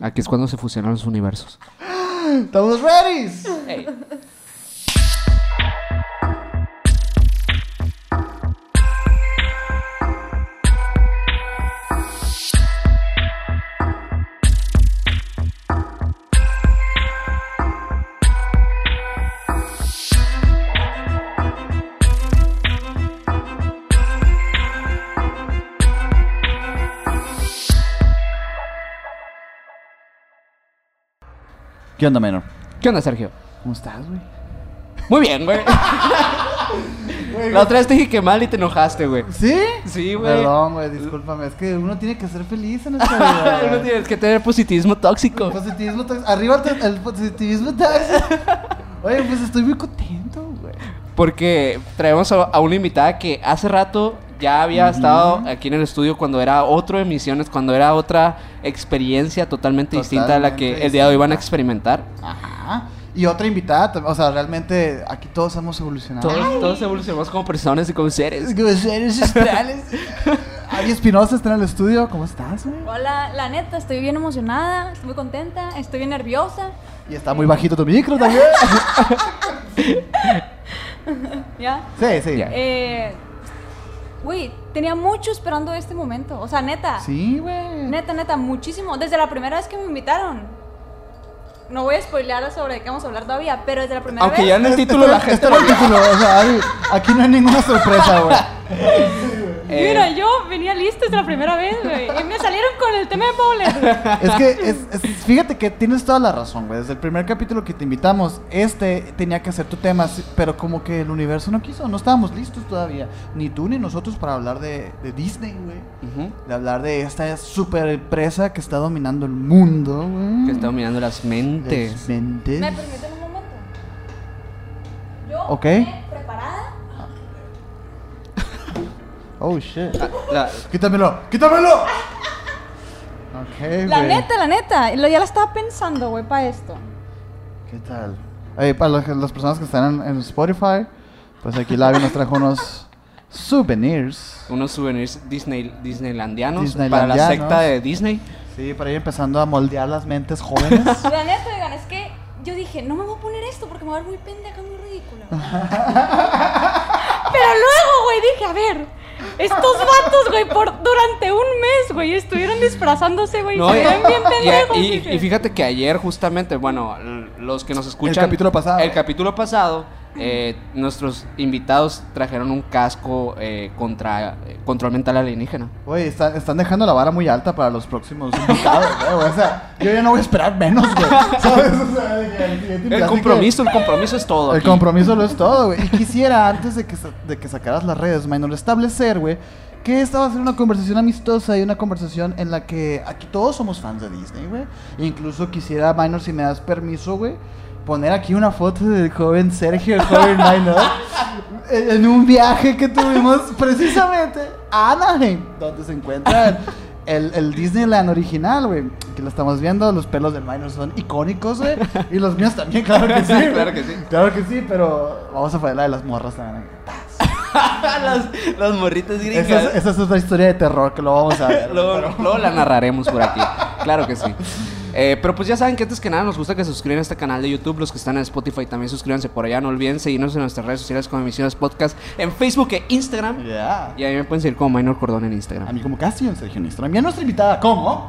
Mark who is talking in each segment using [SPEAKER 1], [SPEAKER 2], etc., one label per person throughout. [SPEAKER 1] Aquí es cuando se fusionan los universos.
[SPEAKER 2] ¡Estamos ready!
[SPEAKER 3] ¿Qué onda, menor?
[SPEAKER 1] ¿Qué onda, Sergio?
[SPEAKER 3] ¿Cómo estás, güey?
[SPEAKER 1] Muy bien, güey. La otra vez te dije que mal y te enojaste, güey.
[SPEAKER 2] ¿Sí?
[SPEAKER 1] Sí, güey.
[SPEAKER 2] Perdón, güey, discúlpame. Es que uno tiene que ser feliz en esta vida.
[SPEAKER 1] Uno
[SPEAKER 2] güey.
[SPEAKER 1] tienes que tener positivismo tóxico.
[SPEAKER 2] Positivismo tóxico. Arriba el el positivismo tóxico. Oye, pues estoy muy contento, güey.
[SPEAKER 1] Porque traemos a, a una invitada que hace rato ya había estado aquí en el estudio cuando era otro emisiones, cuando era otra experiencia totalmente, distinta a la que
[SPEAKER 2] Totalmente
[SPEAKER 1] el día de hoy van a
[SPEAKER 2] distinta.
[SPEAKER 1] experimentar.
[SPEAKER 2] Ajá. Y otra invitada, tam- o sea, realmente aquí todos hemos evolucionado.
[SPEAKER 1] Todos, todos evolucionamos como personas y como seres.
[SPEAKER 2] Es que los seres astrales. Ari Espinosa está en el estudio. ¿Cómo estás, güey?
[SPEAKER 4] Hola, la neta, estoy bien emocionada, estoy muy contenta, estoy bien nerviosa.
[SPEAKER 2] Y está muy bajito tu micro también.
[SPEAKER 4] ¿Ya?
[SPEAKER 2] Sí, sí.
[SPEAKER 1] Ya.
[SPEAKER 4] Eh, Güey, tenía mucho esperando este momento. O sea, neta.
[SPEAKER 2] Sí, güey.
[SPEAKER 4] Neta, neta, muchísimo. Desde la primera vez que me invitaron. No voy a spoilear sobre qué vamos a hablar todavía, pero desde la primera
[SPEAKER 1] Aunque
[SPEAKER 4] vez.
[SPEAKER 1] ya en el título la gente
[SPEAKER 2] Este
[SPEAKER 1] lo
[SPEAKER 2] era el título, o sea, Ari, aquí no hay ninguna sorpresa, güey.
[SPEAKER 1] Eh,
[SPEAKER 4] Mira, yo venía lista desde la primera vez, güey. Y me salieron con el tema de bowling.
[SPEAKER 2] Es que, es- es- fíjate que tienes toda la razón, güey. Desde el primer capítulo que te invitamos, este tenía que ser tu tema, sí, pero como que el universo no quiso, no estábamos listos todavía, ni tú ni nosotros para hablar de, de Disney, güey.
[SPEAKER 1] ujú,
[SPEAKER 2] De hablar de esta super empresa que está dominando el mundo, güey.
[SPEAKER 1] Que está mirando las mentes.
[SPEAKER 2] Las mentes.
[SPEAKER 4] ¿Me permiten un momento? Yo
[SPEAKER 2] Ok.
[SPEAKER 4] vine preparada.
[SPEAKER 2] Oh, shit.
[SPEAKER 1] La-
[SPEAKER 2] Quítamelo, quítamelo. Ok, güey.
[SPEAKER 4] La neta, la neta. lo- Ya la estaba pensando, güey, para esto.
[SPEAKER 2] ¿Qué tal? Eh, para los- las personas que están en, en Spotify, pues aquí Lavi nos trajo unos souvenirs.
[SPEAKER 1] unos souvenirs Disney, disneylandianos para la
[SPEAKER 2] Disneylandianos.
[SPEAKER 1] secta de Disney.
[SPEAKER 2] Sí, para ir empezando a moldear las mentes jóvenes.
[SPEAKER 4] La neta, oigan, es que yo dije, no me voy a poner esto porque me va a ver muy pendeja, muy ridícula. Pero luego, güey, dije, a ver, estos vatos, güey, por, durante un mes, güey, estuvieron disfrazándose, güey,
[SPEAKER 1] No,
[SPEAKER 4] se
[SPEAKER 1] y,
[SPEAKER 4] ven bien
[SPEAKER 1] y-
[SPEAKER 4] pendejos.
[SPEAKER 1] y-
[SPEAKER 4] dije.
[SPEAKER 1] y fíjate que ayer justamente, bueno, l- los que nos escuchan...
[SPEAKER 2] capítulo pasado.
[SPEAKER 1] El capítulo pasado, eh, nuestros invitados trajeron un casco eh, contra eh, control mental alienígena.
[SPEAKER 2] Oye, están, están dejando la vara muy alta para los próximos invitados, güey. O sea, yo ya no voy a esperar menos, güey. ¿Sabes? O sea, de que al siguiente
[SPEAKER 1] El
[SPEAKER 2] invitado-
[SPEAKER 1] compromiso, el compromiso es todo.
[SPEAKER 2] El
[SPEAKER 1] aquí.
[SPEAKER 2] compromiso lo es todo, güey. Y quisiera, antes de que, sa- de que sacaras las redes, Maynor, establecer, güey, que esta va a ser una conversación amistosa y una conversación en la que aquí todos somos fans de Disney, güey. E incluso quisiera, Maynor, si me das permiso, güey, poner aquí una foto del joven Sergio, el joven Maynor, en en un viaje que tuvimos precisamente a Anaheim, donde se encuentra el. el- el Disneyland original, güey. Que lo estamos viendo, los pelos del Minor son icónicos, güey. Y los míos también, claro que sí. güey.
[SPEAKER 1] Claro que sí.
[SPEAKER 2] Claro que sí, pero vamos a poner la de las morras también.
[SPEAKER 1] las, las morritas gringas.
[SPEAKER 2] Esa es, esa es otra historia de terror que lo vamos a ver.
[SPEAKER 1] luego,
[SPEAKER 2] pero-
[SPEAKER 1] luego la narraremos por aquí. Claro que sí. Eh, pero pues ya saben que antes que nada nos gusta que se suscriban a este canal de YouTube. Los que están en Spotify también suscríbanse por allá. No olviden seguirnos en nuestras redes sociales como Emisiones Podcast en Facebook e Instagram.
[SPEAKER 2] Yeah.
[SPEAKER 1] Y a mí me pueden seguir como Minor Cordón en
[SPEAKER 2] A
[SPEAKER 1] Instagram.
[SPEAKER 2] mí como casi un Sergio Nistro. A mí a nuestra invitada, ¿cómo?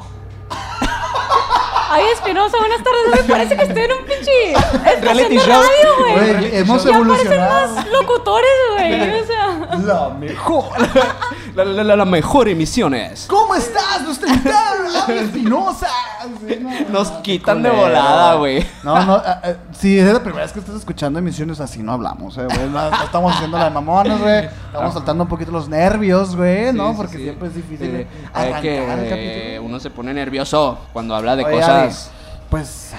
[SPEAKER 4] Ay, Espinosa, buenas tardes. Me parece que estoy en un pinche estación
[SPEAKER 1] Reality
[SPEAKER 4] de
[SPEAKER 1] show.
[SPEAKER 4] radio,
[SPEAKER 2] Güey,
[SPEAKER 4] güey.
[SPEAKER 2] hemos
[SPEAKER 4] Ya parecen
[SPEAKER 2] evolucionado.
[SPEAKER 4] más locutores, güey. O sea,
[SPEAKER 2] La mejor.
[SPEAKER 1] La, la, la- la mejor emisión es.
[SPEAKER 2] ¿Cómo estás, nuestra invitada, Lavi Espinosa? Sí, no,
[SPEAKER 1] Nos
[SPEAKER 2] no,
[SPEAKER 1] quitan
[SPEAKER 2] qué
[SPEAKER 1] de
[SPEAKER 2] culero.
[SPEAKER 1] volada, güey.
[SPEAKER 2] No, no, ah, ah, si es la primera vez que estás escuchando emisiones así, no hablamos, eh, güey. No, no estamos haciendo la de mamones, güey. Estamos saltando un poquito los nervios, güey, ¿no?
[SPEAKER 1] Sí, sí,
[SPEAKER 2] Porque
[SPEAKER 1] sí.
[SPEAKER 2] siempre es difícil
[SPEAKER 1] Eh, hay
[SPEAKER 2] arrancar
[SPEAKER 1] que,
[SPEAKER 2] el
[SPEAKER 1] eh,
[SPEAKER 2] capítulo.
[SPEAKER 1] uno se pone nervioso cuando habla de
[SPEAKER 2] Oye, Ale,
[SPEAKER 1] cosas.
[SPEAKER 2] Pues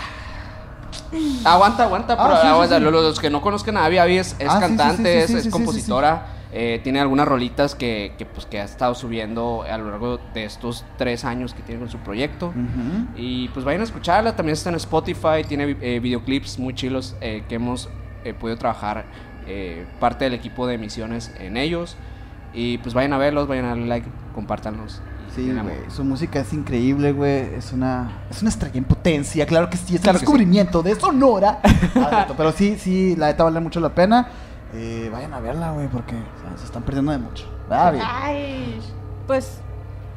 [SPEAKER 1] Aguanta, aguanta,
[SPEAKER 2] Ah,
[SPEAKER 1] pero
[SPEAKER 2] sí, sí,
[SPEAKER 1] aguanta.
[SPEAKER 2] sí.
[SPEAKER 1] Los, los que no conozcan a Abby, Abby es, es
[SPEAKER 2] Ah, sí,
[SPEAKER 1] cantante,
[SPEAKER 2] sí, sí, sí,
[SPEAKER 1] es,
[SPEAKER 2] sí,
[SPEAKER 1] es
[SPEAKER 2] sí, sí,
[SPEAKER 1] compositora, eh, tiene algunas rolitas que, que, pues, que ha estado subiendo a lo largo de estos tres años que tiene con su proyecto.
[SPEAKER 2] Ujú.
[SPEAKER 1] Y pues vayan a escucharla, también está en Spotify, tiene vi- eh, videoclips muy chilos eh, que hemos eh, podido trabajar eh, parte del equipo de emisiones en ellos. Y pues vayan a verlos, vayan a darle like, compártanlos
[SPEAKER 2] Sí,
[SPEAKER 1] Tiene amor.
[SPEAKER 2] güey. Su música es increíble, güey. Es una, es una estrella en potencia. Claro que sí, es
[SPEAKER 1] Claro
[SPEAKER 2] el
[SPEAKER 1] que sí.
[SPEAKER 2] descubrimiento de Sonora. Ah, cierto, Pero sí, sí, la neta vale mucho la pena. Eh, vayan a verla, güey, porque o sea, se están perdiendo de mucho. Ah, bien.
[SPEAKER 4] Ay. Pues.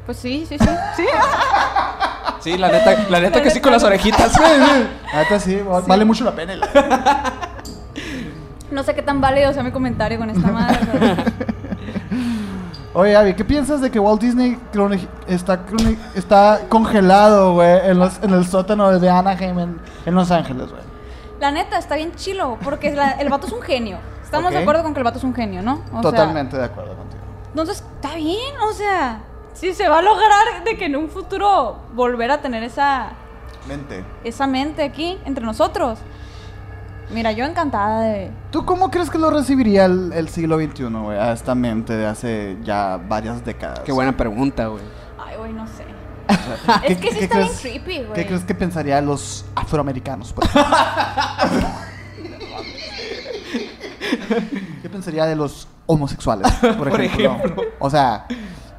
[SPEAKER 4] Pues sí, sí, sí. Sí.
[SPEAKER 1] Sí, la neta, la neta que sí con las orejitas.
[SPEAKER 2] La neta sí, va- vale mucho la pena. el-
[SPEAKER 4] No sé qué tan válido sea mi comentario con esta madre. pero-
[SPEAKER 2] Oye, Abby, ¿qué piensas de que Walt Disney crone- está, crone- está congelado, güey, en, los- en el sótano de Anaheim en, en Los Ángeles, güey?
[SPEAKER 4] La neta, está bien chilo, porque la- el vato es un genio. Estamos
[SPEAKER 2] Ok.
[SPEAKER 4] de acuerdo con que el vato es un genio, ¿no? O sea,
[SPEAKER 2] Totalmente de acuerdo contigo.
[SPEAKER 4] entonces, está bien, o sea, si se va a lograr de que en un futuro volver a tener esa,
[SPEAKER 2] Mente.
[SPEAKER 4] esa mente aquí entre nosotros. Mira, yo encantada de...
[SPEAKER 2] ¿Tú cómo crees que lo recibiría el, el siglo XXI, güey? A esta mente de hace ya varias décadas.
[SPEAKER 1] Qué buena pregunta, güey.
[SPEAKER 4] Ay, güey, no sé.
[SPEAKER 2] ¿Qué-
[SPEAKER 4] es que sí
[SPEAKER 2] qué
[SPEAKER 4] está
[SPEAKER 2] crees-
[SPEAKER 4] bien creepy, güey.
[SPEAKER 2] ¿Qué crees que pensaría los afroamericanos? por ejemplo? ¿Qué pensaría de los homosexuales, por ejemplo?
[SPEAKER 1] Por ejemplo.
[SPEAKER 2] O sea,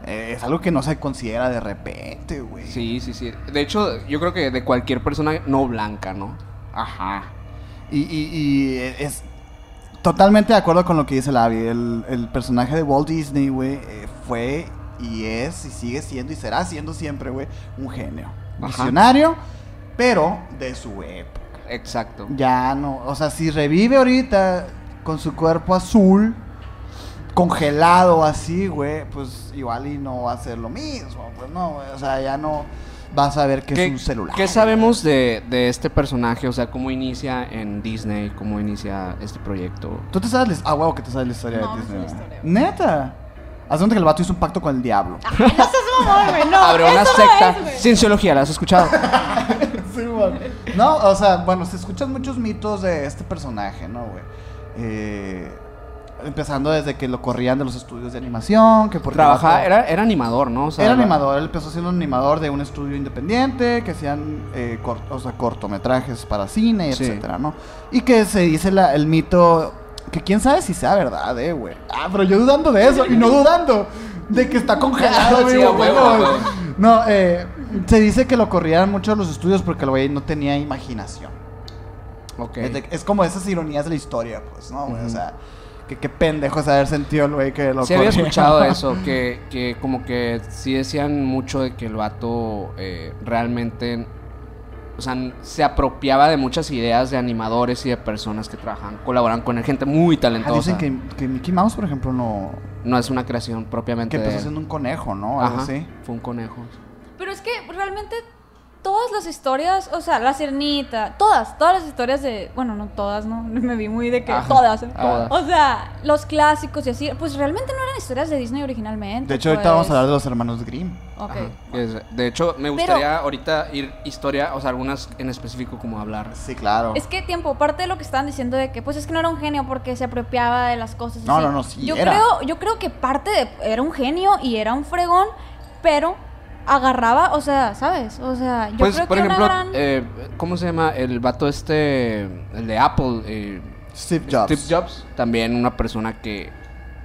[SPEAKER 2] eh, es algo que no se considera de repente, güey.
[SPEAKER 1] Sí, sí, sí. De hecho, yo creo que de cualquier persona no blanca, ¿no?
[SPEAKER 2] Ajá. Y, y- y es totalmente de acuerdo con lo que dice Lavi. El, el personaje de Walt Disney, güey, eh, fue y es y sigue siendo y será siendo siempre, güey, un genio.
[SPEAKER 1] Ajá.
[SPEAKER 2] Visionario, pero de su época.
[SPEAKER 1] Exacto.
[SPEAKER 2] Ya no, o sea, si revive ahorita con su cuerpo azul, congelado así, güey, pues igual y no va a ser lo mismo. Pues no, güey, o sea, ya no vas a ver que es un celular.
[SPEAKER 1] ¿Qué sabemos de, de este personaje? O sea, cómo inicia en Disney, cómo inicia este proyecto.
[SPEAKER 2] ¿Tú te sabes la historia? Ah, huevo, que te sabes la historia
[SPEAKER 4] No,
[SPEAKER 2] de
[SPEAKER 4] me sé
[SPEAKER 2] Disney.
[SPEAKER 4] la
[SPEAKER 2] güey.
[SPEAKER 4] historia, Ah. güey.
[SPEAKER 2] Neta. Hace cuenta que el vato hizo un pacto con el diablo.
[SPEAKER 4] Ay, no seas mamón, güey, no.
[SPEAKER 1] Abre una
[SPEAKER 4] eso no
[SPEAKER 1] secta.
[SPEAKER 4] es, güey.
[SPEAKER 1] Cienciología, ¿la has escuchado?
[SPEAKER 2] Sí, güey. No, o sea, bueno, se escuchan muchos mitos de este personaje, ¿no, güey? Eh, empezando desde que lo corrían de los estudios de animación, que por
[SPEAKER 1] Trabajaba, era, era animador, ¿no? O sea,
[SPEAKER 2] Era
[SPEAKER 1] la-
[SPEAKER 2] animador, él empezó siendo un animador de un estudio independiente, que hacían eh, cor- o sea, cortometrajes para cine,
[SPEAKER 1] Sí.
[SPEAKER 2] etcétera, ¿no? Y que se dice la- el mito, que quién sabe si sea verdad, eh, güey. Ah, pero yo dudando de eso, y no dudando de que está congelado,
[SPEAKER 1] Sí,
[SPEAKER 2] güey.
[SPEAKER 1] a huevo,
[SPEAKER 2] güey.
[SPEAKER 1] güey.
[SPEAKER 2] No, eh, se dice que lo corrían mucho de los estudios porque el güey no tenía imaginación.
[SPEAKER 1] Ok.
[SPEAKER 2] Es, de- es como esas ironías de la historia, pues, ¿no, güey? O
[SPEAKER 1] Ujú.
[SPEAKER 2] sea, que qué pendejo es haber sentido el güey que lo
[SPEAKER 1] Sí había
[SPEAKER 2] corrían.
[SPEAKER 1] escuchado eso, que, que como que sí decían mucho de que el vato eh, realmente, o sea, n- se apropiaba de muchas ideas de animadores y de personas que trabajan, colaboran con él, gente muy
[SPEAKER 2] Ah,
[SPEAKER 1] talentosa.
[SPEAKER 2] dicen que, que Mickey Mouse, por ejemplo, no,
[SPEAKER 1] No es una creación propiamente
[SPEAKER 2] Que empezó
[SPEAKER 1] de él.
[SPEAKER 2] siendo un conejo, ¿no? Algo
[SPEAKER 1] Ajá,
[SPEAKER 2] así.
[SPEAKER 1] Fue un conejo.
[SPEAKER 4] Pero es que realmente todas las historias, o sea, la sirenita, todas, todas las historias de, bueno, no todas, no, me vi muy de que
[SPEAKER 1] Ajá,
[SPEAKER 4] todas, ¿eh?
[SPEAKER 1] todas.
[SPEAKER 4] O sea, los clásicos y así, pues realmente no eran historias de Disney originalmente.
[SPEAKER 2] De hecho, ahorita
[SPEAKER 4] pues.
[SPEAKER 2] vamos a hablar de los hermanos Grimm.
[SPEAKER 4] Ok.
[SPEAKER 1] Ajá. Es- de hecho, me gustaría ahorita ir historia, o sea, algunas en específico como hablar.
[SPEAKER 2] Sí, claro.
[SPEAKER 4] Es que tiempo, parte de lo que estaban diciendo de que pues es que no era un genio porque se apropiaba de las cosas.
[SPEAKER 2] No,
[SPEAKER 4] así.
[SPEAKER 2] no, no, sí
[SPEAKER 4] yo
[SPEAKER 2] era.
[SPEAKER 4] creo, yo creo que parte de era un genio y era un fregón, pero agarraba, o sea, ¿sabes? O sea, yo
[SPEAKER 1] pues,
[SPEAKER 4] creo
[SPEAKER 1] por
[SPEAKER 4] que
[SPEAKER 1] ejemplo,
[SPEAKER 4] una gran
[SPEAKER 1] eh, ¿cómo se llama? El vato este, el de Apple, eh,
[SPEAKER 2] Steve Jobs.
[SPEAKER 1] Steve Jobs, también una persona que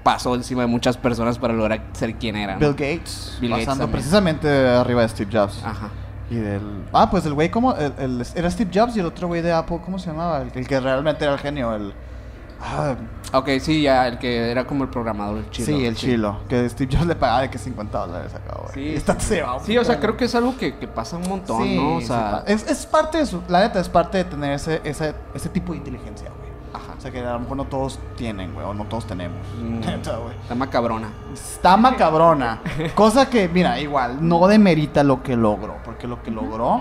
[SPEAKER 1] pasó encima de muchas personas para lograr ser quien era. ¿no?
[SPEAKER 2] Bill Gates.
[SPEAKER 1] Bill Gates
[SPEAKER 2] pasando
[SPEAKER 1] también. Ah.
[SPEAKER 2] precisamente arriba de Steve Jobs.
[SPEAKER 1] Ajá.
[SPEAKER 2] Y del. Ah, pues el güey, ¿cómo? El, el- era Steve Jobs y el otro güey de Apple, ¿cómo se llamaba? El, el que realmente era el genio, el. Ah,
[SPEAKER 1] Ok, sí, ya el que era como el programador, el chilo.
[SPEAKER 2] sí, el chilo. Que Steve Jobs le pagaba de que 50 dólares acá, güey.
[SPEAKER 1] Sí,
[SPEAKER 2] Y está- se va,
[SPEAKER 1] Sí, o sea, creo que es algo que, que pasa un montón,
[SPEAKER 2] Sí,
[SPEAKER 1] ¿no? O
[SPEAKER 2] sí,
[SPEAKER 1] sea,
[SPEAKER 2] pa- es, es parte de su. La neta, es parte de tener ese, ese, ese tipo de inteligencia, güey.
[SPEAKER 1] Ajá.
[SPEAKER 2] O sea, que a lo mejor no todos tienen, güey, o no todos tenemos.
[SPEAKER 1] Mm.
[SPEAKER 2] Neta, güey.
[SPEAKER 1] está macabrona.
[SPEAKER 2] Está macabrona. Cosa que, mira, igual, no demerita lo que logró. Porque lo que logró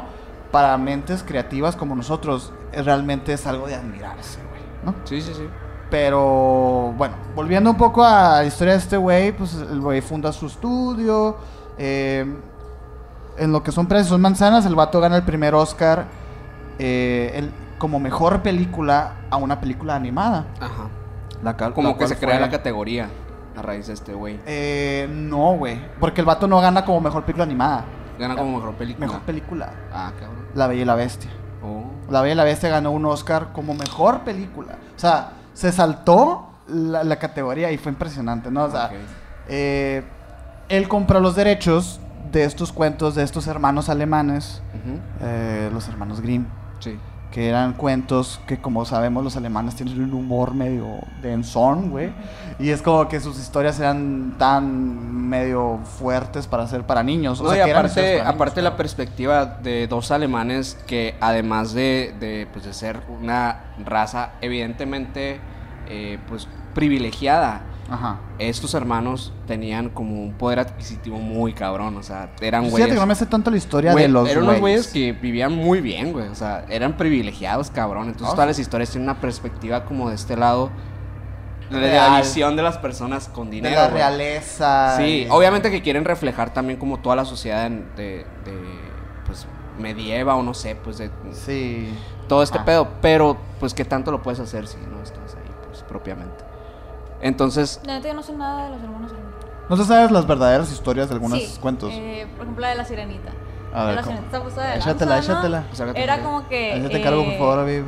[SPEAKER 2] para mentes creativas como nosotros eh, realmente es algo de admirarse, güey. ¿no?
[SPEAKER 1] Sí, sí, sí.
[SPEAKER 2] Pero bueno, volviendo un poco a la historia de este güey, pues el güey funda su estudio. eh, en lo que son precios son manzanas, el vato gana el primer Oscar eh, el- como mejor película a una película animada.
[SPEAKER 1] Ajá.
[SPEAKER 2] La cal-
[SPEAKER 1] Como
[SPEAKER 2] la
[SPEAKER 1] que
[SPEAKER 2] cual
[SPEAKER 1] se crea
[SPEAKER 2] fue-
[SPEAKER 1] la categoría a raíz de este güey.
[SPEAKER 2] Eh, no, güey. Porque el vato no gana como mejor película animada.
[SPEAKER 1] Gana como mejor película.
[SPEAKER 2] Mejor película.
[SPEAKER 1] Ah, cabrón.
[SPEAKER 2] La Bella y la Bestia.
[SPEAKER 1] Oh.
[SPEAKER 2] La Bella y la Bestia ganó un Oscar como mejor película. O sea, se saltó la, la categoría y fue impresionante, ¿no? O sea,
[SPEAKER 1] Ok.
[SPEAKER 2] eh, él compró los derechos de estos cuentos de estos hermanos alemanes,
[SPEAKER 1] Ujú,
[SPEAKER 2] eh, los hermanos Grimm,
[SPEAKER 1] Sí.
[SPEAKER 2] que eran cuentos que como sabemos los alemanes tienen un humor medio densón, güey, y es como que sus historias eran tan medio fuertes para hacer para niños. O
[SPEAKER 1] No,
[SPEAKER 2] sea,
[SPEAKER 1] y
[SPEAKER 2] que eran
[SPEAKER 1] aparte,
[SPEAKER 2] historias para
[SPEAKER 1] aparte
[SPEAKER 2] niños,
[SPEAKER 1] la perspectiva de dos alemanes que además de, de, pues, de ser una raza evidentemente eh, pues, privilegiada,
[SPEAKER 2] ¿no? Ajá.
[SPEAKER 1] estos hermanos tenían como un poder adquisitivo muy cabrón, o sea, eran
[SPEAKER 2] Fíjate
[SPEAKER 1] güeyes...
[SPEAKER 2] que no me hace tanto la historia
[SPEAKER 1] güey,
[SPEAKER 2] de los
[SPEAKER 1] eran unos güeyes que vivían muy bien, güey, o sea, eran privilegiados, cabrón. Entonces
[SPEAKER 2] Ah,
[SPEAKER 1] todas las
[SPEAKER 2] sí.
[SPEAKER 1] historias tienen una perspectiva como de este lado, de la
[SPEAKER 2] Real.
[SPEAKER 1] visión de las personas con dinero.
[SPEAKER 2] de la
[SPEAKER 1] güey.
[SPEAKER 2] realeza.
[SPEAKER 1] Sí,
[SPEAKER 2] y-
[SPEAKER 1] obviamente que quieren reflejar también como toda la sociedad en- de, de, pues, medieva o no sé, pues, de
[SPEAKER 2] Sí.
[SPEAKER 1] todo este
[SPEAKER 2] Ah.
[SPEAKER 1] pedo. Pero, pues, ¿qué tanto lo puedes hacer si no estás ahí, pues, propiamente? Entonces,
[SPEAKER 4] La neta, yo no sé nada de los hermanos Grimm.
[SPEAKER 2] ¿No te sabes las verdaderas historias de algunos
[SPEAKER 4] Sí,
[SPEAKER 2] cuentos?
[SPEAKER 4] eh, por ejemplo, la de la sirenita.
[SPEAKER 2] A
[SPEAKER 4] De
[SPEAKER 2] ver,
[SPEAKER 4] la
[SPEAKER 2] ¿cómo?
[SPEAKER 4] sirenita está pasada de
[SPEAKER 2] Échatela,
[SPEAKER 4] lanza, ¿no?
[SPEAKER 2] échatela.
[SPEAKER 1] Pues, hágate
[SPEAKER 4] Era
[SPEAKER 1] cargo.
[SPEAKER 4] como que.
[SPEAKER 2] Ahí se te cargo, por
[SPEAKER 4] eh,
[SPEAKER 2] favor, Aviv.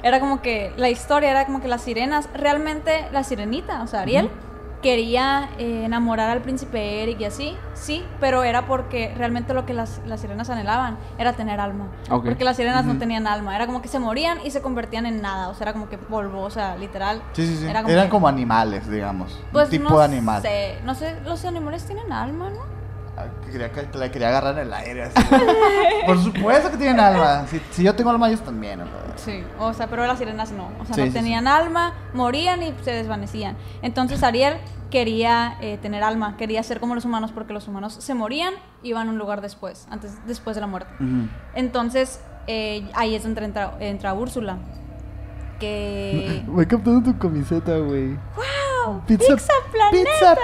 [SPEAKER 4] Era como que la historia era como que las sirenas, realmente la sirenita, o sea, Ariel, quería eh, enamorar al príncipe Eric y así, sí, pero era porque realmente lo que las, las sirenas anhelaban era tener alma.
[SPEAKER 1] Ok.
[SPEAKER 4] Porque las sirenas no
[SPEAKER 2] Ujú.
[SPEAKER 4] tenían alma, era como que se morían y se convertían en nada, o sea, era como que polvo, o sea, literal.
[SPEAKER 2] Sí, sí, sí.
[SPEAKER 4] Era como
[SPEAKER 2] Eran
[SPEAKER 4] que-
[SPEAKER 2] como animales, digamos. un
[SPEAKER 4] Pues
[SPEAKER 2] tipo
[SPEAKER 4] no
[SPEAKER 2] de animal.
[SPEAKER 4] sé, no sé, los animales tienen alma, ¿no?
[SPEAKER 2] Ah, que quería que- que la quería agarrar en el aire. así. Por supuesto que tienen alma. Si, si yo tengo alma, ellos también. ¿verdad?
[SPEAKER 4] Sí, o sea, pero las sirenas no. O sea,
[SPEAKER 2] Sí,
[SPEAKER 4] no
[SPEAKER 2] sí,
[SPEAKER 4] tenían alma, morían y se desvanecían. Entonces Ariel quería eh, tener alma, quería ser como los humanos porque los humanos se morían y iban a un lugar después, antes, después de la muerte. Entonces eh, ahí es donde entra, entra Úrsula. Que.
[SPEAKER 2] Voy captando tu camiseta, güey. ¡Wow! Pizza,
[SPEAKER 4] Pizza Planeta.
[SPEAKER 2] Pizza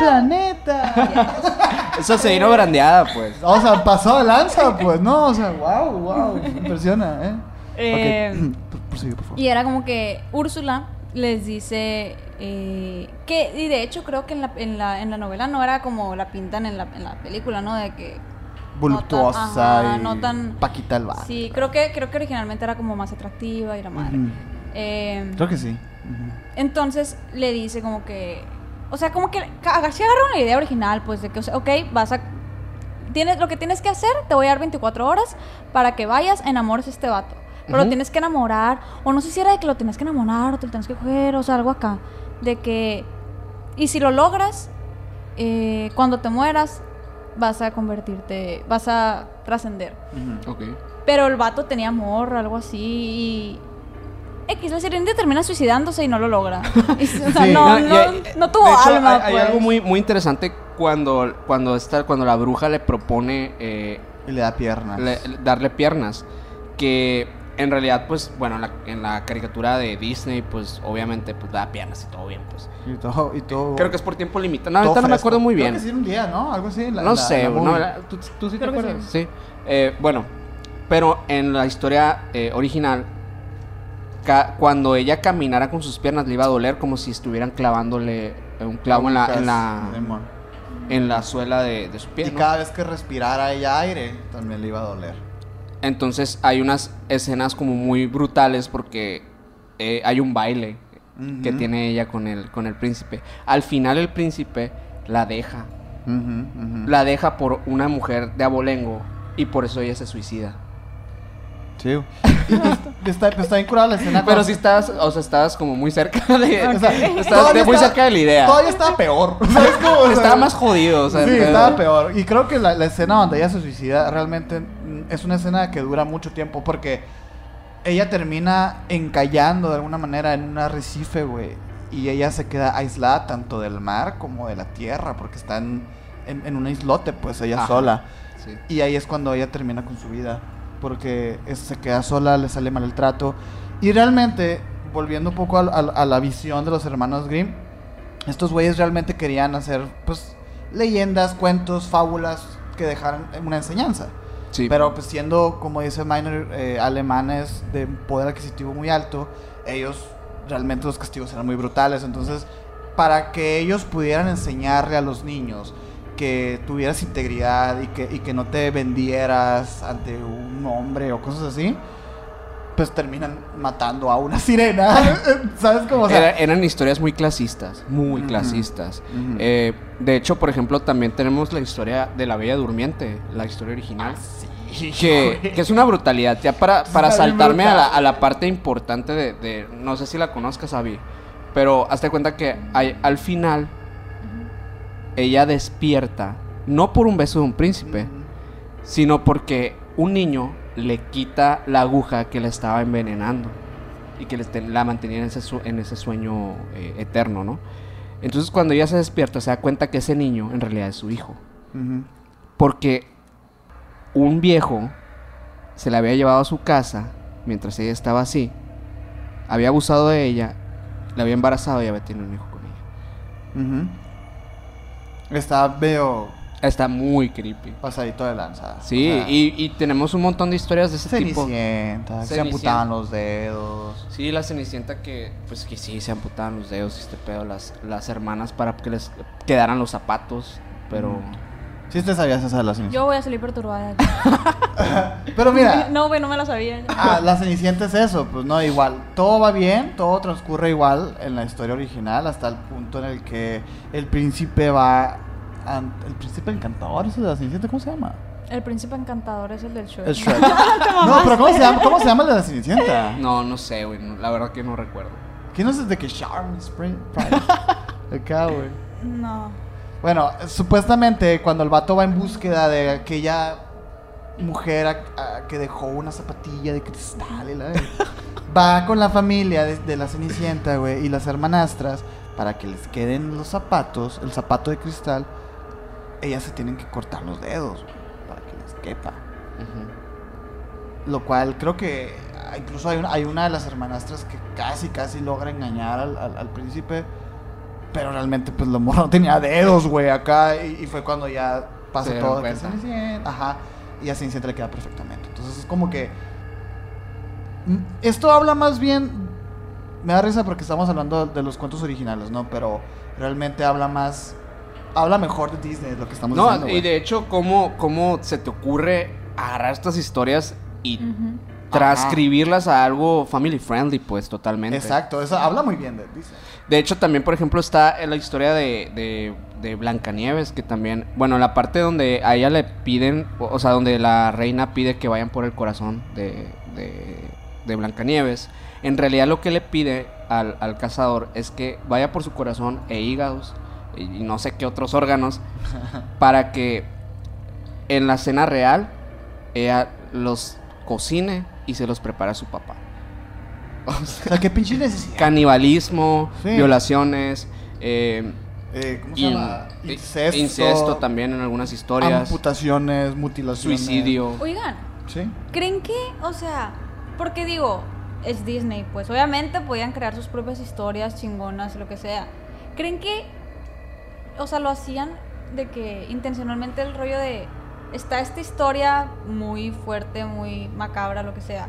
[SPEAKER 2] Planeta.
[SPEAKER 1] eso se vino brandeada, pues.
[SPEAKER 2] o sea, pasó de lanza, pues, ¿no? O sea, wow, wow. Impresiona, ¿eh?
[SPEAKER 4] Eh,
[SPEAKER 2] Ok, por- Prosigue, por favor.
[SPEAKER 4] Y era como que Úrsula les dice eh, que, y de hecho creo que en la, en, la, en la novela no era como la pintan en la, en la película, ¿no? De que
[SPEAKER 2] Voluptuosa
[SPEAKER 4] no tan- ajá,
[SPEAKER 2] y
[SPEAKER 4] no tan-
[SPEAKER 2] Paquita el bar.
[SPEAKER 4] Sí, creo que, creo que originalmente era como más atractiva y la madre.
[SPEAKER 2] Ujú.
[SPEAKER 4] Eh,
[SPEAKER 2] Creo que sí. Ujú.
[SPEAKER 4] entonces le dice como que. O sea, como que ca- se agarra una idea original, pues de que, o sea, ok, vas a. Tienes, lo que tienes que hacer, te voy a dar 24 horas para que vayas, enamores a este vato. Pero
[SPEAKER 1] Ujú.
[SPEAKER 4] lo tienes que enamorar, o no sé si era de que lo tienes que enamorar, o te lo tienes que coger, o sea, algo acá. De que. Y si lo logras, eh, cuando te mueras, vas a convertirte, vas a trascender.
[SPEAKER 1] Ok.
[SPEAKER 4] Pero el vato tenía amor, algo así, y... X, la sirenita termina suicidándose y no lo logra. Y, o sea,
[SPEAKER 2] Sí.
[SPEAKER 4] no,
[SPEAKER 1] y
[SPEAKER 4] no,
[SPEAKER 1] hay-
[SPEAKER 4] no tuvo
[SPEAKER 1] de hecho,
[SPEAKER 4] alma,
[SPEAKER 1] hay, hay
[SPEAKER 4] pues.
[SPEAKER 1] algo muy, muy interesante cuando, cuando, esta, cuando la bruja le propone... eh,
[SPEAKER 2] Y le da piernas.
[SPEAKER 1] le- le- darle piernas. Que en realidad, pues, bueno, en la, en la caricatura de Disney, pues, obviamente, pues, da piernas y todo bien, pues.
[SPEAKER 2] Y todo, y todo.
[SPEAKER 1] Creo que es por tiempo limitado. No,
[SPEAKER 2] Oh. todo
[SPEAKER 1] ahorita no me
[SPEAKER 2] fresco.
[SPEAKER 1] acuerdo muy bien.
[SPEAKER 2] Creo que sí, un día, ¿no? Algo así. la-
[SPEAKER 1] no
[SPEAKER 2] la-
[SPEAKER 1] sé,
[SPEAKER 2] la
[SPEAKER 1] no,
[SPEAKER 2] movie.
[SPEAKER 1] ¿verdad? ¿Tú, tú sí te
[SPEAKER 4] Creo que
[SPEAKER 1] acuerdas? Sí. Eh, bueno, pero en la historia eh, original, ca- cuando ella caminara con sus piernas, le iba a doler como si estuvieran clavándole eh, un clavo en la, en la,
[SPEAKER 2] Demon.
[SPEAKER 1] en la suela de, de su pie.
[SPEAKER 2] Y
[SPEAKER 1] ¿no?
[SPEAKER 2] cada vez que respirara ella aire, también le iba a doler.
[SPEAKER 1] Entonces hay unas escenas como muy brutales porque eh, hay un baile que
[SPEAKER 2] Ujú.
[SPEAKER 1] tiene ella con el, con el príncipe. Al final el príncipe la deja.
[SPEAKER 2] Ujú, ujú.
[SPEAKER 1] La deja por una mujer de abolengo y por eso ella se suicida.
[SPEAKER 2] Sí. Y pues, está, pues, está bien curada la escena.
[SPEAKER 1] Pero
[SPEAKER 2] cuando-
[SPEAKER 1] si estabas, o sea, estabas como muy cerca de...
[SPEAKER 2] o sea,
[SPEAKER 1] estabas
[SPEAKER 2] todavía
[SPEAKER 1] muy
[SPEAKER 2] estaba-
[SPEAKER 1] cerca de la idea.
[SPEAKER 2] Todavía estaba peor. ¿Sabes cómo? O sea,
[SPEAKER 1] Estaba más jodido, o sea,
[SPEAKER 2] sí,
[SPEAKER 1] el pedo.
[SPEAKER 2] estaba peor. Y creo que la, la escena donde ella se suicida realmente mm, es una escena que dura mucho tiempo porque ella termina encallando de alguna manera en un arrecife, güey. Y ella se queda aislada tanto del mar como de la tierra porque está en, en- en un islote, pues ella
[SPEAKER 1] Ajá.
[SPEAKER 2] sola.
[SPEAKER 1] Sí.
[SPEAKER 2] Y ahí es cuando ella termina con su vida. Porque es- se queda sola, le sale mal el trato. Y realmente, volviendo un poco al- al- a, la visión de los hermanos Grimm, estos güeyes realmente querían hacer, pues, leyendas, cuentos, fábulas que dejaran una enseñanza.
[SPEAKER 1] Sí.
[SPEAKER 2] Pero pues siendo, como dice Minor, eh, alemanes de poder adquisitivo muy alto, ellos realmente los castigos eran muy brutales. Entonces, para que ellos pudieran enseñarle a los niños que tuvieras integridad y que, y que no te vendieras ante un hombre o cosas así, pues terminan matando a una sirena. ¿Sabes cómo? O sea,
[SPEAKER 1] Era- eran historias muy clasistas, muy clasistas. Eh, de hecho, por ejemplo, también tenemos la historia de la Bella Durmiente, la historia original. Que, que es una brutalidad. Ya para, para
[SPEAKER 2] Está bien
[SPEAKER 1] saltarme a la,
[SPEAKER 2] brutal.
[SPEAKER 1] a la parte importante de, de- No sé si la conozcas, Abby. Pero hazte cuenta que hay- al final. Ella despierta. No por un beso de un príncipe. Sino porque un niño le quita la aguja que la estaba envenenando. Y que le te- la mantenía en ese, su- en ese sueño eh, eterno, ¿no? Entonces cuando ella se despierta se da cuenta que ese niño en realidad es su hijo.
[SPEAKER 2] ujú.
[SPEAKER 1] Porque un viejo se la había llevado a su casa mientras ella estaba así. Había abusado de ella, la había embarazado y había tenido un hijo con ella.
[SPEAKER 2] Ujú. Está veo
[SPEAKER 1] Está muy creepy.
[SPEAKER 2] pasadito de lanza.
[SPEAKER 1] Sí,
[SPEAKER 2] O sea,
[SPEAKER 1] y, y tenemos un montón de historias de ese tipo.
[SPEAKER 2] Cenicienta, que se
[SPEAKER 1] Cenicienta.
[SPEAKER 2] amputaban los dedos.
[SPEAKER 1] Sí, la Cenicienta que, pues que sí, se amputaban los dedos y este pedo, las, las hermanas para que les quedaran los zapatos, pero...
[SPEAKER 2] Sí te sabías esa de la Cenicienta.
[SPEAKER 4] Yo voy a salir perturbada.
[SPEAKER 2] Pero mira,
[SPEAKER 4] No, güey, no me la sabía.
[SPEAKER 2] ah, la Cenicienta es eso, pues no, igual. Todo va bien, todo transcurre igual en la historia original hasta el punto en el que el príncipe va... an- el príncipe encantador, ese de la Cenicienta, ¿cómo se llama?
[SPEAKER 4] El príncipe encantador es el del show.
[SPEAKER 2] Es Shrek. no, pero ¿cómo se llama, cómo se llama el de la Cenicienta?
[SPEAKER 1] No, no sé, güey, no- la verdad que no recuerdo.
[SPEAKER 2] ¿Quién es el de que Charles Pri- Price? Acá, güey.
[SPEAKER 4] No.
[SPEAKER 2] Bueno, supuestamente cuando el vato va en búsqueda de aquella mujer a- a- que dejó una zapatilla de cristal, y la verga, va con la familia de, de la Cenicienta, güey, y las hermanastras, para que les queden los zapatos, el zapato de cristal, ellas se tienen que cortar los dedos, güey, para que les quepa. Lo cual creo que ah, incluso hay una, hay una de las hermanastras que casi, casi logra engañar al, al- al príncipe. Pero realmente, pues, la morra no tenía dedos, güey, acá. Y, y fue cuando ya pasó
[SPEAKER 1] Se dieron
[SPEAKER 2] todo. de que
[SPEAKER 1] cuenta.
[SPEAKER 2] Cenicienta, Ajá. Y a Cenicienta le queda perfectamente. Entonces, es como que... mm, Esto habla más bien... Me da risa porque estamos hablando de los cuentos originales, ¿no? Pero realmente habla más... Habla mejor de Disney, de lo que estamos
[SPEAKER 1] No,
[SPEAKER 2] diciendo,
[SPEAKER 1] y
[SPEAKER 2] güey.
[SPEAKER 1] de hecho, ¿cómo, ¿cómo se te ocurre agarrar estas historias y
[SPEAKER 4] Ujú.
[SPEAKER 1] transcribirlas a algo family friendly, pues, totalmente?
[SPEAKER 2] Exacto, eso habla muy bien de Disney.
[SPEAKER 1] De hecho, también, por ejemplo, está eh, la historia de, de, de Blancanieves, que también, bueno, la parte donde a ella le piden, o, o sea, donde la reina pide que vayan por el corazón de, de, de Blancanieves, en realidad lo que le pide al, al cazador es que vaya por su corazón e hígados y, y no sé qué otros órganos para que en la cena real ella los cocine y se los prepara a su papá. O sea,
[SPEAKER 2] O sea, qué pinche necesidad.
[SPEAKER 1] canibalismo,
[SPEAKER 2] Sí.
[SPEAKER 1] violaciones, eh,
[SPEAKER 2] Eh, ¿Cómo se
[SPEAKER 1] in-
[SPEAKER 2] llama?
[SPEAKER 1] i-
[SPEAKER 2] Incesto.
[SPEAKER 1] incesto también en algunas historias,
[SPEAKER 2] Amputaciones, mutilaciones.
[SPEAKER 1] suicidio.
[SPEAKER 4] Oigan,
[SPEAKER 2] Sí.
[SPEAKER 4] ¿creen que, o sea, porque digo, es Disney, pues obviamente podían crear sus propias historias chingonas, lo que sea. ¿Creen que, o sea, lo hacían de que intencionalmente el rollo de, está esta historia muy fuerte, muy macabra, lo que sea?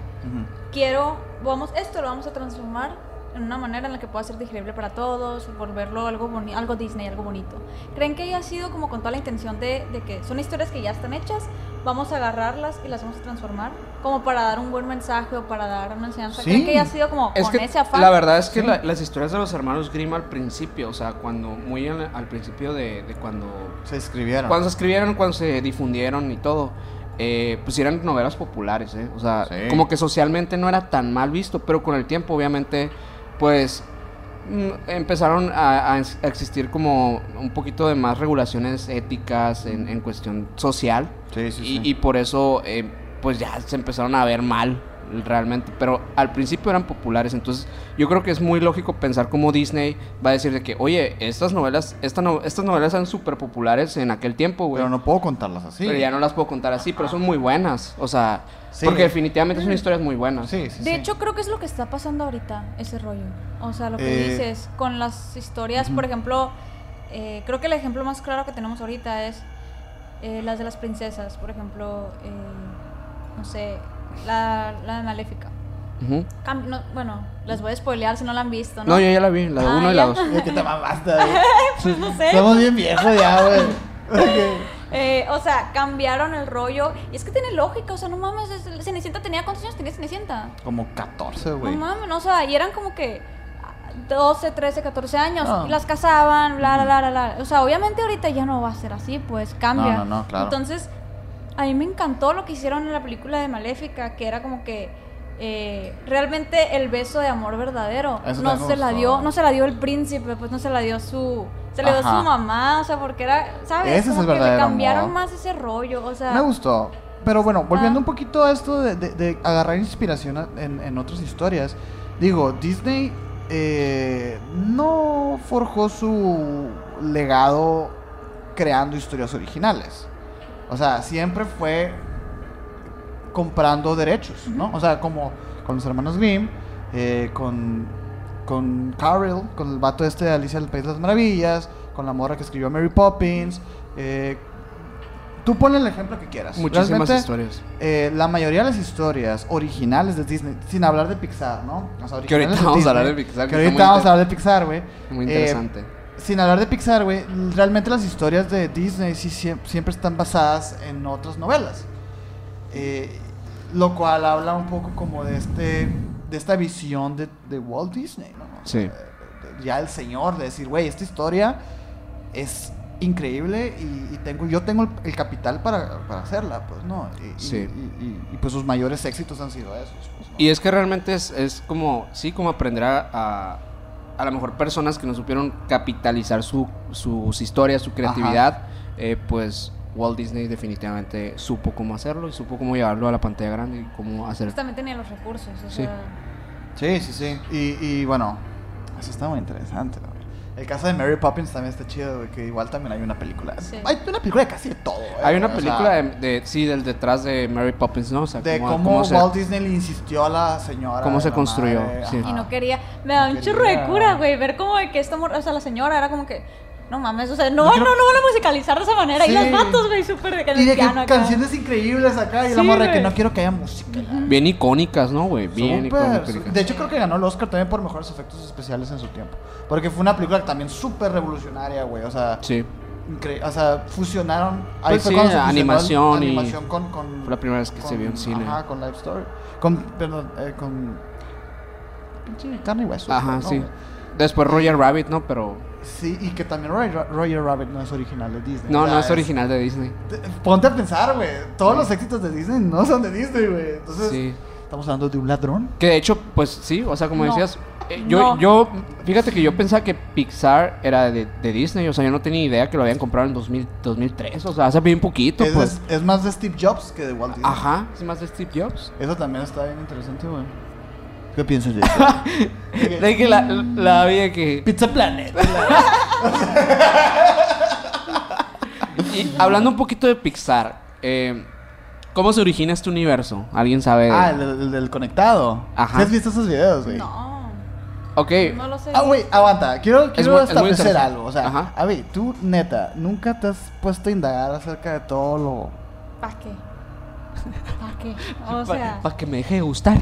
[SPEAKER 4] quiero, vamos, esto lo vamos a transformar en una manera en la que pueda ser digerible para todos, volverlo algo boni- algo Disney, algo bonito. ¿Creen que haya sido como con toda la intención de, de que son historias que ya están hechas, vamos a agarrarlas y las vamos a transformar como para dar un buen mensaje o para dar una enseñanza?
[SPEAKER 2] Sí.
[SPEAKER 4] ¿Creen que haya sido como
[SPEAKER 1] Es
[SPEAKER 4] con
[SPEAKER 1] que
[SPEAKER 4] ese afán?
[SPEAKER 1] la verdad es que la- las historias de los hermanos Grimm al principio, o sea, cuando muy al, al principio de, de cuando
[SPEAKER 2] Se escribieron.
[SPEAKER 1] cuando se escribieron, cuando se difundieron y todo, eh, pues eran novelas populares, ¿eh? o sea,
[SPEAKER 2] Sí.
[SPEAKER 1] como que socialmente no era tan mal visto, pero con el tiempo, obviamente, pues mm, empezaron a, a ex- a existir como un poquito de más regulaciones éticas en, en cuestión social
[SPEAKER 2] Sí, sí,
[SPEAKER 1] y,
[SPEAKER 2] sí.
[SPEAKER 1] y por eso eh, pues ya se empezaron a ver mal realmente, pero al principio eran populares, entonces yo creo que es muy lógico pensar como Disney va a decir de que, oye, estas novelas, esta no- estas novelas eran súper populares en aquel tiempo, güey.
[SPEAKER 2] Pero no puedo contarlas así.
[SPEAKER 1] Pero ya no las puedo contar así, pero son muy buenas, o sea,
[SPEAKER 2] Sí.
[SPEAKER 1] porque definitivamente son historias muy buenas.
[SPEAKER 2] Sí, sí,
[SPEAKER 4] De
[SPEAKER 2] sí.
[SPEAKER 4] hecho, creo que es lo que está pasando ahorita, ese rollo. O sea, lo que
[SPEAKER 2] Eh,
[SPEAKER 4] dices, con las historias, por ejemplo, eh, creo que el ejemplo más claro que tenemos ahorita es eh, las de las princesas, por ejemplo, eh, no sé, la, la de Maléfica.
[SPEAKER 1] Ujú.
[SPEAKER 4] Cam- no, bueno, les voy a spoilear si no la han visto, ¿no?
[SPEAKER 1] No, yo ya la vi, la
[SPEAKER 4] Ah,
[SPEAKER 1] 1 y
[SPEAKER 4] ya.
[SPEAKER 1] la 2.
[SPEAKER 2] Ya que te mamaste, güey.
[SPEAKER 4] Pues no sé.
[SPEAKER 2] Estamos bien viejos ya, güey. Ok.
[SPEAKER 4] Eh, o sea, cambiaron el rollo. Y es que tiene lógica, o sea, no mames. es- Cenicienta tenía cuántos años tenía Cenicienta.
[SPEAKER 2] Como 14, güey.
[SPEAKER 4] No mames, no, o sea, y eran como que ah, 12, 13, 14 años.
[SPEAKER 2] Ah.
[SPEAKER 4] Y las casaban, bla, bla, bla, bla, bla. O sea, obviamente ahorita ya no va a ser así, pues cambia.
[SPEAKER 2] No, no, no, claro.
[SPEAKER 4] Entonces, a mí me encantó lo que hicieron en la película de Maléfica, que era como que. eh, realmente el beso de amor verdadero
[SPEAKER 2] Eso
[SPEAKER 4] no
[SPEAKER 2] también me
[SPEAKER 4] se la
[SPEAKER 2] gustó.
[SPEAKER 4] dio no se la dio el príncipe pues no se la dio su se la dio
[SPEAKER 2] Ajá.
[SPEAKER 4] su mamá o sea porque era sabes
[SPEAKER 2] Ese es
[SPEAKER 4] Como
[SPEAKER 2] el
[SPEAKER 4] que le
[SPEAKER 2] verdadero
[SPEAKER 4] cambiaron
[SPEAKER 2] amor.
[SPEAKER 4] más ese rollo o sea
[SPEAKER 2] Me gustó. Pero bueno, volviendo
[SPEAKER 4] Ah.
[SPEAKER 2] un poquito a esto de, de- de agarrar inspiración a- en, en otras historias. Digo, Disney eh, no forjó su legado creando historias originales. O sea, siempre fue comprando derechos, ¿no? O sea, como con los hermanos Grimm, eh, con, con Carol, con el vato este de Alicia del País de las Maravillas, con la morra que escribió Mary Poppins. eh, tú ponle el ejemplo que quieras.
[SPEAKER 1] Muchísimas
[SPEAKER 2] Realmente,
[SPEAKER 1] historias.
[SPEAKER 2] eh, la mayoría de las historias originales de Disney, sin hablar de Pixar, ¿no? O sea,
[SPEAKER 1] Que ahorita
[SPEAKER 2] originales de
[SPEAKER 1] vamos a
[SPEAKER 2] Disney,
[SPEAKER 1] hablar de Pixar,
[SPEAKER 2] Que
[SPEAKER 1] que está
[SPEAKER 2] ahorita
[SPEAKER 1] muy
[SPEAKER 2] vamos a
[SPEAKER 1] inter-
[SPEAKER 2] hablar de Pixar, güey.
[SPEAKER 1] Muy
[SPEAKER 2] Eh,
[SPEAKER 1] interesante.
[SPEAKER 2] sin hablar de Pixar, güey, realmente las historias de Disney sí sie- siempre están basadas en otras novelas. Eh, lo cual habla un poco como de este de esta visión de, de Walt Disney, ¿no? O
[SPEAKER 1] Sí.
[SPEAKER 2] sea, de- de- ya el señor de decir, güey, esta historia es increíble y, y tengo yo tengo el, el capital para, para hacerla, pues no. Y, y-
[SPEAKER 1] Sí.
[SPEAKER 2] y, y- y, pues sus mayores éxitos han sido esos. pues, ¿no?
[SPEAKER 1] Y es que realmente es, es como, sí, como aprender a, a, a lo mejor personas que no supieron capitalizar su, sus historias, su creatividad, eh, pues Walt Disney definitivamente supo cómo hacerlo y supo cómo llevarlo a la pantalla grande y cómo hacer...
[SPEAKER 4] pues, también tenía los recursos o
[SPEAKER 1] Sí.
[SPEAKER 4] sea,
[SPEAKER 2] Sí, sí, sí. Y, y, bueno, eso está muy interesante. güey. El caso de Mary Poppins también está chido, güey, que igual también hay una película.
[SPEAKER 4] Sí.
[SPEAKER 2] Hay una película de casi de todo. güey,
[SPEAKER 1] Hay una
[SPEAKER 2] o sea,
[SPEAKER 1] película de, de- sí, del detrás de Mary Poppins, ¿no? O sea,
[SPEAKER 2] de cómo,
[SPEAKER 1] se-
[SPEAKER 2] Walt Disney le insistió a la señora.
[SPEAKER 1] cómo
[SPEAKER 2] de
[SPEAKER 1] se
[SPEAKER 2] la
[SPEAKER 1] construyó,
[SPEAKER 2] madre,
[SPEAKER 1] sí.
[SPEAKER 2] ajá.
[SPEAKER 4] Y no quería. Me da
[SPEAKER 2] Ah. No
[SPEAKER 4] un chorro de
[SPEAKER 2] quería.
[SPEAKER 4] cura, güey. Ver como de que esta morra. O sea, la señora era como que. No mames, o sea, no,
[SPEAKER 2] No
[SPEAKER 4] no,
[SPEAKER 2] quiero-
[SPEAKER 4] no van a musicalizar de esa manera.
[SPEAKER 2] Sí.
[SPEAKER 4] Y los matos, güey, súper de que en
[SPEAKER 2] Y
[SPEAKER 4] el
[SPEAKER 2] de
[SPEAKER 4] piano
[SPEAKER 2] que
[SPEAKER 4] acá.
[SPEAKER 2] canciones increíbles acá y la
[SPEAKER 4] Sí,
[SPEAKER 2] morra de que
[SPEAKER 4] güey.
[SPEAKER 2] no quiero que haya música.
[SPEAKER 1] Bien icónicas, ¿no, güey? Bien
[SPEAKER 2] Súper,
[SPEAKER 1] icónicas.
[SPEAKER 2] su- De hecho, creo que ganó el Oscar también por mejores efectos especiales en su tiempo. Porque fue una película también súper revolucionaria, güey. O sea,
[SPEAKER 1] Sí.
[SPEAKER 2] Incre- o sea, fusionaron.
[SPEAKER 1] Pues sí,
[SPEAKER 2] cuando se fusionó
[SPEAKER 1] animación y-
[SPEAKER 2] animación con, con-
[SPEAKER 1] fue la primera vez que se
[SPEAKER 2] con-
[SPEAKER 1] vio en cine.
[SPEAKER 2] Ajá, con Live Story. Con, perdón, eh, con. Pinche carne y hueso.
[SPEAKER 1] Ajá,
[SPEAKER 2] ¿no?
[SPEAKER 1] sí. Después Roger Rabbit, ¿no? Pero...
[SPEAKER 2] Sí, y que también Roy- Roger, Rabbit no es original de Disney.
[SPEAKER 1] No,
[SPEAKER 2] O sea,
[SPEAKER 1] no es original de Disney.
[SPEAKER 2] Te- Ponte a pensar, güey. Todos los éxitos de Disney no son de Disney, güey. Entonces,
[SPEAKER 1] Sí.
[SPEAKER 2] estamos hablando de un ladrón.
[SPEAKER 1] Que de hecho, pues sí, o sea, como
[SPEAKER 4] No.
[SPEAKER 1] decías, eh, yo,
[SPEAKER 4] No.
[SPEAKER 1] yo, fíjate que yo pensaba que Pixar era de, de Disney, o sea, yo no tenía idea que lo habían comprado en 2000, 2003, o sea, hace bien poquito,
[SPEAKER 2] Es,
[SPEAKER 1] pues.
[SPEAKER 2] es más de Steve Jobs que de Walt Disney.
[SPEAKER 1] Ajá, es más de Steve Jobs.
[SPEAKER 2] Eso también está bien interesante, güey. ¿Qué piensas de eso?
[SPEAKER 1] De que la, la vida que...
[SPEAKER 2] Pizza Planet.
[SPEAKER 1] Y hablando un poquito de Pixar, eh, ¿cómo se origina este universo? ¿Alguien sabe?
[SPEAKER 2] Ah, el, el del conectado.
[SPEAKER 1] Ajá.
[SPEAKER 2] ¿Sí ¿Has visto esos videos, güey?
[SPEAKER 4] No,
[SPEAKER 1] Ok,
[SPEAKER 4] no lo sé.
[SPEAKER 2] Ah, güey, aguanta. Quiero, quiero
[SPEAKER 1] muy- es muy
[SPEAKER 2] establecer
[SPEAKER 1] interesante.
[SPEAKER 2] algo. O sea,
[SPEAKER 1] Ajá.
[SPEAKER 2] a ver, tú, neta, nunca te has puesto a indagar acerca de todo lo.
[SPEAKER 4] ¿Para qué? ¿Para qué? O
[SPEAKER 1] para
[SPEAKER 4] sea.
[SPEAKER 1] que me deje de gustar.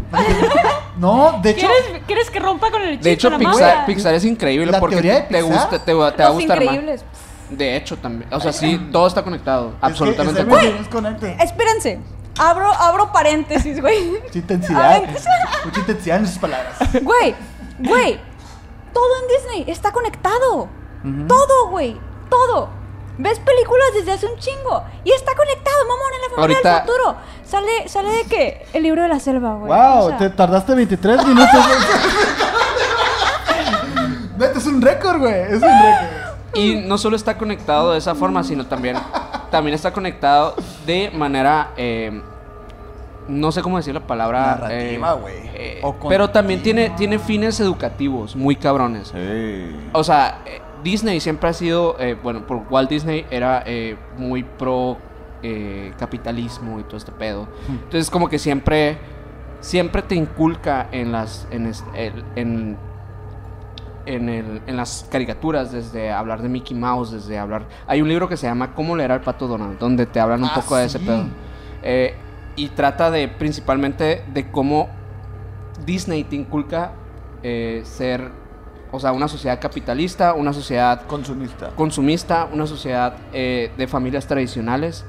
[SPEAKER 2] No, de hecho,
[SPEAKER 4] ¿Quieres, ¿Quieres que rompa con el chiste?
[SPEAKER 1] De hecho,
[SPEAKER 4] la
[SPEAKER 1] Pixar,
[SPEAKER 4] mala?
[SPEAKER 1] Pixar es increíble
[SPEAKER 2] ¿La
[SPEAKER 1] porque
[SPEAKER 2] teoría de
[SPEAKER 1] te
[SPEAKER 2] Pixar?
[SPEAKER 1] gusta, te, va- te va a
[SPEAKER 4] Los
[SPEAKER 1] gustar más.
[SPEAKER 4] increíbles.
[SPEAKER 1] De hecho, también. O sea, sí, todo está conectado. absolutamente.
[SPEAKER 2] ah. Es que, es desconecte.
[SPEAKER 4] Espérense. Abro, abro paréntesis, güey.
[SPEAKER 2] Mucha intensidad.
[SPEAKER 4] A ver.
[SPEAKER 2] Mucha intensidad en sus palabras.
[SPEAKER 4] Güey, güey, todo en Disney está conectado. Todo, güey, todo. Ves películas desde hace un chingo y está conectado, mamón, en la familia
[SPEAKER 1] Ahorita-
[SPEAKER 4] del futuro. Sale, sale de que el libro de la selva, güey.
[SPEAKER 2] wow,
[SPEAKER 4] O sea,
[SPEAKER 2] te tardaste 23 minutos. Neta, es un récord, güey. Es un récord.
[SPEAKER 1] Y no solo está conectado de esa forma, sino también, también está conectado de manera. eh, no sé cómo decir la palabra.
[SPEAKER 2] Narrativa,
[SPEAKER 1] eh,
[SPEAKER 2] güey.
[SPEAKER 1] eh,
[SPEAKER 2] O
[SPEAKER 1] pero también tiene,
[SPEAKER 2] continua.
[SPEAKER 1] tiene fines educativos muy cabrones. O sea, eh, Disney siempre ha sido. eh, bueno, por Walt Disney era eh, muy pro eh, capitalismo y todo este pedo. Entonces, como que siempre. Siempre te inculca en las. En, es- el- en, en el- en las caricaturas, desde hablar de Mickey Mouse, desde hablar. Hay un libro que se llama Cómo leer al pato Donald, donde te hablan un
[SPEAKER 2] Ah,
[SPEAKER 1] poco de ese
[SPEAKER 2] sí.
[SPEAKER 1] pedo. Eh, y trata de principalmente de cómo Disney te inculca eh, ser O sea, una sociedad capitalista, una sociedad
[SPEAKER 2] Consumista.
[SPEAKER 1] consumista, una sociedad eh, de familias tradicionales.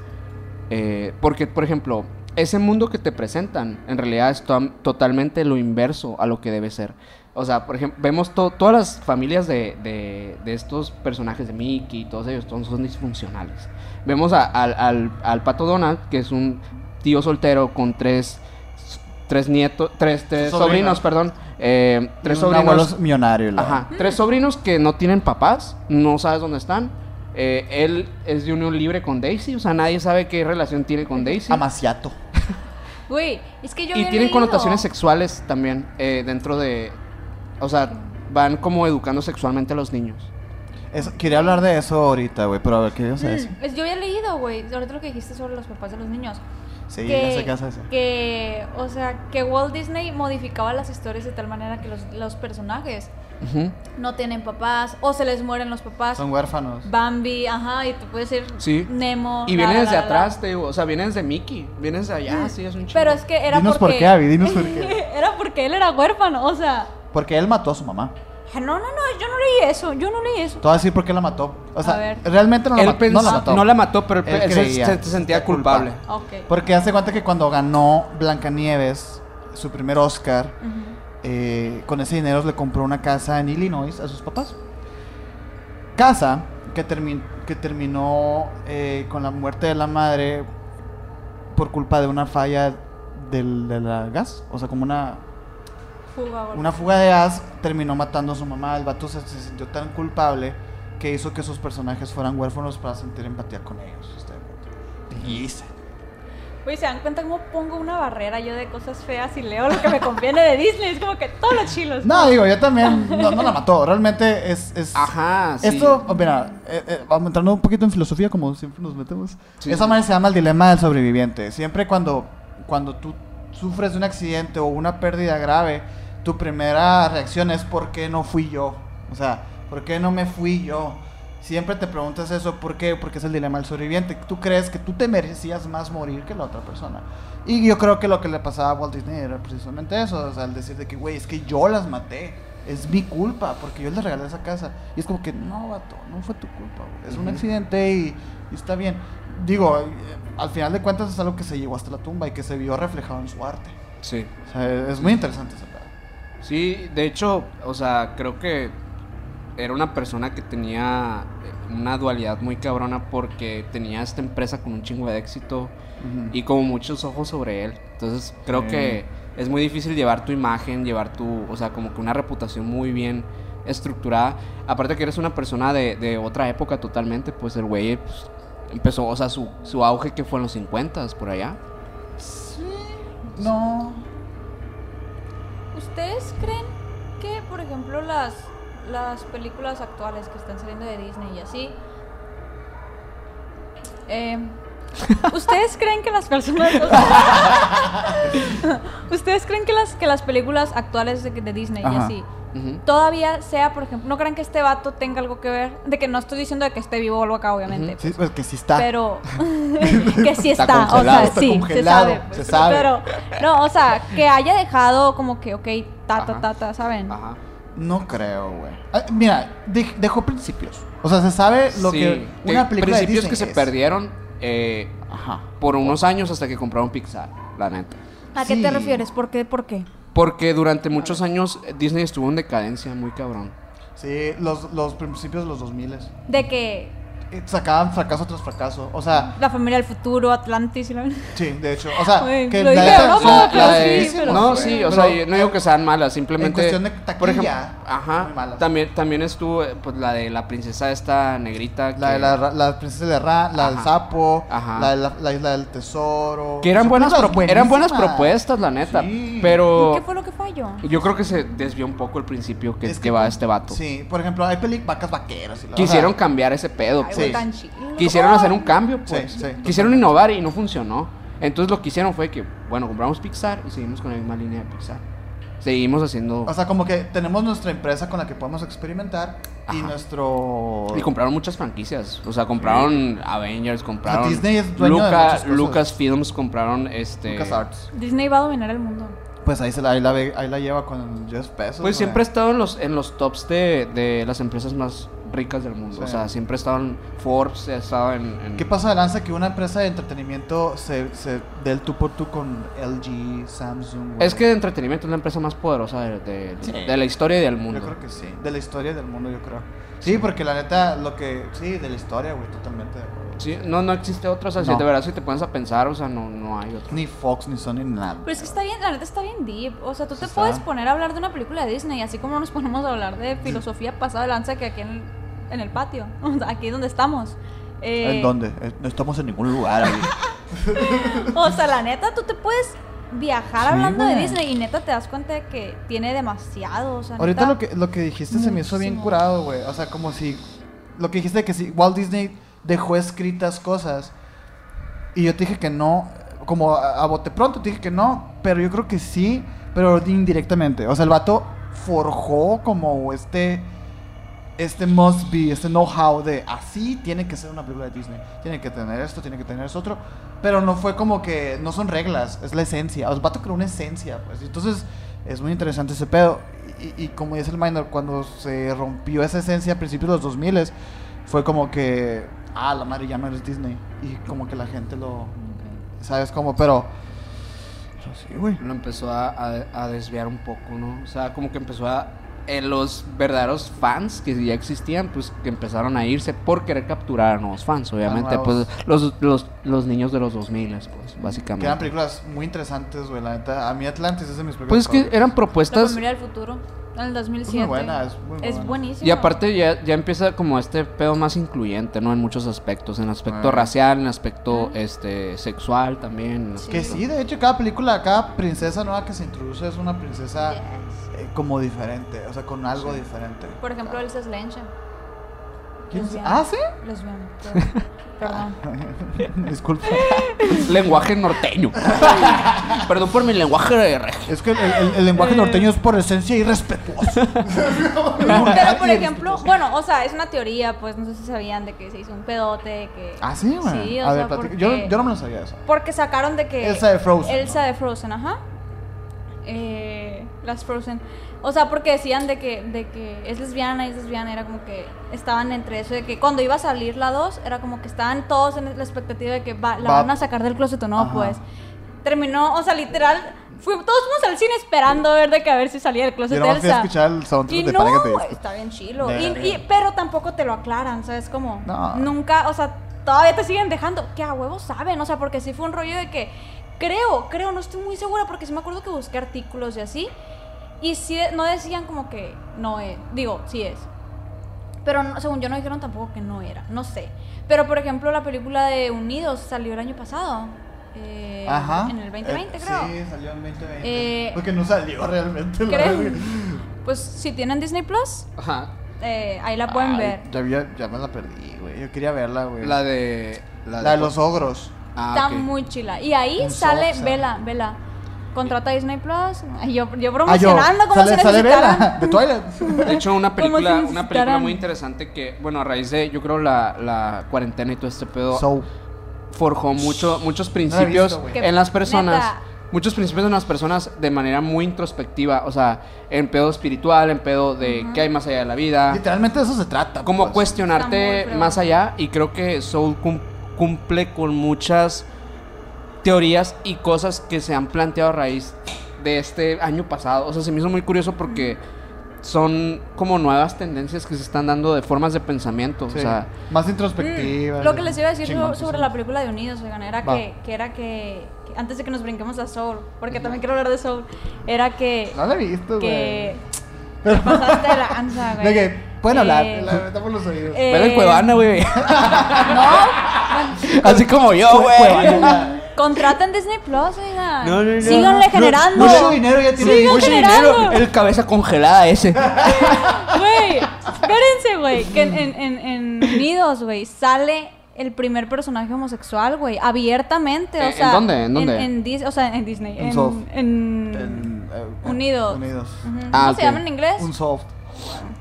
[SPEAKER 1] eh, porque, por ejemplo, ese mundo que te presentan en realidad es to- totalmente lo inverso a lo que debe ser. O sea, por ejemplo, vemos to- todas las familias de, de- de estos personajes de Mickey y todos ellos, todos son disfuncionales. Vemos a- al, al- al pato Donald, que es un tío soltero con tres, tres nietos, tres, tres
[SPEAKER 2] Sobrinos.
[SPEAKER 1] sobrinos, perdón, eh, tres
[SPEAKER 2] un
[SPEAKER 1] sobrinos.
[SPEAKER 3] abuelos millonarios. la-
[SPEAKER 1] Ajá. Tres sobrinos que no tienen papás, no sabes dónde están. Eh, él es de unión libre con Daisy, o sea, nadie sabe qué relación tiene con Daisy.
[SPEAKER 2] Amaciato.
[SPEAKER 4] Güey, es que yo
[SPEAKER 1] y
[SPEAKER 4] había
[SPEAKER 1] tienen
[SPEAKER 4] leído.
[SPEAKER 1] connotaciones sexuales también eh, dentro de... O sea, van como educando sexualmente a los niños.
[SPEAKER 3] Eso- quería hablar de eso ahorita, güey, pero a ver qué ibas a decir.
[SPEAKER 4] Mm, es- yo había leído, güey, ahorita lo que dijiste sobre los papás de los niños.
[SPEAKER 3] Sí,
[SPEAKER 4] que,
[SPEAKER 3] ya sé qué vas a decir.
[SPEAKER 4] que, o sea, que Walt Disney modificaba las historias de tal manera que los, los personajes
[SPEAKER 1] Ujú.
[SPEAKER 4] no tienen papás o se les mueren los papás.
[SPEAKER 2] Son huérfanos.
[SPEAKER 4] Bambi, ajá, y tú puedes ir
[SPEAKER 1] Sí.
[SPEAKER 4] Nemo.
[SPEAKER 1] Y
[SPEAKER 4] la,
[SPEAKER 1] viene
[SPEAKER 4] la,
[SPEAKER 1] desde
[SPEAKER 4] la, la, la.
[SPEAKER 1] atrás, te digo, o sea, viene desde Mickey, viene desde allá, sí, es un chico.
[SPEAKER 4] Pero es que era
[SPEAKER 2] dinos
[SPEAKER 4] porque.
[SPEAKER 2] por qué, Abby, dinos por qué.
[SPEAKER 4] era porque él era huérfano, o sea.
[SPEAKER 2] Porque él mató a su mamá.
[SPEAKER 4] ah, No, no, no, yo no leí eso, yo no leí eso.
[SPEAKER 2] Te voy a decir por qué la mató. O
[SPEAKER 4] A
[SPEAKER 2] sea,
[SPEAKER 4] ver.
[SPEAKER 2] realmente no la,
[SPEAKER 1] él
[SPEAKER 2] ma- no
[SPEAKER 1] pensó-
[SPEAKER 2] la mató.
[SPEAKER 1] pero él,
[SPEAKER 2] Él
[SPEAKER 1] él se,
[SPEAKER 2] creía.
[SPEAKER 1] se- se sentía culpable.
[SPEAKER 4] Ok.
[SPEAKER 2] Porque hace cuenta que cuando ganó Blancanieves, su primer Oscar,
[SPEAKER 4] Ujú.
[SPEAKER 2] eh, con ese dinero le compró una casa en Illinois a sus papás. Casa que, termi- que terminó eh, con la muerte de la madre por culpa de una falla del, de la gas. O sea, como una,
[SPEAKER 4] Fuga, güey.
[SPEAKER 2] una fuga de gas terminó matando a su mamá. El vato se, se sintió tan culpable que hizo que sus personajes fueran huérfanos para sentir empatía con ellos. este ¿está de acuerdo? Dice.
[SPEAKER 4] Güey, se dan cuenta cómo pongo una barrera yo de cosas feas y leo lo que me conviene de Disney. Es como que todos los chilos.
[SPEAKER 2] No, digo, yo también. No, no la mató. Realmente es. es
[SPEAKER 1] Ajá, sí.
[SPEAKER 2] Esto, oh, mira, eh, eh, vamos entrando un poquito en filosofía, como siempre nos metemos.
[SPEAKER 1] Sí,
[SPEAKER 2] Esa
[SPEAKER 1] sí.
[SPEAKER 2] madre se llama el dilema del sobreviviente. Siempre cuando, cuando tú sufres de un accidente o una pérdida grave, tu primera reacción es ¿por qué no fui yo? O sea, ¿por qué no me fui yo? Siempre te preguntas eso, ¿por qué? Porque es el dilema del sobreviviente. Tú crees que tú te merecías más morir que la otra persona. Y yo creo que lo que le pasaba a Walt Disney era precisamente eso, o sea, el decir de que, güey, es que yo las maté, es mi culpa, porque yo les regalé esa casa. Y es como que, no, vato, no fue tu culpa, güey. es un
[SPEAKER 1] Ujú.
[SPEAKER 2] accidente y, y está bien. Digo, eh, al final de cuentas es algo que se llevó hasta la tumba y que se vio reflejado en su arte.
[SPEAKER 1] Sí.
[SPEAKER 2] O sea, es muy interesante esa pedo.
[SPEAKER 1] Sí, de hecho, o sea, creo que era una persona que tenía eh, una dualidad muy cabrona porque tenía esta empresa con un chingo de éxito y como muchos ojos sobre él. Entonces, creo
[SPEAKER 3] Sí.
[SPEAKER 1] que es muy difícil llevar tu imagen, llevar tu, o sea, como que una reputación muy bien estructurada. Aparte que eres una persona de, de otra época totalmente, pues el güey pues, empezó, o sea, su, su auge que fue en los 50 por allá.
[SPEAKER 2] No.
[SPEAKER 4] ¿Ustedes creen que, por ejemplo, las, las películas actuales que están saliendo de Disney y así... eh, ¿Ustedes creen que las personas... o sea, ¿Ustedes creen que las, que las películas actuales de, de Disney y
[SPEAKER 3] Ajá.
[SPEAKER 4] así...
[SPEAKER 1] Ujú.
[SPEAKER 4] Todavía sea, por ejemplo, no crean que este vato tenga algo que ver, de que no estoy diciendo de que esté vivo o algo acá, obviamente,
[SPEAKER 2] Sí, pues que sí está.
[SPEAKER 4] pero que sí
[SPEAKER 1] Está
[SPEAKER 4] está, o
[SPEAKER 1] congelado,
[SPEAKER 4] sea,
[SPEAKER 2] está
[SPEAKER 4] sí, se
[SPEAKER 2] congelado,
[SPEAKER 4] sabe, pues,
[SPEAKER 2] se sabe.
[SPEAKER 4] Pero, no, o sea, que haya dejado como que, ok, ta,
[SPEAKER 1] Ajá.
[SPEAKER 4] ta, ta, ta, ¿saben?
[SPEAKER 1] Ajá.
[SPEAKER 2] No creo, güey. Ah, Mira, dej- dejó principios. O sea, se sabe lo
[SPEAKER 1] Sí,
[SPEAKER 2] que
[SPEAKER 1] que
[SPEAKER 2] una película de
[SPEAKER 1] principios
[SPEAKER 2] Disney
[SPEAKER 1] que se
[SPEAKER 2] es.
[SPEAKER 1] perdieron eh,
[SPEAKER 2] Ajá.
[SPEAKER 1] por unos años hasta que compraron Pixar, la neta.
[SPEAKER 4] ¿A qué te
[SPEAKER 2] Sí.
[SPEAKER 4] refieres? ¿Por qué? ¿Por qué?
[SPEAKER 1] Porque durante muchos años eh, Disney estuvo en decadencia muy cabrón.
[SPEAKER 2] Sí, los, los principios de los 2000
[SPEAKER 4] De que
[SPEAKER 2] Eh, sacaban fracaso tras fracaso. O sea,
[SPEAKER 4] la familia del futuro, Atlantis y la...
[SPEAKER 2] sí, de hecho. O sea,
[SPEAKER 4] Güey,
[SPEAKER 2] que
[SPEAKER 4] lo
[SPEAKER 2] la
[SPEAKER 4] dije
[SPEAKER 2] neta
[SPEAKER 4] de broma,
[SPEAKER 2] son-
[SPEAKER 4] pero
[SPEAKER 2] la
[SPEAKER 4] sí,
[SPEAKER 2] de-
[SPEAKER 4] pero-
[SPEAKER 1] No,
[SPEAKER 2] güey.
[SPEAKER 1] sí, o
[SPEAKER 2] Pero
[SPEAKER 1] sea, yo no digo que sean malas, simplemente...
[SPEAKER 2] cuestión de taquilla,
[SPEAKER 1] ajá,
[SPEAKER 2] muy malas.
[SPEAKER 1] También, también estuvo eh, pues, la de la princesa esta negrita.
[SPEAKER 2] La de
[SPEAKER 1] que-
[SPEAKER 2] la, ra- la princesa de Ra, la del
[SPEAKER 1] Ajá.
[SPEAKER 2] sapo,
[SPEAKER 1] Ajá.
[SPEAKER 2] la de la, la isla del tesoro.
[SPEAKER 1] Que eran
[SPEAKER 2] Son
[SPEAKER 1] buenas,
[SPEAKER 2] películas
[SPEAKER 1] propu- eran buenas
[SPEAKER 2] buenísimas.
[SPEAKER 1] propuestas, la neta.
[SPEAKER 2] Sí.
[SPEAKER 1] Pero
[SPEAKER 4] ¿Qué fue lo que falló?
[SPEAKER 1] yo creo que se desvió un poco el principio que,
[SPEAKER 2] Es
[SPEAKER 1] que va este vato.
[SPEAKER 2] Sí, por ejemplo, hay películas vacas vaqueras. Y la,
[SPEAKER 1] Quisieron
[SPEAKER 2] o sea,
[SPEAKER 1] cambiar ese pedo.
[SPEAKER 4] Ay,
[SPEAKER 1] pues.
[SPEAKER 4] güey,
[SPEAKER 2] Sí.
[SPEAKER 4] tan chido.
[SPEAKER 1] Quisieron hacer un cambio, pues.
[SPEAKER 2] Oh. Sí, sí.
[SPEAKER 1] Quisieron innovar y no funcionó. Entonces lo que hicieron fue que, bueno, compramos Pixar y seguimos con la misma línea de Pixar. Seguimos haciendo...
[SPEAKER 2] o sea, como que tenemos nuestra empresa con la que podemos experimentar y
[SPEAKER 1] Ajá.
[SPEAKER 2] nuestro.
[SPEAKER 1] y compraron muchas franquicias. O sea, compraron Avengers, compraron...
[SPEAKER 2] Disney es dueño de muchas cosas.
[SPEAKER 1] Lucas Films, compraron este...
[SPEAKER 2] LucasArts.
[SPEAKER 4] Disney va a dominar el mundo.
[SPEAKER 2] Pues ahí, se la, ahí, la, ve- ahí la lleva con Jeff Bezos.
[SPEAKER 1] Pues
[SPEAKER 2] güey.
[SPEAKER 1] siempre ha estado en los, en los tops de, de las empresas más ricas del mundo.
[SPEAKER 2] Sí.
[SPEAKER 1] O sea, siempre ha estado en Forbes, ha estado en... en-
[SPEAKER 2] ¿Qué pasa de lanza que una empresa de entretenimiento se, se dé el tú por tú con LG, Samsung? güey?
[SPEAKER 1] Es que de entretenimiento es la empresa más poderosa de, de-
[SPEAKER 2] Sí.
[SPEAKER 1] de la historia y del mundo.
[SPEAKER 2] Yo creo que sí. De la historia del mundo, yo creo. Sí, porque la neta, lo que. Sí, de la historia, güey, totalmente de acuerdo.
[SPEAKER 1] Sí, no, no existe otra. O sea, si
[SPEAKER 2] No.
[SPEAKER 1] de verdad si te pones a pensar, o sea, no, no hay otra.
[SPEAKER 2] Ni Fox, ni Sony, ni nada.
[SPEAKER 4] Pero es que está bien, la neta está bien deep. O sea, tú te
[SPEAKER 2] está.
[SPEAKER 4] puedes poner a hablar de una película de Disney, así como nos ponemos a hablar de filosofía pasada de lanza que aquí en el, en el patio, o sea, aquí donde estamos. Eh,
[SPEAKER 2] ¿En dónde? Eh, No estamos en ningún lugar ahí.
[SPEAKER 4] O sea, la neta, tú te puedes viajar
[SPEAKER 2] Sí,
[SPEAKER 4] hablando de
[SPEAKER 2] güey.
[SPEAKER 4] Disney y neta te das cuenta de que tiene demasiado. O sea,
[SPEAKER 2] Ahorita
[SPEAKER 4] neta,
[SPEAKER 2] lo que, lo que dijiste se me hizo bien
[SPEAKER 4] Muchísimo.
[SPEAKER 2] curado, güey. O sea, como si. Lo que dijiste de que si Walt Disney dejó escritas cosas. Y yo te dije que no. Como a, a bote pronto te dije que no. Pero yo creo que sí. Pero indirectamente. O sea, el vato forjó como este. Este must be, este know-how de así tiene que ser una película de Disney. Tiene que tener esto, tiene que tener esto otro. Pero no fue como que. No son reglas, es la esencia. O sea, el vato creó una esencia, pues. Entonces, es muy interesante ese pedo. Y, y como dice el Minor, cuando se rompió esa esencia a principios de los 2000 fue como que, ah, la madre ya no eres Disney. Y como que la gente lo. ¿Sabes cómo? Pero. pero sí, güey.
[SPEAKER 1] Lo empezó a, a- a desviar un poco, ¿no? O sea, como que empezó a... eh, los verdaderos fans que ya existían, pues que empezaron a irse por querer capturar a nuevos fans, obviamente.
[SPEAKER 2] nuevos.
[SPEAKER 1] Pues los, los, los niños de los 2000, pues, básicamente.
[SPEAKER 2] Que eran películas muy interesantes, güey, la neta. A mí Atlantis es de mis
[SPEAKER 1] Pues
[SPEAKER 2] películas.
[SPEAKER 1] es que
[SPEAKER 2] favoritas.
[SPEAKER 1] eran
[SPEAKER 4] La
[SPEAKER 1] propuestas
[SPEAKER 4] familia del futuro, en el 2007.
[SPEAKER 2] Es muy buena, es muy buena.
[SPEAKER 4] buenísima.
[SPEAKER 1] y aparte ya, ya empieza como este pedo más incluyente, ¿no? En muchos aspectos, en el aspecto
[SPEAKER 2] Ah.
[SPEAKER 1] racial, en el aspecto este sexual también. en el
[SPEAKER 2] Que
[SPEAKER 1] aspecto-
[SPEAKER 2] sí, de hecho, cada película, cada princesa nueva que se introduce es una princesa
[SPEAKER 4] Yes.
[SPEAKER 2] eh, como diferente, o sea, con algo diferente.
[SPEAKER 4] Por ejemplo, Elsa Slencha.
[SPEAKER 2] ¿Quién es?
[SPEAKER 4] Lesbiana.
[SPEAKER 2] ¿Ah, sí?
[SPEAKER 4] Lesbiana. perdón. Perdón.
[SPEAKER 2] Disculpa.
[SPEAKER 1] Lenguaje norteño. Perdón por mi lenguaje regio.
[SPEAKER 2] Es que el, el- el lenguaje norteño es por esencia irrespetuoso.
[SPEAKER 4] Pero por ejemplo, bueno, o sea, es una teoría, pues no sé si sabían de que se hizo un pedote, de que...
[SPEAKER 2] ¿Ah, sí, güey?
[SPEAKER 4] Sí, o
[SPEAKER 2] a
[SPEAKER 4] sea,
[SPEAKER 2] ver, platica.
[SPEAKER 4] porque,
[SPEAKER 2] Yo, yo no me lo sabía eso.
[SPEAKER 4] porque sacaron de que...
[SPEAKER 2] Elsa de Frozen,
[SPEAKER 4] Elsa
[SPEAKER 2] ¿no?
[SPEAKER 4] de Frozen, ajá. Eh, las Frozen. O sea, porque decían de que, de que es lesbiana y es lesbiana, era como que estaban entre eso, de que cuando iba a salir la 2, era como que estaban todos en la expectativa de que va- la
[SPEAKER 2] Va-
[SPEAKER 4] van a sacar del closet o no,
[SPEAKER 2] Ajá.
[SPEAKER 4] pues. Terminó, o sea, literal, fui- todos fuimos al cine esperando a ver de que a ver si salía del closet
[SPEAKER 2] Yo nomás fui a
[SPEAKER 4] Elsa.
[SPEAKER 2] escuchar el
[SPEAKER 4] Y
[SPEAKER 2] soundtrack de
[SPEAKER 4] no, este,
[SPEAKER 2] Para que te
[SPEAKER 4] güey,
[SPEAKER 2] diste.
[SPEAKER 4] está bien chilo.
[SPEAKER 2] De
[SPEAKER 4] Y-
[SPEAKER 2] la
[SPEAKER 4] y-
[SPEAKER 2] vida.
[SPEAKER 4] pero tampoco te lo aclaran, ¿sabes? Como
[SPEAKER 2] No.
[SPEAKER 4] nunca, o sea, todavía te siguen dejando. Que a huevos saben, o sea, porque sí fue un rollo de que creo, creo, no estoy muy segura porque sí me acuerdo que busqué artículos y así. Y sí, de- no decían como que no es. Digo, sí es. Pero no- según yo no dijeron tampoco que no era, no sé. Pero por ejemplo, la película de Unidos salió el año pasado. eh,
[SPEAKER 2] Ajá.
[SPEAKER 4] En el 2020,
[SPEAKER 2] Eh,
[SPEAKER 4] creo.
[SPEAKER 2] Sí, salió en 2020.
[SPEAKER 4] Eh,
[SPEAKER 2] Porque no salió realmente. la
[SPEAKER 4] Creo.
[SPEAKER 2] verga.
[SPEAKER 4] Pues si tienen Disney Plus,
[SPEAKER 1] Ajá.
[SPEAKER 4] eh, ahí la pueden
[SPEAKER 2] Ay,
[SPEAKER 4] ver.
[SPEAKER 2] Ya, había- ya me la perdí, güey. Yo quería verla, güey.
[SPEAKER 1] La de... La
[SPEAKER 2] La de los ogros.
[SPEAKER 1] Ah,
[SPEAKER 4] Está
[SPEAKER 1] ok.
[SPEAKER 4] muy chila. Y ahí
[SPEAKER 2] Un
[SPEAKER 4] sale
[SPEAKER 2] soxa.
[SPEAKER 4] Vela, Vela. Contrata a Disney Plus. Ay, yo,
[SPEAKER 2] Ah,
[SPEAKER 4] yo
[SPEAKER 2] yo.
[SPEAKER 4] promocionando como
[SPEAKER 2] sale,
[SPEAKER 4] si
[SPEAKER 2] sale
[SPEAKER 4] necesitaran.
[SPEAKER 2] Bella, de Twilight.
[SPEAKER 1] De hecho, una película,
[SPEAKER 4] Como si
[SPEAKER 1] una película
[SPEAKER 4] necesitaran.
[SPEAKER 1] muy interesante que, bueno, a raíz de, yo creo, la, la cuarentena y todo este pedo,
[SPEAKER 2] so,
[SPEAKER 1] forjó mucho, muchos
[SPEAKER 2] visto,
[SPEAKER 1] principios
[SPEAKER 2] güey.
[SPEAKER 1] en las personas.
[SPEAKER 4] Neta.
[SPEAKER 1] Muchos principios en las personas de manera muy introspectiva. O sea, en pedo espiritual, en pedo de qué hay más allá de la vida.
[SPEAKER 2] literalmente de eso se
[SPEAKER 1] Como
[SPEAKER 2] trata. pues.
[SPEAKER 4] Está muy
[SPEAKER 1] cuestionarte
[SPEAKER 4] fregón.
[SPEAKER 1] más allá. Y creo que Soul cum- cumple con muchas teorías y cosas que se han planteado a raíz de este año pasado. O sea, se me hizo muy curioso porque son como nuevas tendencias que se están dando de formas de pensamiento.
[SPEAKER 2] Sí,
[SPEAKER 1] O sea,
[SPEAKER 2] más introspectiva.
[SPEAKER 4] Mm, Lo que les iba a decir
[SPEAKER 2] Chingón, pues,
[SPEAKER 4] sobre, sobre
[SPEAKER 2] sí,
[SPEAKER 4] la
[SPEAKER 2] sí.
[SPEAKER 4] película de Unidos, oigan, era
[SPEAKER 2] Va.
[SPEAKER 4] que, que era que, que Antes de que nos brinquemos a Soul, porque también quiero hablar de Soul, era que.
[SPEAKER 2] No la he visto,
[SPEAKER 4] que
[SPEAKER 2] güey.
[SPEAKER 4] te pasaste de lanza, güey.
[SPEAKER 2] De que pueden hablar.
[SPEAKER 4] Eh,
[SPEAKER 2] La verdad por los oídos.
[SPEAKER 4] eh,
[SPEAKER 1] Pero en Cuevana, güey. Así como yo, güey.
[SPEAKER 4] Contraten Disney Plus, oigan.
[SPEAKER 1] No, no, no,
[SPEAKER 4] Síganle
[SPEAKER 1] no.
[SPEAKER 4] generando.
[SPEAKER 2] Mucho dinero ya tiene.
[SPEAKER 4] Sigan generando.
[SPEAKER 1] El cabeza congelada ese.
[SPEAKER 4] Güey, espérense, güey. Que en, en, en, en Unidos, güey, sale el primer personaje homosexual, güey. Abiertamente, o
[SPEAKER 1] Eh, ¿En-
[SPEAKER 4] sea.
[SPEAKER 1] en dónde? ¿En dónde?
[SPEAKER 4] En, Dis- o sea, en Disney.
[SPEAKER 2] En
[SPEAKER 4] En,
[SPEAKER 2] Soft.
[SPEAKER 4] en-
[SPEAKER 2] En, eh,
[SPEAKER 4] Unidos.
[SPEAKER 2] Unidos.
[SPEAKER 4] Ujú. ¿Cómo
[SPEAKER 1] Ah,
[SPEAKER 4] se
[SPEAKER 1] ok.
[SPEAKER 4] llama en inglés?
[SPEAKER 2] Un soft.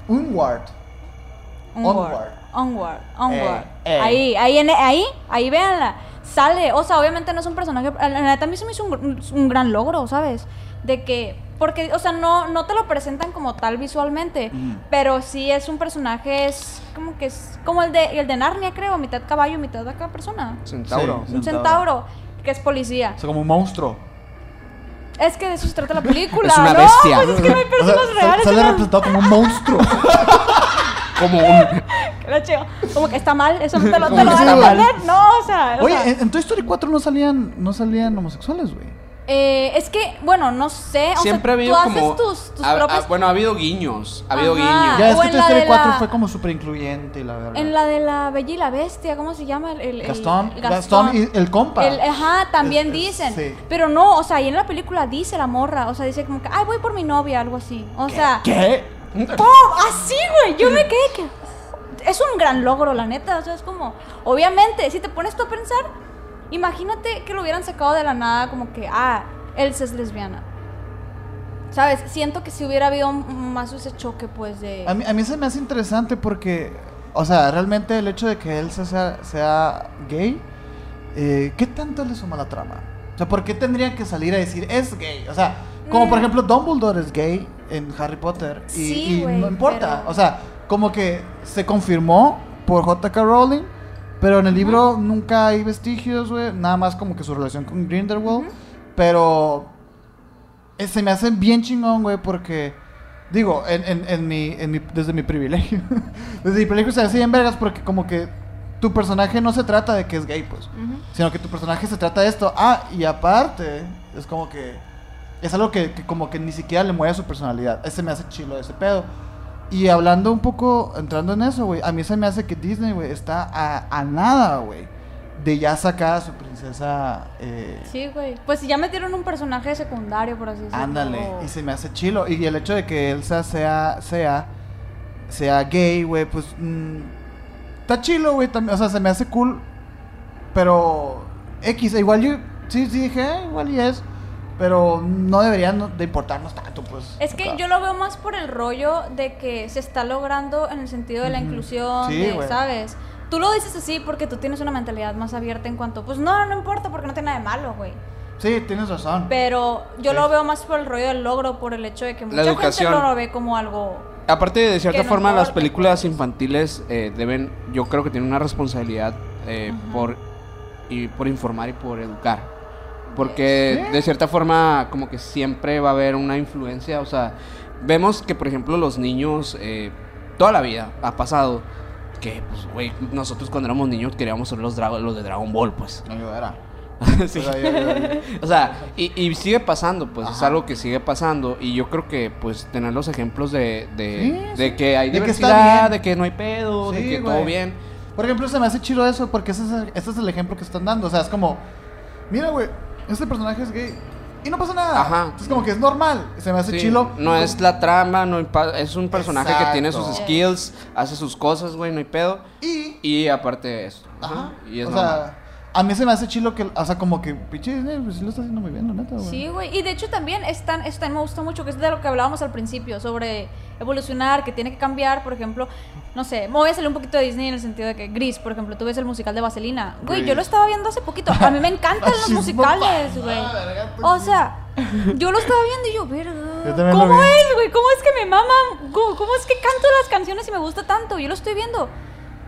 [SPEAKER 2] Un ward.
[SPEAKER 4] Onward.
[SPEAKER 2] Onward.
[SPEAKER 4] Onward. Onward.
[SPEAKER 2] Eh, eh.
[SPEAKER 4] Ahí, ahí, en, ahí, ahí, véanla. Sale. O sea, obviamente no es un personaje. La neta a mí se me hizo un, gr- un gran logro, ¿sabes? de que porque o sea no no te lo presentan como tal visualmente pero sí es un personaje es como que es como el de el de Narnia creo mitad caballo mitad acá persona
[SPEAKER 1] Centauro.
[SPEAKER 2] Sí.
[SPEAKER 4] un centauro que es policía
[SPEAKER 2] O sea, como un monstruo.
[SPEAKER 4] es que de eso se trata la película
[SPEAKER 1] Es una
[SPEAKER 4] no
[SPEAKER 1] bestia.
[SPEAKER 4] pues es que no hay
[SPEAKER 2] O sea,
[SPEAKER 4] personas
[SPEAKER 2] sal-
[SPEAKER 4] reales
[SPEAKER 2] sale
[SPEAKER 4] en la-
[SPEAKER 2] representado como un monstruo.
[SPEAKER 1] Como un.
[SPEAKER 4] que la chido. como que está mal eso no te lo,
[SPEAKER 2] Como
[SPEAKER 4] te
[SPEAKER 2] que
[SPEAKER 4] lo van a
[SPEAKER 2] está mal.
[SPEAKER 4] poner no o sea o
[SPEAKER 2] Oye,
[SPEAKER 4] sea,
[SPEAKER 2] en, en Toy Story 4 no salían, no salían homosexuales, güey.
[SPEAKER 4] eh, es que bueno no sé o
[SPEAKER 1] Siempre ha
[SPEAKER 4] sea,
[SPEAKER 1] habido
[SPEAKER 4] tú
[SPEAKER 1] como.
[SPEAKER 4] haces tus, tus
[SPEAKER 1] ha- ha-
[SPEAKER 4] propias
[SPEAKER 1] bueno, ha habido guiños. Ha habido
[SPEAKER 4] Ajá.
[SPEAKER 1] guiños.
[SPEAKER 2] Ya es
[SPEAKER 4] Ah, O
[SPEAKER 2] que
[SPEAKER 4] en
[SPEAKER 2] Toy
[SPEAKER 4] la
[SPEAKER 2] Story
[SPEAKER 4] de
[SPEAKER 2] 4
[SPEAKER 4] la-
[SPEAKER 2] fue como súper incluyente y la verdad.
[SPEAKER 4] En la de la Bella y la Bestia, ¿cómo se llama? El, el- el-
[SPEAKER 2] Gastón,
[SPEAKER 4] el
[SPEAKER 2] Gastón, y el compa.
[SPEAKER 4] El- ajá, también
[SPEAKER 2] Es- es-
[SPEAKER 4] dicen.
[SPEAKER 2] sí.
[SPEAKER 4] Pero no, o sea, ahí en la película dice la morra. O sea, dice como que, ay, voy por mi novia, algo así. O sea,
[SPEAKER 2] ¿Qué?
[SPEAKER 4] ¡pum! Así, güey. Yo me quedé que. Es un gran logro, la neta. O sea, es como. Obviamente, si te pones tú a pensar, imagínate que lo hubieran sacado de la nada, como que, ah, Elsa es lesbiana. ¿Sabes? Siento que si hubiera habido un- más ese choque, pues de.
[SPEAKER 2] A mí, a mí se me hace interesante porque, o sea, realmente el hecho de que él sea, sea gay, eh, ¿qué tanto le suma a la trama? O sea, ¿por qué tendrían que salir a decir es gay? O sea, como por
[SPEAKER 4] Mm.
[SPEAKER 2] ejemplo Dumbledore es gay en Harry Potter y,
[SPEAKER 4] Sí,
[SPEAKER 2] y
[SPEAKER 4] güey,
[SPEAKER 2] no importa.
[SPEAKER 4] pero-
[SPEAKER 2] O sea, como que se confirmó por J.K. Rowling, pero en el libro nunca hay vestigios, güey. Nada más como que su relación con Grindelwald. Pero eh, se me hace bien chingón, güey, porque. Digo, en, en, en mi, en mi- desde mi privilegio. desde mi privilegio se hace bien vergas porque, como que tu personaje no se trata de que es gay, pues.
[SPEAKER 4] Ujú.
[SPEAKER 2] Sino que tu personaje se trata de esto. Ah, y aparte, es como que. Es algo que, que como que ni siquiera le mueve a su personalidad. Ese me hace chilo ese pedo. Y hablando un poco, entrando en eso, güey, a mí se me hace que Disney, güey, está a, a nada, güey, de ya sacar a su princesa. eh,
[SPEAKER 4] Sí, güey. Pues si ya metieron un personaje secundario, por así decirlo.
[SPEAKER 2] Ándale,
[SPEAKER 4] o-
[SPEAKER 2] y se me hace chilo. Y el hecho de que Elsa sea, sea, sea gay, güey, pues mm, está chilo, güey, también. O sea, se me hace cool. Pero X, igual yo, sí, sí dije, "Ah, igual y es. Pero no deberían de importarnos tanto, pues.
[SPEAKER 4] Es que
[SPEAKER 2] acá.
[SPEAKER 4] yo lo veo más por el rollo de que se está logrando en el sentido de la inclusión,
[SPEAKER 2] Sí,
[SPEAKER 4] de,
[SPEAKER 2] güey.
[SPEAKER 4] ¿sabes? Tú lo dices así porque tú tienes una mentalidad más abierta en cuanto, pues no, no importa porque no tiene nada de malo, güey.
[SPEAKER 2] Sí, tienes razón.
[SPEAKER 4] Pero yo
[SPEAKER 2] Sí.
[SPEAKER 4] lo veo más por el rollo del logro, por el hecho de que mucha gente
[SPEAKER 1] educación.
[SPEAKER 4] no lo ve como algo...
[SPEAKER 1] Aparte, de cierta
[SPEAKER 4] Que no
[SPEAKER 1] forma, las
[SPEAKER 4] importa,
[SPEAKER 1] películas
[SPEAKER 4] pues.
[SPEAKER 1] infantiles eh, deben, yo creo que tienen una responsabilidad eh,
[SPEAKER 4] Ajá.
[SPEAKER 1] por, y por informar y por educar. Porque de cierta forma, como que siempre va a haber una influencia. O sea, vemos que, por ejemplo, los niños, eh, toda la vida ha pasado que, pues, güey, nosotros cuando éramos niños queríamos ser los, dra- los de Dragon Ball, pues.
[SPEAKER 2] No ayudara.
[SPEAKER 1] Sí.
[SPEAKER 2] Pero yo- yo- yo-
[SPEAKER 1] O sea, y, y sigue pasando, pues es
[SPEAKER 2] Ajá.
[SPEAKER 1] algo que sigue pasando. Y yo creo que, pues, tener los ejemplos de, de,
[SPEAKER 2] Sí,
[SPEAKER 1] de que hay
[SPEAKER 2] De que está
[SPEAKER 1] diversidad,
[SPEAKER 2] bien.
[SPEAKER 1] de que no hay pedo, de
[SPEAKER 2] Sí,
[SPEAKER 1] que
[SPEAKER 2] güey.
[SPEAKER 1] todo bien.
[SPEAKER 2] Por ejemplo, se me hace chido eso porque ese es el, ese es el ejemplo que están dando. O sea, es como, mira, güey, este personaje es gay y no pasa nada.
[SPEAKER 1] Ajá.
[SPEAKER 2] Es como que es normal. Se me hace
[SPEAKER 1] Sí,
[SPEAKER 2] chilo.
[SPEAKER 1] no es la trama, no impa- es un personaje que tiene sus
[SPEAKER 2] Exacto.
[SPEAKER 1] skills, hace sus cosas, güey, no hay pedo.
[SPEAKER 2] Y,
[SPEAKER 1] Y aparte de eso.
[SPEAKER 2] ajá.
[SPEAKER 1] Y es
[SPEAKER 2] o
[SPEAKER 1] normal.
[SPEAKER 2] sea, a mí se me hace chilo que, o sea, como que, pinche Disney, pues sí lo está haciendo muy bien, la neta, güey.
[SPEAKER 4] Sí, güey. Y de hecho también están, están, me gustó mucho, que es de lo que hablábamos al principio, sobre evolucionar, que tiene que cambiar, por ejemplo, no sé, me voy a salir un poquito de Disney en el sentido de que Gris, por ejemplo, tú ves el musical de Vaselina. Güey, yo
[SPEAKER 2] Grease.
[SPEAKER 4] lo estaba viendo hace poquito. A mí me
[SPEAKER 2] Ah,
[SPEAKER 4] encantan los
[SPEAKER 2] Fascismo
[SPEAKER 4] musicales,
[SPEAKER 2] pa-
[SPEAKER 4] güey.
[SPEAKER 2] Ah, verga, pues,
[SPEAKER 4] O
[SPEAKER 2] sí.
[SPEAKER 4] sea, yo lo estaba viendo y yo,
[SPEAKER 2] Yo
[SPEAKER 4] verga.
[SPEAKER 2] también lo
[SPEAKER 4] ¿Cómo
[SPEAKER 2] vi.
[SPEAKER 4] es, güey? ¿Cómo es que me maman? ¿Cómo, cómo es que canto las canciones y me gusta tanto? Yo lo estoy viendo.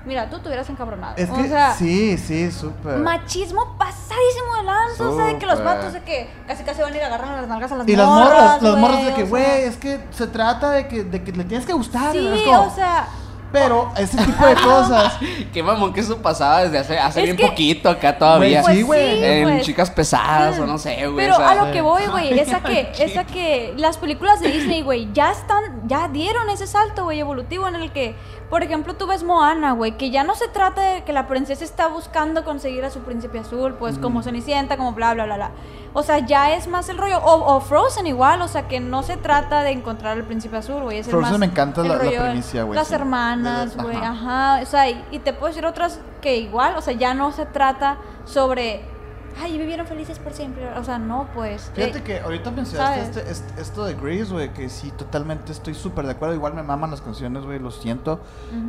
[SPEAKER 4] Mira, tú te hubieras encabronado.
[SPEAKER 2] Es que,
[SPEAKER 4] o sea,
[SPEAKER 2] sí, sí, súper.
[SPEAKER 4] Machismo pasadísimo de lanza, o sea, de que los
[SPEAKER 1] Súper.
[SPEAKER 4] vatos de que casi casi van a ir a agarrar las nalgas a las
[SPEAKER 2] Y las
[SPEAKER 4] morras.
[SPEAKER 2] morras, las
[SPEAKER 4] güey,
[SPEAKER 2] morras de que,
[SPEAKER 4] o sea,
[SPEAKER 2] güey, es que se trata de que, de que le tienes que gustar. y es
[SPEAKER 4] Sí,
[SPEAKER 2] como-
[SPEAKER 4] o sea,
[SPEAKER 2] Pero ese tipo de cosas.
[SPEAKER 1] Qué mamón que eso pasaba desde hace, hace
[SPEAKER 4] Es
[SPEAKER 1] bien
[SPEAKER 4] que-
[SPEAKER 1] poquito acá todavía.
[SPEAKER 2] Güey, sí, güey.
[SPEAKER 1] En
[SPEAKER 4] pues.
[SPEAKER 1] chicas pesadas o no sé, güey.
[SPEAKER 4] pero
[SPEAKER 1] o sea,
[SPEAKER 4] a lo que voy,
[SPEAKER 2] Ay,
[SPEAKER 4] güey, es a que, es a que las películas de Disney, güey, ya están, ya dieron ese salto, güey, evolutivo en el que, por ejemplo, tú ves Moana, güey, que ya no se trata de que la princesa está buscando conseguir a su príncipe azul, pues como Cenicienta, como bla, bla, bla, bla. O sea, ya es más el rollo, o, o Frozen igual, o sea, que no se trata de encontrar al príncipe azul, güey, es el
[SPEAKER 2] Frozen
[SPEAKER 4] más-
[SPEAKER 2] me encanta
[SPEAKER 4] el
[SPEAKER 2] la- la
[SPEAKER 4] rollo de
[SPEAKER 2] primicia, güey,
[SPEAKER 4] Las
[SPEAKER 2] sí.
[SPEAKER 4] hermanas,
[SPEAKER 2] De- de-
[SPEAKER 4] güey,
[SPEAKER 2] ajá.
[SPEAKER 4] ajá. Ajá, o sea, y, y te puedo decir otras que igual, o sea, ya no se trata sobre, ay, vivieron felices por siempre, o sea, no, pues.
[SPEAKER 2] Fíjate
[SPEAKER 4] eh,
[SPEAKER 2] que ahorita mencionaste
[SPEAKER 4] ¿sabes?
[SPEAKER 2] este- este- esto de Grease, güey, que sí, totalmente estoy súper de acuerdo. Igual me maman las canciones, güey, lo siento.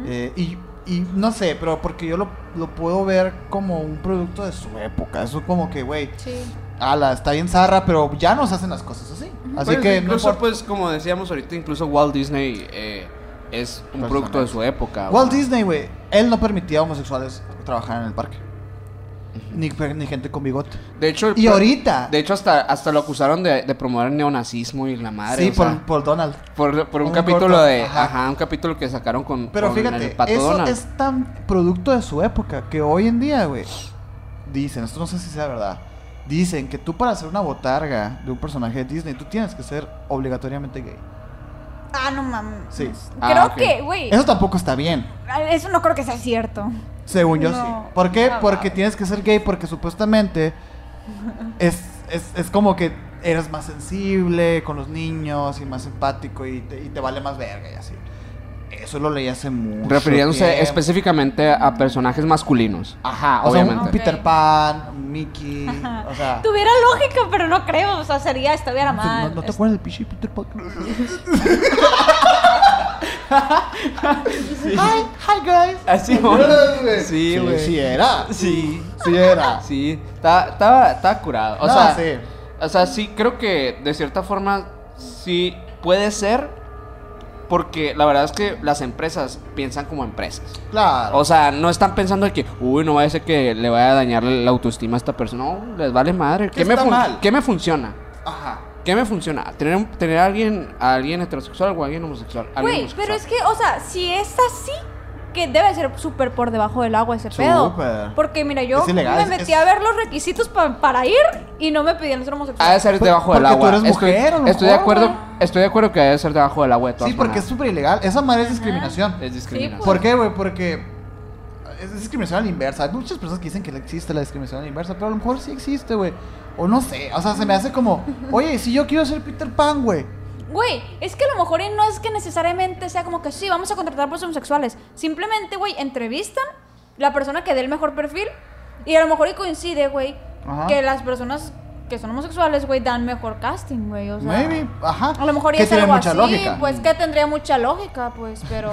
[SPEAKER 2] Eh, y, y no sé, pero porque yo lo, lo puedo ver como un producto de su época. Eso como que, güey,
[SPEAKER 4] Sí.
[SPEAKER 2] ala, está bien zarra, pero ya nos hacen las cosas así. Así
[SPEAKER 1] Pues,
[SPEAKER 2] que no
[SPEAKER 1] incluso,
[SPEAKER 2] importa.
[SPEAKER 1] pues, como decíamos ahorita, incluso Walt Disney eh, es un
[SPEAKER 2] Personaje.
[SPEAKER 1] producto de su época.
[SPEAKER 2] Walt
[SPEAKER 1] güey.
[SPEAKER 2] Disney, güey, él no permitía a homosexuales trabajar en el parque. Ni, per- ni gente con bigote.
[SPEAKER 1] De hecho,
[SPEAKER 2] Y
[SPEAKER 1] pro-
[SPEAKER 2] ahorita.
[SPEAKER 1] De hecho, hasta, hasta lo acusaron de, de promover el neonazismo y la madre.
[SPEAKER 2] sí,
[SPEAKER 1] o
[SPEAKER 2] por,
[SPEAKER 1] sea,
[SPEAKER 2] por Donald.
[SPEAKER 1] por, por un,
[SPEAKER 2] un
[SPEAKER 1] capítulo
[SPEAKER 2] corto,
[SPEAKER 1] de. Ajá.
[SPEAKER 2] ajá.
[SPEAKER 1] un capítulo que sacaron con.
[SPEAKER 2] Pero
[SPEAKER 1] con el
[SPEAKER 2] fíjate,
[SPEAKER 1] Pato
[SPEAKER 2] eso
[SPEAKER 1] Donald.
[SPEAKER 2] es tan producto de su época que hoy en día, güey, dicen, esto no sé si sea verdad, dicen que tú para ser una botarga de un personaje de Disney, tú tienes que ser obligatoriamente gay.
[SPEAKER 4] Ah, no mames.
[SPEAKER 2] Sí.
[SPEAKER 1] Ah,
[SPEAKER 4] creo
[SPEAKER 1] ok.
[SPEAKER 4] que, güey.
[SPEAKER 2] Eso tampoco está bien,
[SPEAKER 4] Eso no creo que sea cierto.
[SPEAKER 2] según yo
[SPEAKER 4] No.
[SPEAKER 2] sí. ¿Por qué?
[SPEAKER 4] Ah,
[SPEAKER 2] porque
[SPEAKER 4] wow.
[SPEAKER 2] tienes que ser gay porque supuestamente es, es, es como que eres más sensible con los niños y más empático y te, y te vale más verga y así. Eso lo leí hace mucho
[SPEAKER 1] Refiriéndose
[SPEAKER 2] tiempo.
[SPEAKER 1] específicamente a personajes masculinos.
[SPEAKER 2] Ajá, o sea,
[SPEAKER 1] Ah, obviamente.
[SPEAKER 2] un Peter
[SPEAKER 4] Ok.
[SPEAKER 2] Pan, un Mickey, o sea...
[SPEAKER 4] Tuviera lógica, pero no creo. O sea, sería, estuviera mal. Es-
[SPEAKER 2] acuerdas del pinche Peter Pan? Hi, hi guys.
[SPEAKER 1] Así,
[SPEAKER 2] güey.
[SPEAKER 1] Ah, Sí, güey.
[SPEAKER 2] Sí era.
[SPEAKER 1] Sí.
[SPEAKER 2] Sí era.
[SPEAKER 1] Sí, estaba, estaba, estaba curado. O,
[SPEAKER 2] No,
[SPEAKER 1] sea,
[SPEAKER 2] sí.
[SPEAKER 1] o sea, sí, creo que de cierta forma sí puede ser. Porque la verdad es que las empresas piensan como empresas.
[SPEAKER 2] Claro.
[SPEAKER 1] O sea, no están pensando en que, uy, no vaya a ser que le vaya a dañar la autoestima a esta persona. No, les vale madre. ¿Qué, me,
[SPEAKER 2] está
[SPEAKER 1] fun-
[SPEAKER 2] mal?
[SPEAKER 1] ¿qué me funciona?
[SPEAKER 2] Ajá.
[SPEAKER 1] ¿Qué me funciona? ¿Tener, un- tener a, alguien, a alguien heterosexual o a alguien homosexual? Alguien
[SPEAKER 4] Güey,
[SPEAKER 1] homosexual.
[SPEAKER 4] pero es que, o sea, si es así, que debe ser súper por debajo del agua ese pedo.
[SPEAKER 2] Súper.
[SPEAKER 4] Porque, mira, yo
[SPEAKER 2] Es ilegal,
[SPEAKER 4] me
[SPEAKER 2] es-
[SPEAKER 4] metí
[SPEAKER 2] es-
[SPEAKER 4] a ver los requisitos pa- para ir y no me pedían ser homosexual.
[SPEAKER 1] Ha de ser
[SPEAKER 2] Por-
[SPEAKER 1] debajo del
[SPEAKER 2] Pues, porque tú
[SPEAKER 1] agua.
[SPEAKER 2] eres
[SPEAKER 1] estoy,
[SPEAKER 2] mujer, a lo
[SPEAKER 1] estoy de
[SPEAKER 2] mejor,
[SPEAKER 1] acuerdo,
[SPEAKER 2] güey.
[SPEAKER 1] estoy de acuerdo que debe ser debajo del agua de todas
[SPEAKER 2] Sí, porque es
[SPEAKER 1] maneras.
[SPEAKER 2] súper ilegal. Esa madre es discriminación.
[SPEAKER 1] es discriminación.
[SPEAKER 4] pues.
[SPEAKER 2] ¿Por qué, güey? Porque es discriminación a la inversa. Hay muchas personas que dicen que no existe la discriminación a la inversa, pero a lo mejor sí existe, güey. O no sé. O sea, se me hace como, oye, si yo quiero ser Peter Pan, güey.
[SPEAKER 4] Güey, es que a lo mejor y no es que necesariamente sea como que sí, vamos a contratar por homosexuales. Simplemente, güey, entrevistan la persona que dé el mejor perfil y a lo mejor y coincide, güey,
[SPEAKER 2] Ajá.
[SPEAKER 4] que las personas que son homosexuales, güey, dan mejor casting, güey. O sea,
[SPEAKER 2] Maybe, ajá.
[SPEAKER 4] A lo mejor y
[SPEAKER 2] Que
[SPEAKER 4] es
[SPEAKER 2] tiene
[SPEAKER 4] algo
[SPEAKER 2] mucha
[SPEAKER 4] así,
[SPEAKER 2] lógica.
[SPEAKER 4] pues que tendría mucha lógica, pues, pero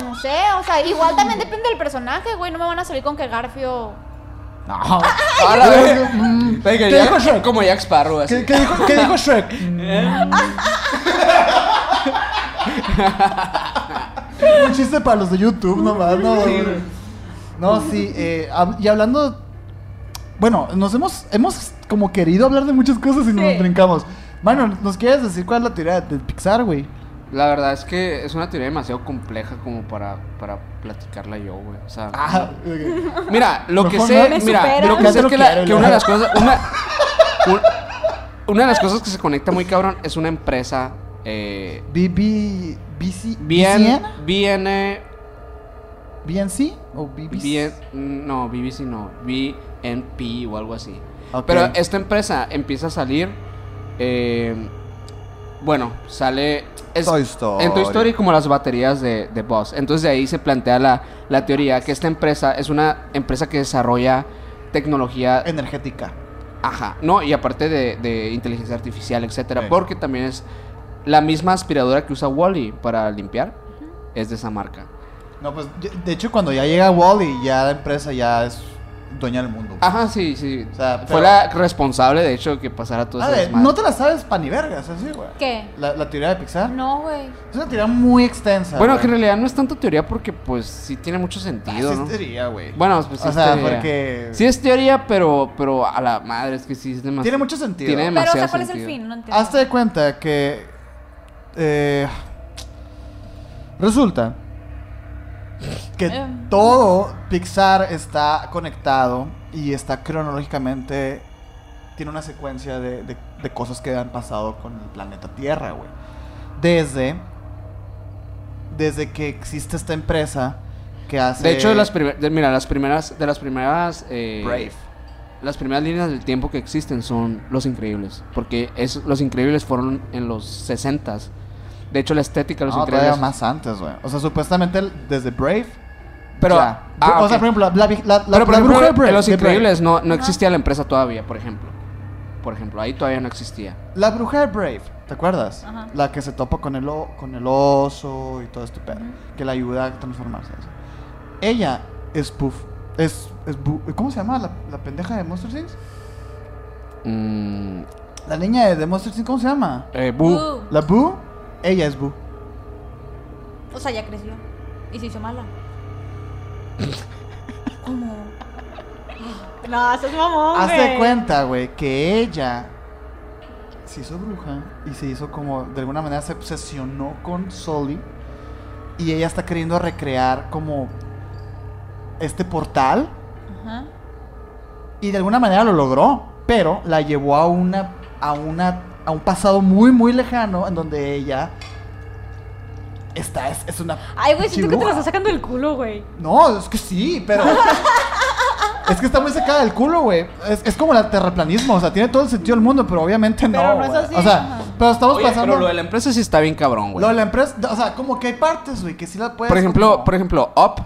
[SPEAKER 4] no sé, o sea, igual también depende del personaje, güey, no me van a salir con que Garfio
[SPEAKER 2] No.
[SPEAKER 1] A la verga. Venga,
[SPEAKER 2] ¿Qué
[SPEAKER 1] ya-
[SPEAKER 2] dijo Shrek?
[SPEAKER 1] como Jack Sparrow, así.
[SPEAKER 2] ¿Qué, qué dijo, qué dijo Shrek? Un chiste para los de YouTube nomás, no. No, sí, eh, hab- y hablando. Bueno, nos hemos, hemos como querido hablar de muchas cosas y
[SPEAKER 4] Sí.
[SPEAKER 2] nos brincamos. Mano, ¿nos quieres decir cuál es la teoría de Pixar, güey?
[SPEAKER 1] La verdad es que es una teoría demasiado compleja como para, para platicarla yo, güey. O sea,
[SPEAKER 2] Ah,
[SPEAKER 1] mira, lo que
[SPEAKER 2] Mejor
[SPEAKER 1] sé,
[SPEAKER 4] no. Me
[SPEAKER 1] mira,
[SPEAKER 4] supera.
[SPEAKER 1] lo que
[SPEAKER 2] Ya
[SPEAKER 1] sé
[SPEAKER 2] te
[SPEAKER 1] es
[SPEAKER 2] lo
[SPEAKER 1] que, la-
[SPEAKER 2] quiero,
[SPEAKER 1] que
[SPEAKER 2] ya.
[SPEAKER 1] una de las cosas, una, un- una de las cosas que se conecta muy cabrón es una empresa eh,
[SPEAKER 2] BB. BC.
[SPEAKER 1] bien, bien, eh,
[SPEAKER 2] BNC o BBC.
[SPEAKER 1] bien, no, BBC no, BNP o algo así.
[SPEAKER 2] Ok.
[SPEAKER 1] Pero esta empresa empieza a salir, eh, bueno, sale es-
[SPEAKER 2] Toy Story.
[SPEAKER 1] en Toy Story como las baterías de, de Buzz. Entonces de ahí se plantea la, la teoría que esta empresa es una empresa que desarrolla tecnología,
[SPEAKER 2] Energética.
[SPEAKER 1] ajá, no, y aparte de, de inteligencia artificial, etcétera,
[SPEAKER 2] Sí.
[SPEAKER 1] porque también es la misma aspiradora que usa Wally para limpiar, es de esa marca.
[SPEAKER 2] No, pues yo- de hecho cuando ya llega Wally, ya la empresa ya es dueña del mundo.
[SPEAKER 1] Ajá, sí, sí.
[SPEAKER 2] O sea,
[SPEAKER 1] Fue
[SPEAKER 2] pero-
[SPEAKER 1] la responsable, de hecho, que pasara todo
[SPEAKER 2] A
[SPEAKER 1] ese
[SPEAKER 2] ver,
[SPEAKER 1] desmadre.
[SPEAKER 2] Ah, no te la sabes pa' ni vergas, así, güey.
[SPEAKER 4] ¿Qué?
[SPEAKER 2] La, la teoría de Pixar.
[SPEAKER 4] No, güey.
[SPEAKER 2] Es una teoría muy extensa.
[SPEAKER 1] Bueno,
[SPEAKER 2] güey.
[SPEAKER 1] que en realidad no es tanto teoría porque, pues, sí tiene mucho
[SPEAKER 2] Ah,
[SPEAKER 1] sentido,
[SPEAKER 2] sí
[SPEAKER 1] ¿no?
[SPEAKER 2] es teoría, güey.
[SPEAKER 1] Bueno, pues sí
[SPEAKER 2] O
[SPEAKER 1] es
[SPEAKER 2] sea,
[SPEAKER 1] teoría.
[SPEAKER 2] porque-
[SPEAKER 1] Sí es teoría, pero, pero a la madre, es que sí es demasiado...
[SPEAKER 2] Tiene mucho sentido.
[SPEAKER 1] Tiene
[SPEAKER 4] Pero o
[SPEAKER 1] demasiado
[SPEAKER 4] sea, ¿cuál es el
[SPEAKER 1] sentido.
[SPEAKER 4] fin? No entiendo.
[SPEAKER 2] Hazte de cuenta que. eh, resulta que
[SPEAKER 4] Eh.
[SPEAKER 2] todo Pixar está conectado y está cronológicamente. Tiene una secuencia de, de- de cosas que han pasado con el planeta Tierra, güey. Desde. Desde que existe esta empresa que hace.
[SPEAKER 1] De hecho, de las primeras... Mira, las primeras... De las primeras... eh,
[SPEAKER 2] Brave.
[SPEAKER 1] Las primeras líneas del tiempo que existen son Los Increíbles. Porque es, Los Increíbles fueron en los 60s. De hecho, la estética de Los
[SPEAKER 2] No,
[SPEAKER 1] Increíbles...
[SPEAKER 2] todavía más antes, güey. O sea, supuestamente el- desde Brave.
[SPEAKER 1] Pero...
[SPEAKER 2] ya.
[SPEAKER 1] ah,
[SPEAKER 2] o sea,
[SPEAKER 1] ok.
[SPEAKER 2] por ejemplo, la, vi- la, la-
[SPEAKER 1] Pero, por
[SPEAKER 2] la
[SPEAKER 1] ejemplo,
[SPEAKER 2] bruja de Brave.
[SPEAKER 1] en Los
[SPEAKER 2] de Brave.
[SPEAKER 1] Increíbles no, no
[SPEAKER 4] Ajá.
[SPEAKER 1] existía la empresa todavía, por ejemplo. Por ejemplo, ahí todavía no existía.
[SPEAKER 2] La bruja de Brave, ¿te acuerdas?
[SPEAKER 4] Ajá.
[SPEAKER 2] La que se topa con el, o- con el oso y todo este pedo. Que la ayuda a transformarse. eso. Ella es Puff. Es, es bu- ¿Cómo se llama la, la pendeja de Monster Things?
[SPEAKER 1] Mm,
[SPEAKER 2] La niña de The Monster Inc., ¿cómo se llama?
[SPEAKER 1] eh, Boo.
[SPEAKER 4] Uh,
[SPEAKER 2] ¿La Boo? Ella es Boo.
[SPEAKER 4] O sea, ya creció. Y se hizo mala. ¿Cómo? Ah, No, eso es mamón,
[SPEAKER 2] Hace
[SPEAKER 4] güey.
[SPEAKER 2] cuenta, güey, que ella se hizo bruja y se hizo como, de alguna manera se obsesionó con Sully y ella está queriendo recrear como este portal
[SPEAKER 4] Ajá.
[SPEAKER 2] y de alguna manera lo logró, pero la llevó a una, a una, a un pasado muy, muy lejano en donde ella está, es, es una...
[SPEAKER 4] Ay, güey, siento que te
[SPEAKER 2] bruja.
[SPEAKER 4] lo estás sacando del culo, güey.
[SPEAKER 2] No, es que sí, pero. es que está muy sacada del culo, güey. Es, es como el terraplanismo, o sea, tiene todo el sentido del mundo, pero obviamente no.
[SPEAKER 4] Pero no es
[SPEAKER 2] güey.
[SPEAKER 4] así,
[SPEAKER 2] O sea,
[SPEAKER 4] ajá.
[SPEAKER 2] pero estamos
[SPEAKER 1] Oye,
[SPEAKER 2] pasando.
[SPEAKER 1] pero lo de la empresa sí está bien cabrón, güey.
[SPEAKER 2] lo de la empresa, o sea, como que hay partes, güey, que sí la puedes.
[SPEAKER 1] Por ejemplo,
[SPEAKER 2] como-
[SPEAKER 1] por ejemplo, Up.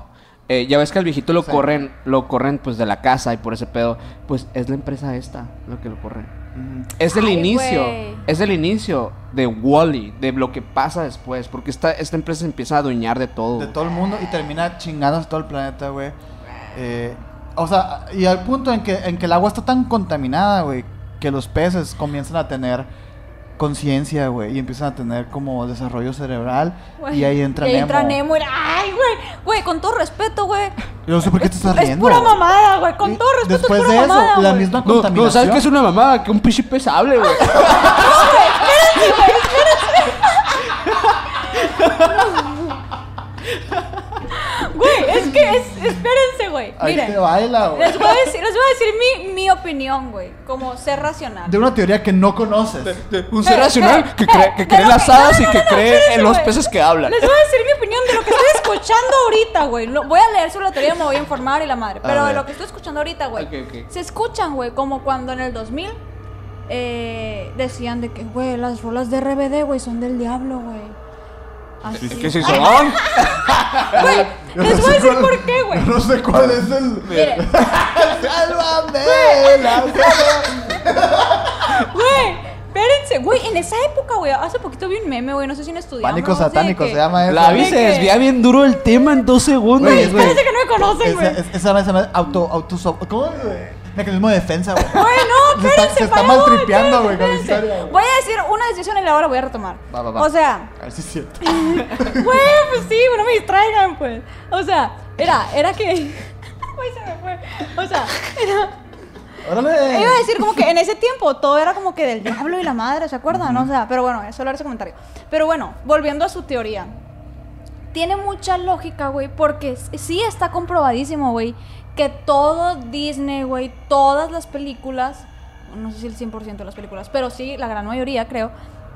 [SPEAKER 1] eh, ya ves que al viejito lo
[SPEAKER 2] Sí.
[SPEAKER 1] corren, lo corren pues de la casa y por ese pedo. Pues es la empresa esta lo que lo corren.
[SPEAKER 2] Mm,
[SPEAKER 1] Es el
[SPEAKER 4] Ay,
[SPEAKER 1] inicio,
[SPEAKER 4] güey.
[SPEAKER 1] es el inicio de Wally, de lo que pasa después, porque esta, esta empresa se empieza a adueñar de todo.
[SPEAKER 2] de
[SPEAKER 1] güey.
[SPEAKER 2] todo el mundo y termina chingándose todo el planeta, güey. Eh, o sea, y al punto en que, en que el agua está tan contaminada, güey, que los peces comienzan a tener conciencia, güey, y empiezan a tener como desarrollo cerebral
[SPEAKER 4] Güey.
[SPEAKER 2] y ahí entra
[SPEAKER 4] y ahí entra
[SPEAKER 2] Nemo.
[SPEAKER 4] Nemo. y- Ay, güey. Güey, con todo respeto, güey.
[SPEAKER 2] Yo no sé por qué te estás
[SPEAKER 4] Es
[SPEAKER 2] riendo.
[SPEAKER 4] pura
[SPEAKER 2] güey.
[SPEAKER 4] mamada, güey. Con
[SPEAKER 2] Y
[SPEAKER 4] todo respeto,
[SPEAKER 2] Después
[SPEAKER 4] es pura
[SPEAKER 2] de eso,
[SPEAKER 4] mamada,
[SPEAKER 2] la
[SPEAKER 4] güey.
[SPEAKER 2] misma
[SPEAKER 1] No, no,
[SPEAKER 2] contaminación.
[SPEAKER 1] ¿sabes qué es una mamada? Que un pichipe se hable, güey.
[SPEAKER 4] Güey, es que es, espérense, güey.
[SPEAKER 2] Ahí
[SPEAKER 4] Miren,
[SPEAKER 2] te baila, güey.
[SPEAKER 4] les voy a decir, les voy a decir mi, mi opinión, güey. Como ser racional.
[SPEAKER 2] De una teoría que no conoces.
[SPEAKER 1] Este, Un
[SPEAKER 4] Eh,
[SPEAKER 1] ser
[SPEAKER 4] eh,
[SPEAKER 1] racional que cree,
[SPEAKER 4] eh,
[SPEAKER 1] que
[SPEAKER 4] de
[SPEAKER 1] cree
[SPEAKER 4] lo
[SPEAKER 1] las
[SPEAKER 4] que-
[SPEAKER 1] hadas
[SPEAKER 4] no,
[SPEAKER 1] y
[SPEAKER 4] no,
[SPEAKER 1] que
[SPEAKER 4] no, no,
[SPEAKER 1] cree
[SPEAKER 4] espérense,
[SPEAKER 1] en los
[SPEAKER 4] güey.
[SPEAKER 1] peces que hablan.
[SPEAKER 4] Les voy a decir mi opinión de lo que estoy escuchando ahorita, güey. Lo- Voy a leer sobre la teoría, me voy a informar y la madre. Pero de
[SPEAKER 2] ver.
[SPEAKER 4] lo que estoy escuchando ahorita, güey.
[SPEAKER 1] Ok, ok.
[SPEAKER 4] Se escuchan, güey, como cuando en el 2000 eh, decían de que, güey, las rolas de RBD, güey, son del diablo, güey. Así.
[SPEAKER 1] Es que sí son.
[SPEAKER 4] Güey, les voy a decir por qué, güey.
[SPEAKER 2] No sé cuál es el.
[SPEAKER 4] Miren.
[SPEAKER 2] ¡Sálvame! la-
[SPEAKER 4] Güey, espérense, güey, en esa época, güey, hace poquito vi un meme, güey, no sé si en estudiamos.
[SPEAKER 2] Pánico
[SPEAKER 4] algo así de
[SPEAKER 2] satánico
[SPEAKER 4] que-
[SPEAKER 2] se llama eso.
[SPEAKER 1] La vi se
[SPEAKER 4] que-
[SPEAKER 1] desvía bien duro el tema en dos segundos.
[SPEAKER 2] Güey,
[SPEAKER 4] Güey,
[SPEAKER 2] es, güey.
[SPEAKER 4] espérense que no me conocen, güey.
[SPEAKER 2] Esa es- esa se llama auto. auto ¿Cómo? güey? Mecanismo de defensa, güey.
[SPEAKER 4] Güey, no,
[SPEAKER 2] Se está-
[SPEAKER 4] espérense,
[SPEAKER 2] se está
[SPEAKER 4] para,
[SPEAKER 2] maltripeando,
[SPEAKER 4] espérense,
[SPEAKER 2] güey, con la
[SPEAKER 4] espérense.
[SPEAKER 2] historia, güey.
[SPEAKER 4] Voy a decir una decisión y la hora voy a retomar.
[SPEAKER 2] Va, va, va.
[SPEAKER 4] O sea,
[SPEAKER 2] A ver si es cierto.
[SPEAKER 4] güey, pues sí, no me distraigan, pues. O sea, era, era que. Güey, se me fue. O sea, era.
[SPEAKER 2] ¡Órale!
[SPEAKER 4] Iba a decir como que en ese tiempo todo era como que del diablo y la madre, ¿se acuerdan? O sea, pero bueno, eso era ese comentario. Pero bueno, volviendo a su teoría. Tiene mucha lógica, güey, porque s- sí está comprobadísimo, güey, que todo Disney, güey, todas las películas, no sé si el 100% de las películas, pero sí, la gran mayoría, creo,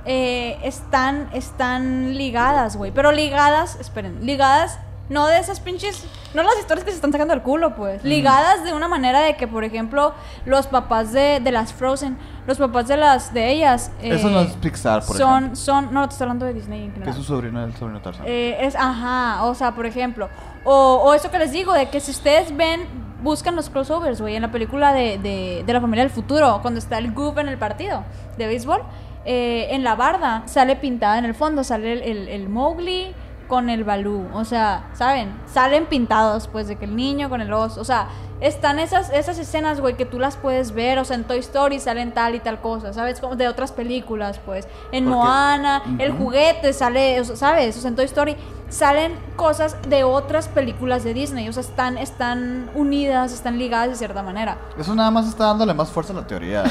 [SPEAKER 4] eh, están, están ligadas, güey. Pero ligadas, esperen, ligadas no de esas pinches, no las historias que se están sacando del culo, pues. Ligadas de una manera de que, por ejemplo, los papás de, de las Frozen, los papás de las de ellas.
[SPEAKER 2] Eso
[SPEAKER 4] eh,
[SPEAKER 2] no es Pixar, por
[SPEAKER 4] son,
[SPEAKER 2] ejemplo.
[SPEAKER 4] son, no, te estoy hablando de Disney en
[SPEAKER 2] Que es
[SPEAKER 4] general.
[SPEAKER 2] su sobrino, el sobrino Tarzan.
[SPEAKER 4] Eh, es, ajá, o sea, por ejemplo, o, o eso que les digo, de que si ustedes ven, buscan los crossovers, güey, en la película de, de, de la familia del futuro, cuando está el goof en el partido de béisbol, eh, en la barda sale pintada en el fondo, sale el, el, el Mowgli con el Balú, o sea, ¿saben? Salen pintados, pues, de que el niño con el oso, o sea, están esas, esas escenas, güey, que tú las puedes ver, o sea, en Toy Story salen tal y tal cosa, ¿sabes? Como de otras películas, pues, en
[SPEAKER 2] Porque-
[SPEAKER 4] Moana, el
[SPEAKER 2] Ujú.
[SPEAKER 4] juguete juguetes, sale, o sea, ¿sabes? O sea, en Toy Story salen cosas de otras películas de Disney. O sea, están, están unidas, están ligadas de cierta manera.
[SPEAKER 2] Eso nada más está dándole más fuerza a la teoría.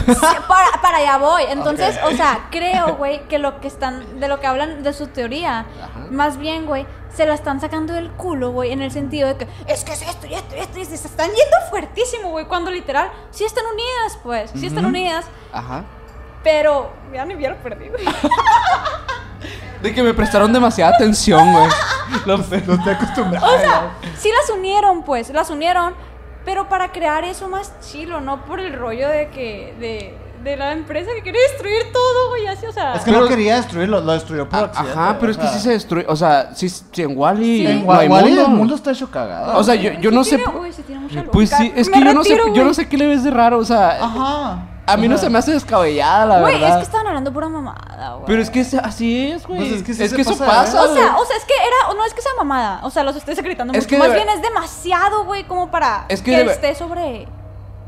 [SPEAKER 4] para, para allá voy. Entonces, o sea, creo, güey, que lo que están, de lo que hablan de su teoría, más bien, güey, se la están sacando del culo, güey, en el sentido de que es que es esto y esto y esto, y se están yendo fuertísimo, güey, cuando literal, sí están unidas, pues, sí están unidas,
[SPEAKER 1] Ajá.
[SPEAKER 4] pero ya ni hubiera perdido.
[SPEAKER 1] De que me prestaron demasiada atención, güey.
[SPEAKER 2] no sé, no estoy acostumbrado.
[SPEAKER 4] O sea, sí las unieron, pues, las unieron, pero para crear eso más chilo, no por el rollo de que, de, de la empresa que quiere destruir todo, güey, así, o sea.
[SPEAKER 2] es que no quería destruirlo, lo destruyó
[SPEAKER 3] Ah,
[SPEAKER 2] por accidente.
[SPEAKER 1] Ajá, pero es que
[SPEAKER 2] o sea.
[SPEAKER 1] sí se destruye. O sea, sí, sí, en Wally.
[SPEAKER 4] Sí.
[SPEAKER 2] En
[SPEAKER 1] no hay
[SPEAKER 2] Wally
[SPEAKER 1] mundo.
[SPEAKER 2] el mundo está hecho cagado.
[SPEAKER 1] O sea, yo,
[SPEAKER 4] Ay,
[SPEAKER 1] yo
[SPEAKER 4] sí
[SPEAKER 1] no sé.
[SPEAKER 4] tiene- uy, sí tiene mucha
[SPEAKER 1] Pues sí,
[SPEAKER 4] lógica.
[SPEAKER 1] es
[SPEAKER 4] Me
[SPEAKER 1] que yo no, sé,
[SPEAKER 4] retiro,
[SPEAKER 1] yo
[SPEAKER 4] güey.
[SPEAKER 1] no sé qué le ves de raro. O sea,
[SPEAKER 2] Ajá.
[SPEAKER 1] a mí no
[SPEAKER 2] Ajá.
[SPEAKER 1] se me hace descabellada, la
[SPEAKER 4] Güey,
[SPEAKER 1] verdad.
[SPEAKER 4] es que estaban hablando pura mamada, güey.
[SPEAKER 1] Pero es que es- así es, güey.
[SPEAKER 2] Pues
[SPEAKER 1] es que,
[SPEAKER 2] sí se
[SPEAKER 1] eso
[SPEAKER 2] pasa,
[SPEAKER 1] pasa.
[SPEAKER 4] O sea,
[SPEAKER 1] güey.
[SPEAKER 4] o sea, es que era, no es que sea mamada, o sea, los estoy gritando
[SPEAKER 1] Es
[SPEAKER 4] mucho.
[SPEAKER 1] que de
[SPEAKER 4] Más
[SPEAKER 1] ver-
[SPEAKER 4] bien es demasiado, güey, como para
[SPEAKER 1] Es que
[SPEAKER 4] que,
[SPEAKER 1] de ver-
[SPEAKER 4] esté sobre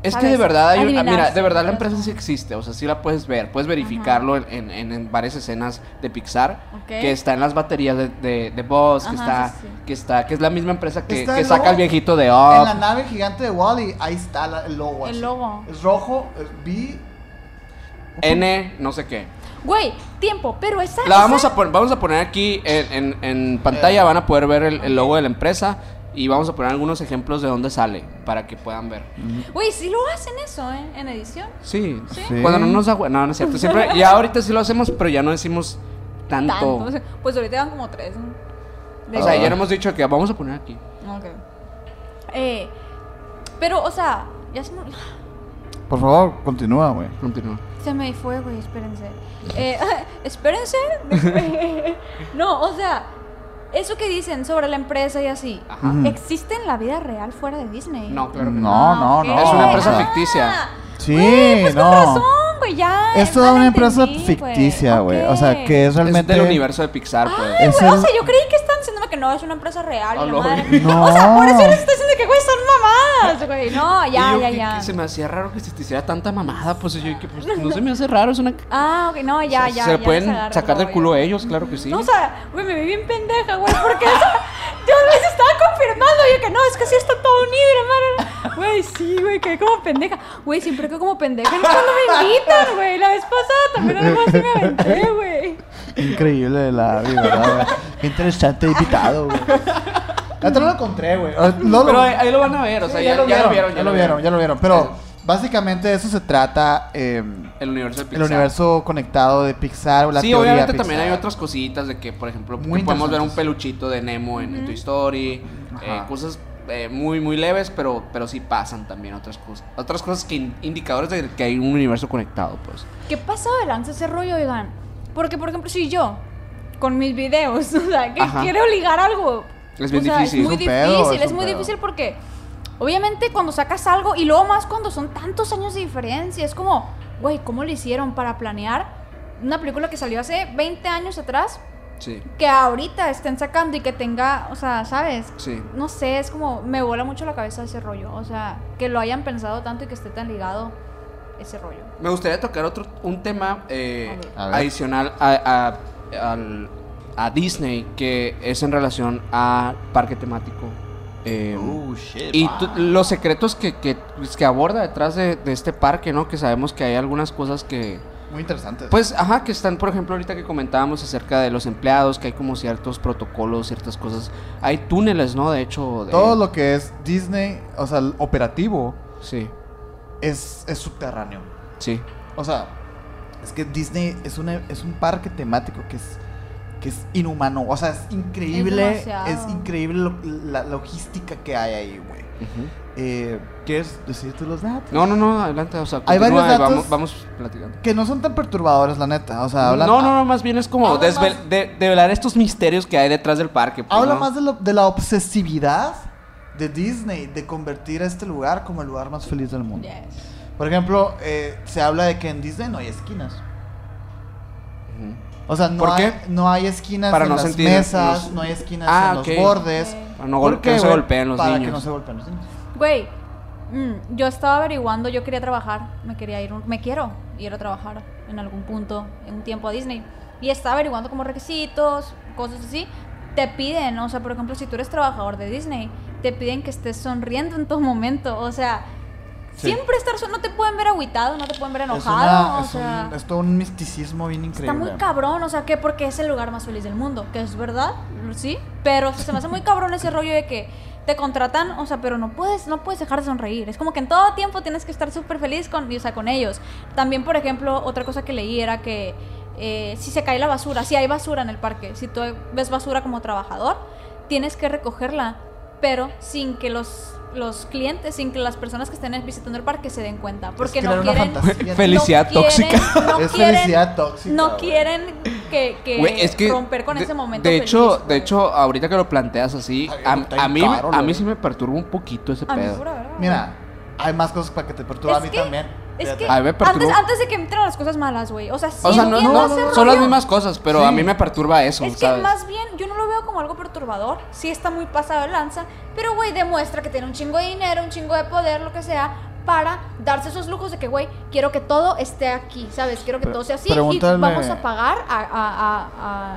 [SPEAKER 1] Es que
[SPEAKER 4] ¿sabes?
[SPEAKER 1] de verdad, hay un- ah,
[SPEAKER 4] Adivinar.
[SPEAKER 1] mira, de verdad la empresa sí existe, o sea, sí la puedes ver, puedes verificarlo en, en- en varias escenas de Pixar,
[SPEAKER 4] Ok.
[SPEAKER 1] que está en las baterías de, de, de Buzz, que,
[SPEAKER 4] Ajá,
[SPEAKER 1] está,
[SPEAKER 4] sí, sí.
[SPEAKER 1] que está, que es la misma empresa que,
[SPEAKER 2] Está
[SPEAKER 1] que
[SPEAKER 2] el
[SPEAKER 1] saca
[SPEAKER 2] logo
[SPEAKER 1] el viejito de
[SPEAKER 3] Ah.
[SPEAKER 2] En la
[SPEAKER 1] Up.
[SPEAKER 2] nave gigante de Wally, ahí está la- el logo.
[SPEAKER 4] El
[SPEAKER 2] así.
[SPEAKER 4] logo.
[SPEAKER 2] Es rojo, es B.
[SPEAKER 1] N, no sé qué.
[SPEAKER 4] Güey, tiempo, pero esa.
[SPEAKER 1] La vamos
[SPEAKER 4] esa-
[SPEAKER 1] a, pon- vamos a poner aquí en, en- en pantalla, van a poder ver el, el logo de la empresa y vamos a poner algunos ejemplos de dónde sale para que puedan ver.
[SPEAKER 4] Güey, sí lo hacen eso, ¿eh? En edición.
[SPEAKER 1] Sí,
[SPEAKER 3] Sí.
[SPEAKER 1] cuando no nos da... hue- No, no es cierto, siempre... Ya ahorita sí lo hacemos, pero ya no decimos tanto.
[SPEAKER 4] Tanto. Pues ahorita van como tres. ¿no? De
[SPEAKER 1] O sea,
[SPEAKER 4] que-
[SPEAKER 1] ya no hemos dicho que vamos a poner aquí.
[SPEAKER 4] Ok. Eh, pero, o sea, ya se me,
[SPEAKER 3] Por favor, continúa, güey.
[SPEAKER 1] Continúa.
[SPEAKER 4] se me fue, güey, espérense. Eh, espérense. no, o sea, eso que dicen sobre la empresa y así,
[SPEAKER 1] Ajá.
[SPEAKER 4] ¿existe en la vida real fuera de Disney?
[SPEAKER 1] No, claro que
[SPEAKER 3] No.
[SPEAKER 1] no.
[SPEAKER 4] ok.
[SPEAKER 3] no.
[SPEAKER 1] Es una empresa
[SPEAKER 4] Ah,
[SPEAKER 1] ficticia.
[SPEAKER 3] Sí,
[SPEAKER 4] güey, pues
[SPEAKER 3] no.
[SPEAKER 4] Con razón, güey, ya.
[SPEAKER 3] Es
[SPEAKER 4] ya
[SPEAKER 3] toda
[SPEAKER 4] la
[SPEAKER 3] una empresa
[SPEAKER 4] entendí, güey.
[SPEAKER 3] ficticia, güey. O sea,
[SPEAKER 4] Ok.
[SPEAKER 3] que es realmente.
[SPEAKER 1] Es del universo de Pixar, pues. Ah,
[SPEAKER 4] Ay,
[SPEAKER 3] Es
[SPEAKER 4] Ah, güey, o
[SPEAKER 3] el-
[SPEAKER 4] sea, yo creí que están diciéndome que no, es una empresa real y la
[SPEAKER 1] Aló.
[SPEAKER 4] madre.
[SPEAKER 3] No.
[SPEAKER 4] O sea, por eso les estoy diciendo que, güey, son mamadas, güey. No,
[SPEAKER 1] Y
[SPEAKER 4] Ah, ya,
[SPEAKER 1] yo
[SPEAKER 4] ya,
[SPEAKER 1] que-
[SPEAKER 4] ya.
[SPEAKER 1] que se me hacía raro que se te hiciera tanta mamada, pues y yo que pues, no se me hace raro, es una...
[SPEAKER 4] Ah, ok, no, ya, ya.
[SPEAKER 1] se
[SPEAKER 4] ya
[SPEAKER 1] le pueden
[SPEAKER 4] les agarro,
[SPEAKER 1] sacar del
[SPEAKER 4] güey.
[SPEAKER 1] culo ellos, claro que sí.
[SPEAKER 4] No, o sea, güey, me vi bien pendeja, güey, porque o sea, yo les estaba confirmando, yo que no, es que sí está todo unido, hermano. Güey, sí, güey, quedé como pendeja. Güey, siempre quedo como pendeja no cuando me invitan, güey. La vez pasada también algo así me aventé, güey.
[SPEAKER 3] Increíble de la Abby, ¿verdad, güey? Qué interesante invitado, güey.
[SPEAKER 2] Ya te lo encontré, güey.
[SPEAKER 3] Ah, no,
[SPEAKER 1] Pero
[SPEAKER 3] no.
[SPEAKER 1] ahí, ahí lo van a ver, o sea,
[SPEAKER 2] Sí,
[SPEAKER 1] ya, ya lo vieron,
[SPEAKER 2] ya lo vieron, ya lo vieron.
[SPEAKER 1] Sí.
[SPEAKER 2] Pero básicamente de eso se trata eh,
[SPEAKER 1] El universo de Pixar.
[SPEAKER 2] el universo conectado de Pixar o la
[SPEAKER 1] sí,
[SPEAKER 2] teoría
[SPEAKER 1] obviamente
[SPEAKER 2] Pixar.
[SPEAKER 1] también hay otras cositas de que, por ejemplo,
[SPEAKER 2] Muy
[SPEAKER 1] que podemos ver un
[SPEAKER 2] interesantes.
[SPEAKER 1] peluchito de Nemo en, en Toy Story, eh, cosas eh, muy, muy leves, pero, pero sí pasan también otras cosas. Otras cosas que in- indicadores de que hay un universo conectado, pues.
[SPEAKER 4] ¿Qué pasado de lanza ese rollo, oigan? Porque, por ejemplo, si yo, con mis videos, o sea, que
[SPEAKER 1] Ajá.
[SPEAKER 4] quiero ligar algo.
[SPEAKER 1] Es
[SPEAKER 4] o
[SPEAKER 1] bien
[SPEAKER 4] sea,
[SPEAKER 1] difícil.
[SPEAKER 4] Es muy
[SPEAKER 3] Es un pedo,
[SPEAKER 4] difícil, es,
[SPEAKER 3] es un
[SPEAKER 4] muy
[SPEAKER 3] pedo.
[SPEAKER 4] difícil porque, obviamente, cuando sacas algo, y luego más cuando son tantos años de diferencia, es como, güey, ¿cómo lo hicieron para planear una película que salió hace 20 años atrás?
[SPEAKER 1] Sí,
[SPEAKER 4] Que ahorita estén sacando y que tenga, o sea, ¿sabes?
[SPEAKER 1] sí.
[SPEAKER 4] No sé, es como, me vuela mucho la cabeza ese rollo. O sea, que lo hayan pensado tanto y que esté tan ligado ese rollo.
[SPEAKER 1] Me gustaría tocar otro un tema eh,
[SPEAKER 3] A ver.
[SPEAKER 1] adicional a, a- al- a Disney que es en relación a parque temático. eh,
[SPEAKER 2] Uh,
[SPEAKER 1] y tú- los secretos que, que, pues, que aborda detrás de, de este parque, ¿no? Que sabemos que hay algunas cosas que...
[SPEAKER 2] Muy interesantes.
[SPEAKER 1] Pues, ajá, que están, por ejemplo, ahorita que comentábamos acerca de los empleados, que hay como ciertos protocolos, ciertas cosas. Hay túneles, ¿no? De hecho... de-
[SPEAKER 2] Todo lo que es Disney, o sea, el operativo,
[SPEAKER 1] Sí,
[SPEAKER 2] es, es subterráneo.
[SPEAKER 1] sí.
[SPEAKER 2] O sea, es que Disney es, una, es un parque temático que es, que es inhumano. O sea, es increíble.
[SPEAKER 4] Es
[SPEAKER 2] Es,
[SPEAKER 4] demasiado.
[SPEAKER 2] increíble lo- la logística que hay ahí, güey.
[SPEAKER 1] Ujú.
[SPEAKER 2] Eh, ¿Quieres decirte los datos?
[SPEAKER 1] No, no, no, adelante, o sea,
[SPEAKER 2] Hay varios
[SPEAKER 1] continúa y
[SPEAKER 2] datos-
[SPEAKER 1] vamos, vamos platicando.
[SPEAKER 2] Que no son tan perturbadores, la neta. O sea, hablan.
[SPEAKER 1] No, no, no, más bien es como
[SPEAKER 4] Habla
[SPEAKER 1] desvel-
[SPEAKER 4] más-
[SPEAKER 1] de- develar estos misterios que hay detrás del parque. pues,
[SPEAKER 2] Habla
[SPEAKER 1] ¿no?
[SPEAKER 2] más de, lo- de la obsesividad de Disney de convertir a este lugar como el lugar más feliz del mundo. Por ejemplo, eh, se habla de que en Disney no hay esquinas.
[SPEAKER 1] Ujú.
[SPEAKER 2] O sea, no,
[SPEAKER 1] ¿Por qué?
[SPEAKER 2] Hay, no hay esquinas
[SPEAKER 1] Para
[SPEAKER 2] en
[SPEAKER 1] no
[SPEAKER 2] las
[SPEAKER 1] sentir
[SPEAKER 2] mesas,
[SPEAKER 1] los-
[SPEAKER 2] no hay esquinas
[SPEAKER 1] Ah,
[SPEAKER 2] en
[SPEAKER 1] ok.
[SPEAKER 2] los bordes.
[SPEAKER 4] Ok.
[SPEAKER 1] Para no
[SPEAKER 2] ¿Por
[SPEAKER 1] gol-
[SPEAKER 2] qué,
[SPEAKER 1] que no se
[SPEAKER 2] güey?
[SPEAKER 1] golpeen los
[SPEAKER 2] Para
[SPEAKER 1] niños.
[SPEAKER 2] que no se golpeen los niños.
[SPEAKER 4] Güey, mm, yo estaba averiguando, yo quería trabajar, me quería ir, un- me quiero ir a trabajar en algún punto, en un tiempo a Disney. Y estaba averiguando como requisitos, cosas así. Te piden, o sea, por ejemplo, si tú eres trabajador de Disney, te piden que estés sonriendo en todo momento. O sea, siempre estar son- no te pueden ver aguitado, no te pueden ver
[SPEAKER 2] es, una-
[SPEAKER 4] enojado.
[SPEAKER 2] es
[SPEAKER 4] o sea,
[SPEAKER 2] un, es todo un misticismo bien increíble.
[SPEAKER 4] está muy cabrón. O sea, que porque es el lugar más feliz del mundo, que es verdad, sí. Pero se me hace muy cabrón ese rollo de que te contratan, o sea, pero no puedes, no puedes dejar de sonreír. Es como que en todo tiempo tienes que estar súper feliz con, o sea, con ellos. También, por ejemplo, otra cosa que leí era que eh, si se cae la basura, si hay basura en el parque, si tú ves basura como trabajador, tienes que recogerla, pero sin que los los clientes, sin que las personas que estén visitando el parque se den cuenta, porque
[SPEAKER 2] crear
[SPEAKER 4] no
[SPEAKER 2] una
[SPEAKER 4] quieren
[SPEAKER 2] fantasía.
[SPEAKER 1] Felicidad
[SPEAKER 4] no quieren-
[SPEAKER 1] tóxica.
[SPEAKER 4] no
[SPEAKER 2] Es
[SPEAKER 4] quieren-
[SPEAKER 2] felicidad tóxica,
[SPEAKER 4] No
[SPEAKER 2] güey.
[SPEAKER 4] quieren que, que
[SPEAKER 1] Güey, es que
[SPEAKER 4] Eh, romper con
[SPEAKER 1] de-
[SPEAKER 4] ese momento.
[SPEAKER 1] De
[SPEAKER 4] feliz,
[SPEAKER 1] hecho,
[SPEAKER 4] güey.
[SPEAKER 1] de hecho, ahorita que lo planteas así,
[SPEAKER 2] Ay,
[SPEAKER 1] a,
[SPEAKER 2] está bien
[SPEAKER 1] a mí,
[SPEAKER 2] caro,
[SPEAKER 1] a
[SPEAKER 2] la
[SPEAKER 1] mí
[SPEAKER 2] verdad.
[SPEAKER 1] sí me perturba un poquito ese
[SPEAKER 4] A mí,
[SPEAKER 1] pedo.
[SPEAKER 4] pura verdad.
[SPEAKER 2] Mira, hay más cosas para que te perturben a mí también.
[SPEAKER 4] Es que
[SPEAKER 1] A mí me perturbó.
[SPEAKER 4] antes, antes de que entren las cosas malas, güey. O sea, sí,
[SPEAKER 1] O sea, no,
[SPEAKER 4] entiendo
[SPEAKER 1] no,
[SPEAKER 4] ese
[SPEAKER 1] no,
[SPEAKER 4] rollo.
[SPEAKER 1] son las mismas cosas, pero
[SPEAKER 2] Sí.
[SPEAKER 1] a mí me perturba eso,
[SPEAKER 4] Es que
[SPEAKER 1] ¿sabes?
[SPEAKER 4] más bien, yo no lo veo como algo perturbador. Sí está muy pasado de lanza, pero güey, demuestra que tiene un chingo de dinero, un chingo de poder, lo que sea. para darse esos lujos de que, güey, quiero que todo esté aquí, ¿sabes? Quiero que
[SPEAKER 3] Pre-
[SPEAKER 4] todo sea así
[SPEAKER 3] pregúntale-
[SPEAKER 4] y vamos a pagar a, a-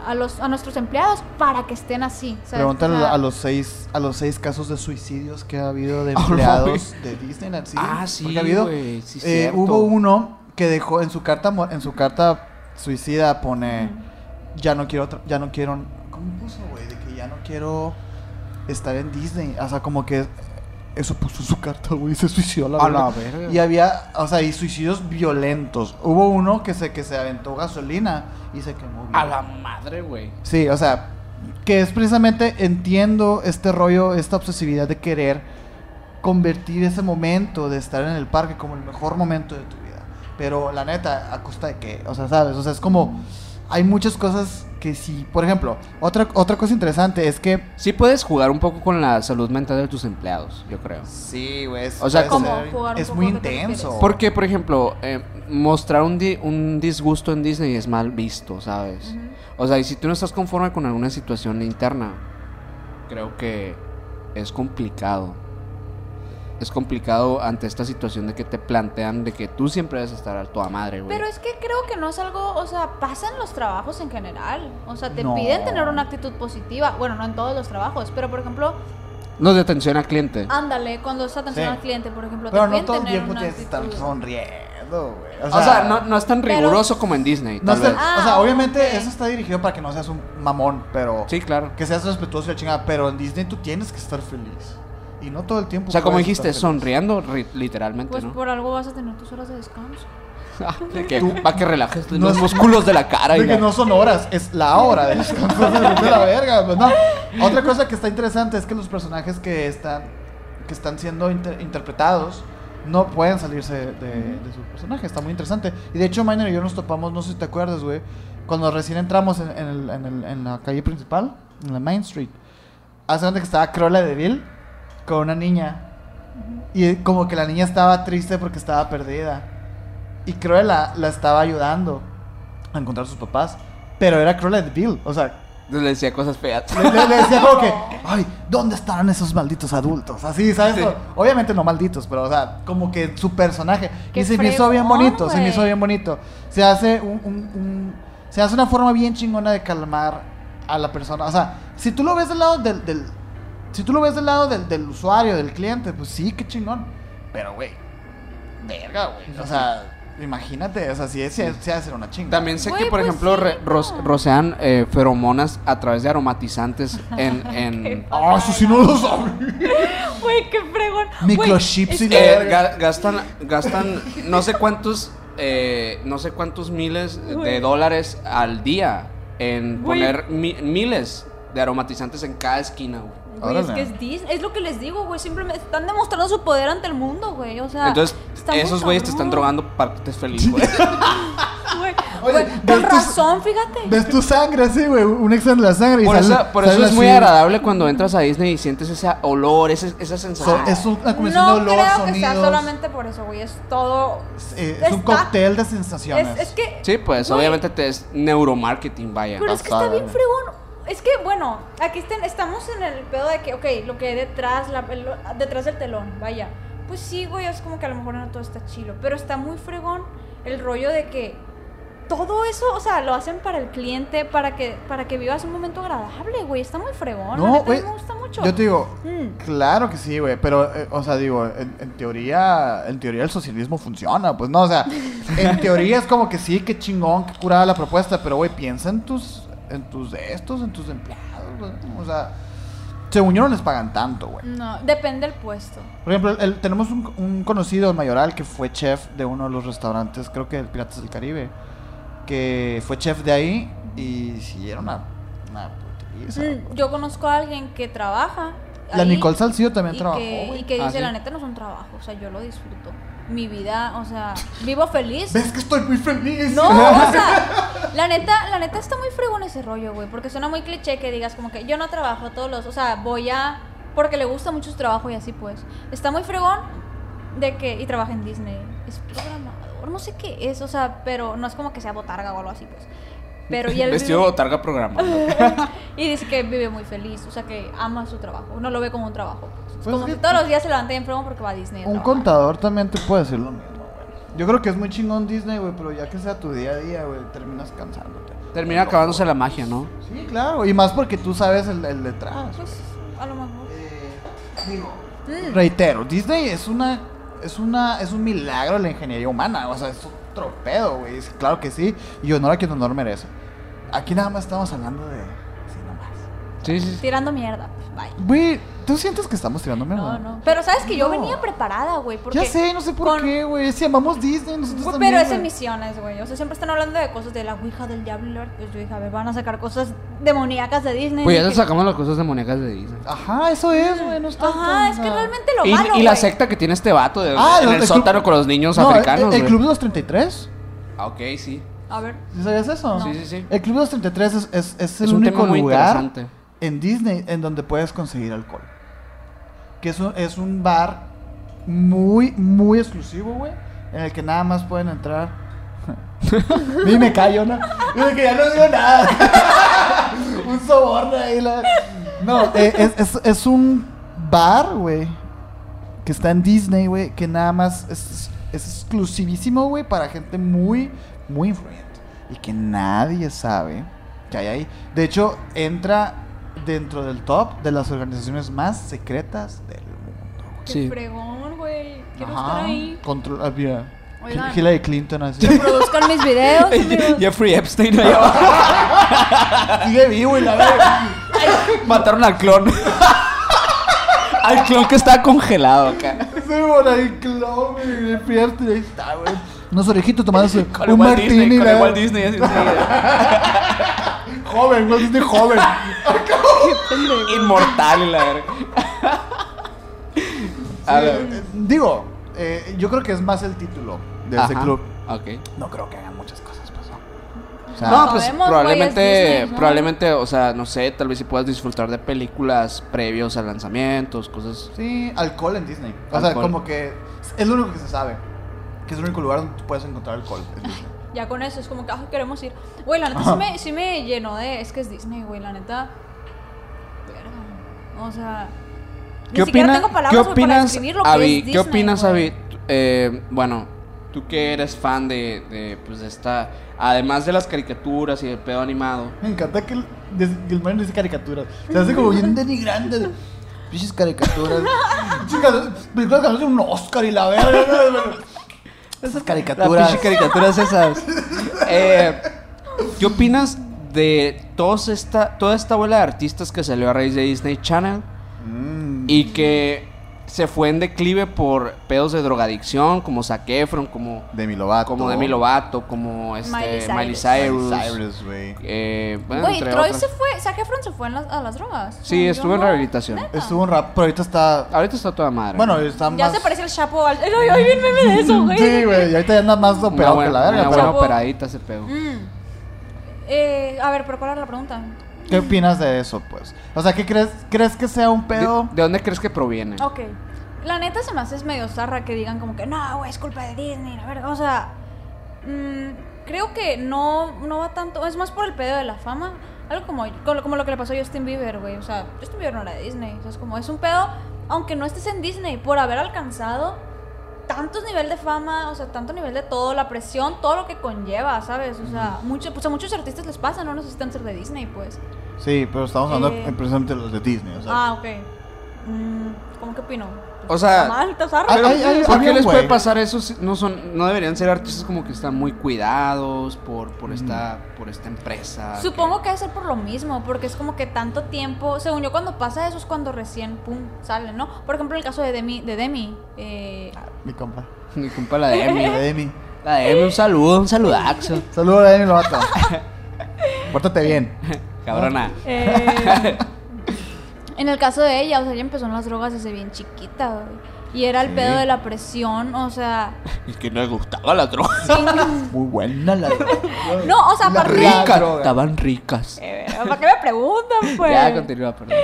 [SPEAKER 4] a- a- a los, a nuestros empleados para que estén así, ¿sabes?
[SPEAKER 2] Pregúntale
[SPEAKER 4] O sea,
[SPEAKER 2] a los seis a los seis casos de suicidios que ha habido de
[SPEAKER 1] Ah, no,
[SPEAKER 2] empleados
[SPEAKER 1] güey.
[SPEAKER 2] de Disney. así.
[SPEAKER 1] Ah, sí,
[SPEAKER 2] Porque ha habido,
[SPEAKER 1] güey, sí,
[SPEAKER 2] eh,
[SPEAKER 1] cierto.
[SPEAKER 2] hubo uno que dejó en su carta mo- en su carta suicida pone ya no quiero tra- ya no quiero ¿cómo puso güey? De que ya no quiero estar en Disney, o sea, como que eso puso en su carta, güey, se suicidó la
[SPEAKER 1] Ah, A la
[SPEAKER 2] verga.
[SPEAKER 1] verga.
[SPEAKER 2] Y había, o sea, y suicidios violentos. Hubo uno que se que se aventó gasolina y se quemó. güey.
[SPEAKER 1] A la madre, güey.
[SPEAKER 2] Sí, o sea, que es precisamente entiendo este rollo, esta obsesividad de querer convertir ese momento de estar en el parque como el mejor momento de tu vida. Pero la neta, ¿a costa de qué? O sea, sabes, o sea, es como hay muchas cosas que sí, por ejemplo, otra otra cosa interesante es que
[SPEAKER 1] Sí puedes jugar un poco con la salud mental de tus empleados, yo creo.
[SPEAKER 2] sí, güey, es,
[SPEAKER 1] O sea,
[SPEAKER 2] puede
[SPEAKER 1] como
[SPEAKER 2] ser-
[SPEAKER 4] jugar un
[SPEAKER 2] es
[SPEAKER 4] poco
[SPEAKER 2] muy
[SPEAKER 4] a lo que te
[SPEAKER 2] intenso.
[SPEAKER 4] refieres.
[SPEAKER 1] Porque, por ejemplo, eh, mostrar un, di- un disgusto en Disney es mal visto, ¿sabes? O sea, y si tú no estás conforme con alguna situación interna, creo que es complicado. Es complicado ante esta situación de que te plantean de que tú siempre debes estar a toda madre, güey.
[SPEAKER 4] Pero es que creo que no es algo, o sea, pasa en los trabajos en general. O sea, te
[SPEAKER 2] No.
[SPEAKER 4] piden tener una actitud positiva. Bueno, no en todos los trabajos, pero por ejemplo,
[SPEAKER 1] Nos detención al cliente.
[SPEAKER 4] ándale, cuando es atención
[SPEAKER 2] Sí.
[SPEAKER 4] al cliente, por ejemplo,
[SPEAKER 2] Pero
[SPEAKER 4] te
[SPEAKER 2] no
[SPEAKER 4] piden
[SPEAKER 2] todo el
[SPEAKER 4] tener
[SPEAKER 2] tiempo
[SPEAKER 4] una
[SPEAKER 2] tienes que estar
[SPEAKER 4] actitud-
[SPEAKER 2] sonriendo, güey.
[SPEAKER 1] o sea, no, no es tan
[SPEAKER 4] pero-
[SPEAKER 1] riguroso como en Disney,
[SPEAKER 2] no
[SPEAKER 1] tal
[SPEAKER 2] está-
[SPEAKER 1] vez.
[SPEAKER 4] Ah,
[SPEAKER 2] o sea, obviamente
[SPEAKER 4] ok.
[SPEAKER 2] eso está dirigido para que no seas un mamón,
[SPEAKER 4] Ah.
[SPEAKER 2] pero
[SPEAKER 1] Sí, claro.
[SPEAKER 2] Que seas respetuoso y la chingada, pero en Disney tú tienes que estar feliz. Y no todo el tiempo.
[SPEAKER 1] O sea, como
[SPEAKER 2] puedes
[SPEAKER 1] dijiste,
[SPEAKER 2] estar feliz.
[SPEAKER 1] sonriendo ri- literalmente,
[SPEAKER 4] Pues
[SPEAKER 1] ¿no?
[SPEAKER 4] por algo vas a tener tus horas de descanso.
[SPEAKER 1] De que, para que relajes
[SPEAKER 2] No
[SPEAKER 1] los
[SPEAKER 2] es-
[SPEAKER 1] músculos de la cara.
[SPEAKER 2] De
[SPEAKER 1] y
[SPEAKER 2] que
[SPEAKER 1] la-
[SPEAKER 2] no son horas, es la hora de descanso. de la verga, pues, no. Otra cosa que está interesante es que los personajes que están, que están siendo inter- interpretados no pueden salirse de, de su personaje. Está muy interesante. Y de hecho, Miner y yo nos topamos, no sé si te acuerdas, güey, cuando recién entramos en, en el- en el- en la calle principal, en la Main Street. Hace donde que estaba Cruella de Vil con una niña. Y como que la niña estaba triste porque estaba perdida. Y Cruella la estaba ayudando a encontrar a sus papás. Pero era Cruella de Bill. O sea,
[SPEAKER 1] Le decía cosas feas.
[SPEAKER 2] le, le- le decía como que, ay, ¿dónde estarán esos malditos adultos? Así, ¿sabes?
[SPEAKER 1] Sí.
[SPEAKER 2] Obviamente no malditos, pero, o sea, como que su personaje.
[SPEAKER 4] ¡Qué
[SPEAKER 2] Y se me hizo bien
[SPEAKER 4] fregón,
[SPEAKER 2] bonito, se me
[SPEAKER 4] güey!
[SPEAKER 2] hizo bien bonito. Se hace un, un- un- Se hace una forma bien chingona de calmar a la persona. O sea, si tú lo ves del lado del. del- si tú lo ves del lado del, del usuario, del cliente, pues sí, qué chingón. Pero, güey, verga, güey. O sea, imagínate, o sea, si es, si es- si ha de ser una chinga.
[SPEAKER 1] También sé
[SPEAKER 4] Güey,
[SPEAKER 1] que, por
[SPEAKER 4] pues
[SPEAKER 1] ejemplo,
[SPEAKER 4] sí,
[SPEAKER 1] re-
[SPEAKER 4] no.
[SPEAKER 1] ros- rocean eh, feromonas a través de aromatizantes en... en- Oh,
[SPEAKER 4] Qué
[SPEAKER 2] Ah, eso sí no lo sabía.
[SPEAKER 4] Güey, qué fregón. Güey,
[SPEAKER 2] Microchips y la
[SPEAKER 4] es que-
[SPEAKER 1] Eh, ga- gastan, gastan no sé cuántos... eh, no sé cuántos miles de
[SPEAKER 4] Güey.
[SPEAKER 1] dólares al día en
[SPEAKER 4] Güey.
[SPEAKER 1] poner mi- miles de aromatizantes en cada esquina, güey.
[SPEAKER 4] Güey, es
[SPEAKER 2] Órale.
[SPEAKER 4] que es Disney. Es lo que les digo, güey. Simplemente están demostrando su poder ante el mundo, güey. O sea,
[SPEAKER 1] Entonces,
[SPEAKER 4] está muy
[SPEAKER 1] esos güeyes te están
[SPEAKER 4] cabrón,
[SPEAKER 1] drogando para que estés feliz, güey.
[SPEAKER 4] güey.
[SPEAKER 2] Oye,
[SPEAKER 4] Güey,
[SPEAKER 2] ves
[SPEAKER 4] Con
[SPEAKER 2] tus-
[SPEAKER 4] razón, fíjate.
[SPEAKER 2] Ves tu sangre, sí, güey. Un examen de la sangre. y
[SPEAKER 1] Por
[SPEAKER 2] sale-
[SPEAKER 1] eso, por
[SPEAKER 2] sale
[SPEAKER 1] eso es muy
[SPEAKER 2] así.
[SPEAKER 1] agradable cuando entras a Disney y sientes ese olor, ese- esa
[SPEAKER 2] So-
[SPEAKER 1] sensación.
[SPEAKER 2] es una combinación
[SPEAKER 4] No
[SPEAKER 2] de olor,
[SPEAKER 4] creo que
[SPEAKER 2] sonidos.
[SPEAKER 4] sea solamente por eso, güey. Es todo.
[SPEAKER 2] Es, eh, es un
[SPEAKER 4] está-
[SPEAKER 2] cóctel de
[SPEAKER 4] Es,
[SPEAKER 2] sensaciones.
[SPEAKER 4] es que.
[SPEAKER 1] Sí, pues
[SPEAKER 4] güey,
[SPEAKER 1] obviamente te es neuromarketing, vaya.
[SPEAKER 4] Pero es que
[SPEAKER 2] pasada,
[SPEAKER 4] está bien
[SPEAKER 2] güey.
[SPEAKER 4] fregón. Es que, bueno, aquí estén, estamos en el pedo de que, ok, lo que hay detrás, la- lo- detrás del telón, vaya. Pues sí, güey, es como que a lo mejor no todo está chilo. Pero está muy fregón el rollo de que todo eso, o sea, lo hacen para el cliente, para que, para que vivas un momento agradable, güey. Está muy fregón. la neta, a mí
[SPEAKER 2] güey,
[SPEAKER 4] me gusta mucho.
[SPEAKER 2] Yo te digo,
[SPEAKER 4] Mm.
[SPEAKER 2] claro que sí, güey. Pero, eh, o sea, digo, en, en teoría, en teoría el socialismo funciona. Pues no, o sea, en teoría es como que sí, qué chingón, qué curada la propuesta. Pero, güey, piensa en tus, en tus de estos, en tus empleados, güey. O sea, según yo no les pagan tanto, güey.
[SPEAKER 4] No, depende del puesto.
[SPEAKER 2] Por ejemplo, el- tenemos un, un conocido en Mayoral que fue chef de uno de los restaurantes, creo que el Piratas del Caribe, que fue chef de ahí y sí, era una, una putiza,
[SPEAKER 4] Mm,
[SPEAKER 2] güey.
[SPEAKER 4] Yo conozco a alguien que trabaja.
[SPEAKER 2] La
[SPEAKER 4] ahí.
[SPEAKER 2] Nicole Salcido también
[SPEAKER 4] y
[SPEAKER 2] trabajó,
[SPEAKER 4] que,
[SPEAKER 2] güey.
[SPEAKER 4] y que
[SPEAKER 1] Ah,
[SPEAKER 4] dice,
[SPEAKER 1] sí.
[SPEAKER 4] la neta no es un trabajo, o sea, yo lo disfruto. Mi vida, o sea, vivo feliz.
[SPEAKER 2] ¿Ves que estoy muy feliz?
[SPEAKER 4] No, o sea, la neta, la neta está muy fregón ese rollo, güey, porque suena muy cliché que digas como que yo no trabajo todos los, o sea, voy a porque le gusta mucho su trabajo y así pues. Está muy fregón de que y trabaja en Disney, es programador, no sé qué es, o sea, pero no es como que sea botarga o algo así pues. Pero y él
[SPEAKER 1] Vestido de
[SPEAKER 4] vive-
[SPEAKER 1] botarga programado.
[SPEAKER 4] y dice que vive muy feliz, o sea que ama su trabajo, no lo ve como un trabajo. pues.
[SPEAKER 2] Pues
[SPEAKER 4] como
[SPEAKER 2] es
[SPEAKER 4] si
[SPEAKER 2] que-
[SPEAKER 4] todos los días se levanta bien enfermo porque va a Disney. a
[SPEAKER 2] Un
[SPEAKER 4] trabajar.
[SPEAKER 2] contador también te puede decir lo mismo, güey. Yo creo que es muy chingón Disney, güey, pero ya que sea tu día a día, güey, terminas cansándote.
[SPEAKER 1] Termina acabándose la magia, ¿no?
[SPEAKER 2] Sí, claro, y más porque tú sabes el, el detrás.
[SPEAKER 4] Pues a lo mejor.
[SPEAKER 2] Mm. Reitero, Disney es una es una es un milagro de la ingeniería humana, o sea, es un tropedo, güey. es- Claro que sí, y honor a quien honor merece. Aquí nada más estamos hablando de sí, nomás.
[SPEAKER 1] Sí, sí. sí.
[SPEAKER 4] Tirando mierda. pues, Bye.
[SPEAKER 2] Güey, ¿tú sientes que estamos tirando mierda?
[SPEAKER 4] No, no. Pero sabes que yo
[SPEAKER 2] No.
[SPEAKER 4] venía preparada, güey. porque
[SPEAKER 2] Ya sé, no sé por
[SPEAKER 4] con-
[SPEAKER 2] qué, güey. Si amamos Disney, nosotros
[SPEAKER 4] Güey,
[SPEAKER 2] también.
[SPEAKER 4] pero es en
[SPEAKER 2] güey.
[SPEAKER 4] misiones, güey. O sea, siempre están hablando de cosas de la Ouija del Diablo. y la- Pues yo dije, a ver, van a sacar cosas demoníacas de Disney.
[SPEAKER 1] Pues ya
[SPEAKER 4] Dije,
[SPEAKER 1] le sacamos las cosas demoníacas de Disney.
[SPEAKER 2] Ajá, eso es, güey, no está
[SPEAKER 4] Ajá, es que realmente Ah, lo
[SPEAKER 1] Y,
[SPEAKER 4] malo,
[SPEAKER 1] y la
[SPEAKER 4] güey".
[SPEAKER 1] secta que tiene este vato de, en el,
[SPEAKER 2] del club-
[SPEAKER 1] sótano con los niños
[SPEAKER 2] No, el-
[SPEAKER 1] africanos.
[SPEAKER 2] El,
[SPEAKER 1] güey.
[SPEAKER 2] Club de los 33.
[SPEAKER 1] Ah, ok, sí.
[SPEAKER 4] A ver.
[SPEAKER 2] ¿Sí sabías eso?
[SPEAKER 1] Sí, sí, sí.
[SPEAKER 2] El Club de los 33 es, es, es el
[SPEAKER 1] Es un
[SPEAKER 2] único
[SPEAKER 1] tema muy
[SPEAKER 2] lugar
[SPEAKER 1] interesante.
[SPEAKER 2] en Disney en donde puedes conseguir alcohol. Que es un, es un bar muy, muy exclusivo, güey. En el que nada más pueden entrar. y me callo, ¿no? Yo de que ya no digo nada. un soborno ahí. la- No, eh, es, es, es un bar, güey. Que está en Disney, güey. Que nada más es, es exclusivísimo, güey. Para gente muy, muy influyente. Y que nadie sabe que hay ahí. De hecho, entra dentro del top de las organizaciones más secretas del mundo. güey.
[SPEAKER 4] Qué
[SPEAKER 1] Sí.
[SPEAKER 4] fregón, güey. Quiero
[SPEAKER 2] Ajá.
[SPEAKER 4] estar ahí.
[SPEAKER 2] Control, ah, mira.
[SPEAKER 4] Oigan.
[SPEAKER 2] Hillary Clinton así.
[SPEAKER 4] Que produzcan mis videos. amigos.
[SPEAKER 1] Jeffrey Epstein ahí abajo.
[SPEAKER 2] Sigue vivo y Ah, la verga.
[SPEAKER 1] Mataron al clon. al clon que estaba congelado acá.
[SPEAKER 2] Se van ahí, clon, y despierta y ahí está, güey. Unos orejitos tomándose
[SPEAKER 1] Con
[SPEAKER 2] un
[SPEAKER 1] el Walt
[SPEAKER 2] martini.
[SPEAKER 1] Disney, con
[SPEAKER 2] la
[SPEAKER 1] el Walt
[SPEAKER 2] verga.
[SPEAKER 1] Disney así enseguida.
[SPEAKER 2] Joven, Walt Disney joven.
[SPEAKER 1] Inmortal y la verga. A ver.
[SPEAKER 2] Eh, Digo, eh, yo creo que es más el título de ese
[SPEAKER 1] Ajá.
[SPEAKER 2] club.
[SPEAKER 1] Ok.
[SPEAKER 2] No creo que hagan muchas cosas, pues. ¿no? O sea,
[SPEAKER 1] No,
[SPEAKER 4] No
[SPEAKER 1] pues
[SPEAKER 4] sabemos, güey,
[SPEAKER 1] probablemente,
[SPEAKER 4] es Disney, ¿no?
[SPEAKER 1] probablemente, o sea, no sé, tal vez si puedas disfrutar de películas previos a lanzamientos, cosas.
[SPEAKER 2] sí, alcohol en Disney. O sea,
[SPEAKER 1] Alcohol.
[SPEAKER 2] como que es lo único que se sabe. Que es el único lugar donde tú puedes encontrar alcohol. en Disney.
[SPEAKER 4] Ya con eso, es como que "Ah, queremos ir. Güey, la neta sí me, sí me llenó de. Es que es Disney, güey, la neta. Verga. O sea. Ni siquiera tengo palabras
[SPEAKER 1] ¿qué
[SPEAKER 4] güey, para
[SPEAKER 1] opinas,
[SPEAKER 4] describir lo que
[SPEAKER 1] Abby? ¿Qué
[SPEAKER 4] es Disney,
[SPEAKER 1] opinas,
[SPEAKER 4] güey.
[SPEAKER 1] Abby? Tú- eh, bueno, tú que eres fan de, de, pues, de esta, además de las caricaturas y del pedo animado.
[SPEAKER 2] Me encanta que el, des- que el man dice caricaturas. Se hace como bien denigrante. de, Pinches caricaturas. Chicas, películas que de un Oscar y la verga. ¿no? Esas
[SPEAKER 1] Las
[SPEAKER 2] caricaturas.
[SPEAKER 1] pinches caricaturas esas. Eh, ¿Qué opinas de todos esta, toda esta bola de artistas que salió a raíz de Disney Channel
[SPEAKER 2] Mm.
[SPEAKER 1] y que se fue en declive por pedos de drogadicción, como Zac Efron, como,
[SPEAKER 3] Demi Lovato.
[SPEAKER 1] como Demi Lovato, como este, Miley
[SPEAKER 4] Miley
[SPEAKER 1] Cyrus?
[SPEAKER 3] Miley Cyrus, güey.
[SPEAKER 1] eh, bueno,
[SPEAKER 4] Güey,
[SPEAKER 1] entre
[SPEAKER 4] Troy
[SPEAKER 1] otras.
[SPEAKER 4] se fue. Zac Efron se fue en las- a las drogas.
[SPEAKER 1] Sí,
[SPEAKER 4] Yo
[SPEAKER 1] estuvo en
[SPEAKER 4] no.
[SPEAKER 1] rehabilitación.
[SPEAKER 4] Neta.
[SPEAKER 2] Estuvo un rap, pero ahorita está.
[SPEAKER 1] Ahorita está toda madre.
[SPEAKER 2] Bueno, está
[SPEAKER 4] Ya
[SPEAKER 2] más.
[SPEAKER 4] se parece el Chapo al. Ay, ay, bien meme de eso, güey.
[SPEAKER 2] Sí, güey. Y ahorita ya anda más
[SPEAKER 1] Una
[SPEAKER 2] operado
[SPEAKER 1] buena-
[SPEAKER 2] que la verga.
[SPEAKER 1] una
[SPEAKER 2] pero-
[SPEAKER 1] buena operadita se pegó.
[SPEAKER 4] Mm. Eh, a ver, pero ¿cuál era la pregunta?
[SPEAKER 2] ¿Qué opinas de eso, pues? O sea, ¿qué crees? ¿Crees que sea un pedo?
[SPEAKER 1] ¿De, de dónde crees que proviene?
[SPEAKER 4] Ok. La neta se me hace es medio zarra que digan como que no, güey, es culpa de Disney, la verdad. O sea, mm, creo que no, no va tanto. Es más por el pedo de la fama. Algo como, como, como lo que le pasó a Justin Bieber, güey. O sea, Justin Bieber no era de Disney. O sea, es como, es un pedo, aunque no estés en Disney, por haber alcanzado tantos nivel de fama, o sea, tanto nivel de todo, la presión, todo lo que conlleva, ¿sabes? O sea, mucho, pues a muchos artistas les pasa, no necesitan ser de Disney, pues.
[SPEAKER 3] Sí, pero estamos hablando
[SPEAKER 4] Eh.
[SPEAKER 3] en precisamente de los de Disney. O sea,
[SPEAKER 4] Ah, ok. Mm, ¿Cómo que opino?
[SPEAKER 1] O sea,
[SPEAKER 4] ¿Está mal? ¿Está zarra?
[SPEAKER 2] Ay,
[SPEAKER 1] Pero,
[SPEAKER 2] ay, ay,
[SPEAKER 1] ¿Por
[SPEAKER 2] había
[SPEAKER 1] qué
[SPEAKER 2] un
[SPEAKER 1] les puede
[SPEAKER 2] güey.
[SPEAKER 1] pasar eso? si No son, no deberían ser artistas como que están muy cuidados por, por
[SPEAKER 2] Mm.
[SPEAKER 1] esta, por esta empresa.
[SPEAKER 4] Supongo que debe ser por lo mismo, porque es como que tanto tiempo, según yo cuando pasa eso es cuando recién, pum, salen, ¿no? Por ejemplo, el caso de Demi, de Demi, eh,
[SPEAKER 2] Mi compa.
[SPEAKER 1] que- Mi compa la de Emi.
[SPEAKER 2] La Demi.
[SPEAKER 1] La de Emi, un saludo, un saludaxo.
[SPEAKER 2] Saludos a la Demi Lovato. Pórtate bien.
[SPEAKER 1] Cabrona.
[SPEAKER 4] eh, en el caso de ella, o sea, ella empezó en las drogas desde bien chiquita, güey. Y era el pedo de la presión, o sea...
[SPEAKER 1] Y que no le gustaba la droga.
[SPEAKER 2] Muy buena la
[SPEAKER 4] No, o sea,
[SPEAKER 2] La
[SPEAKER 4] aparte...
[SPEAKER 2] rica.
[SPEAKER 1] Ricas,
[SPEAKER 2] droga.
[SPEAKER 1] estaban ricas.
[SPEAKER 4] Eh, ¿Para qué me preguntan, pues?
[SPEAKER 1] Ya, continúa, perdón.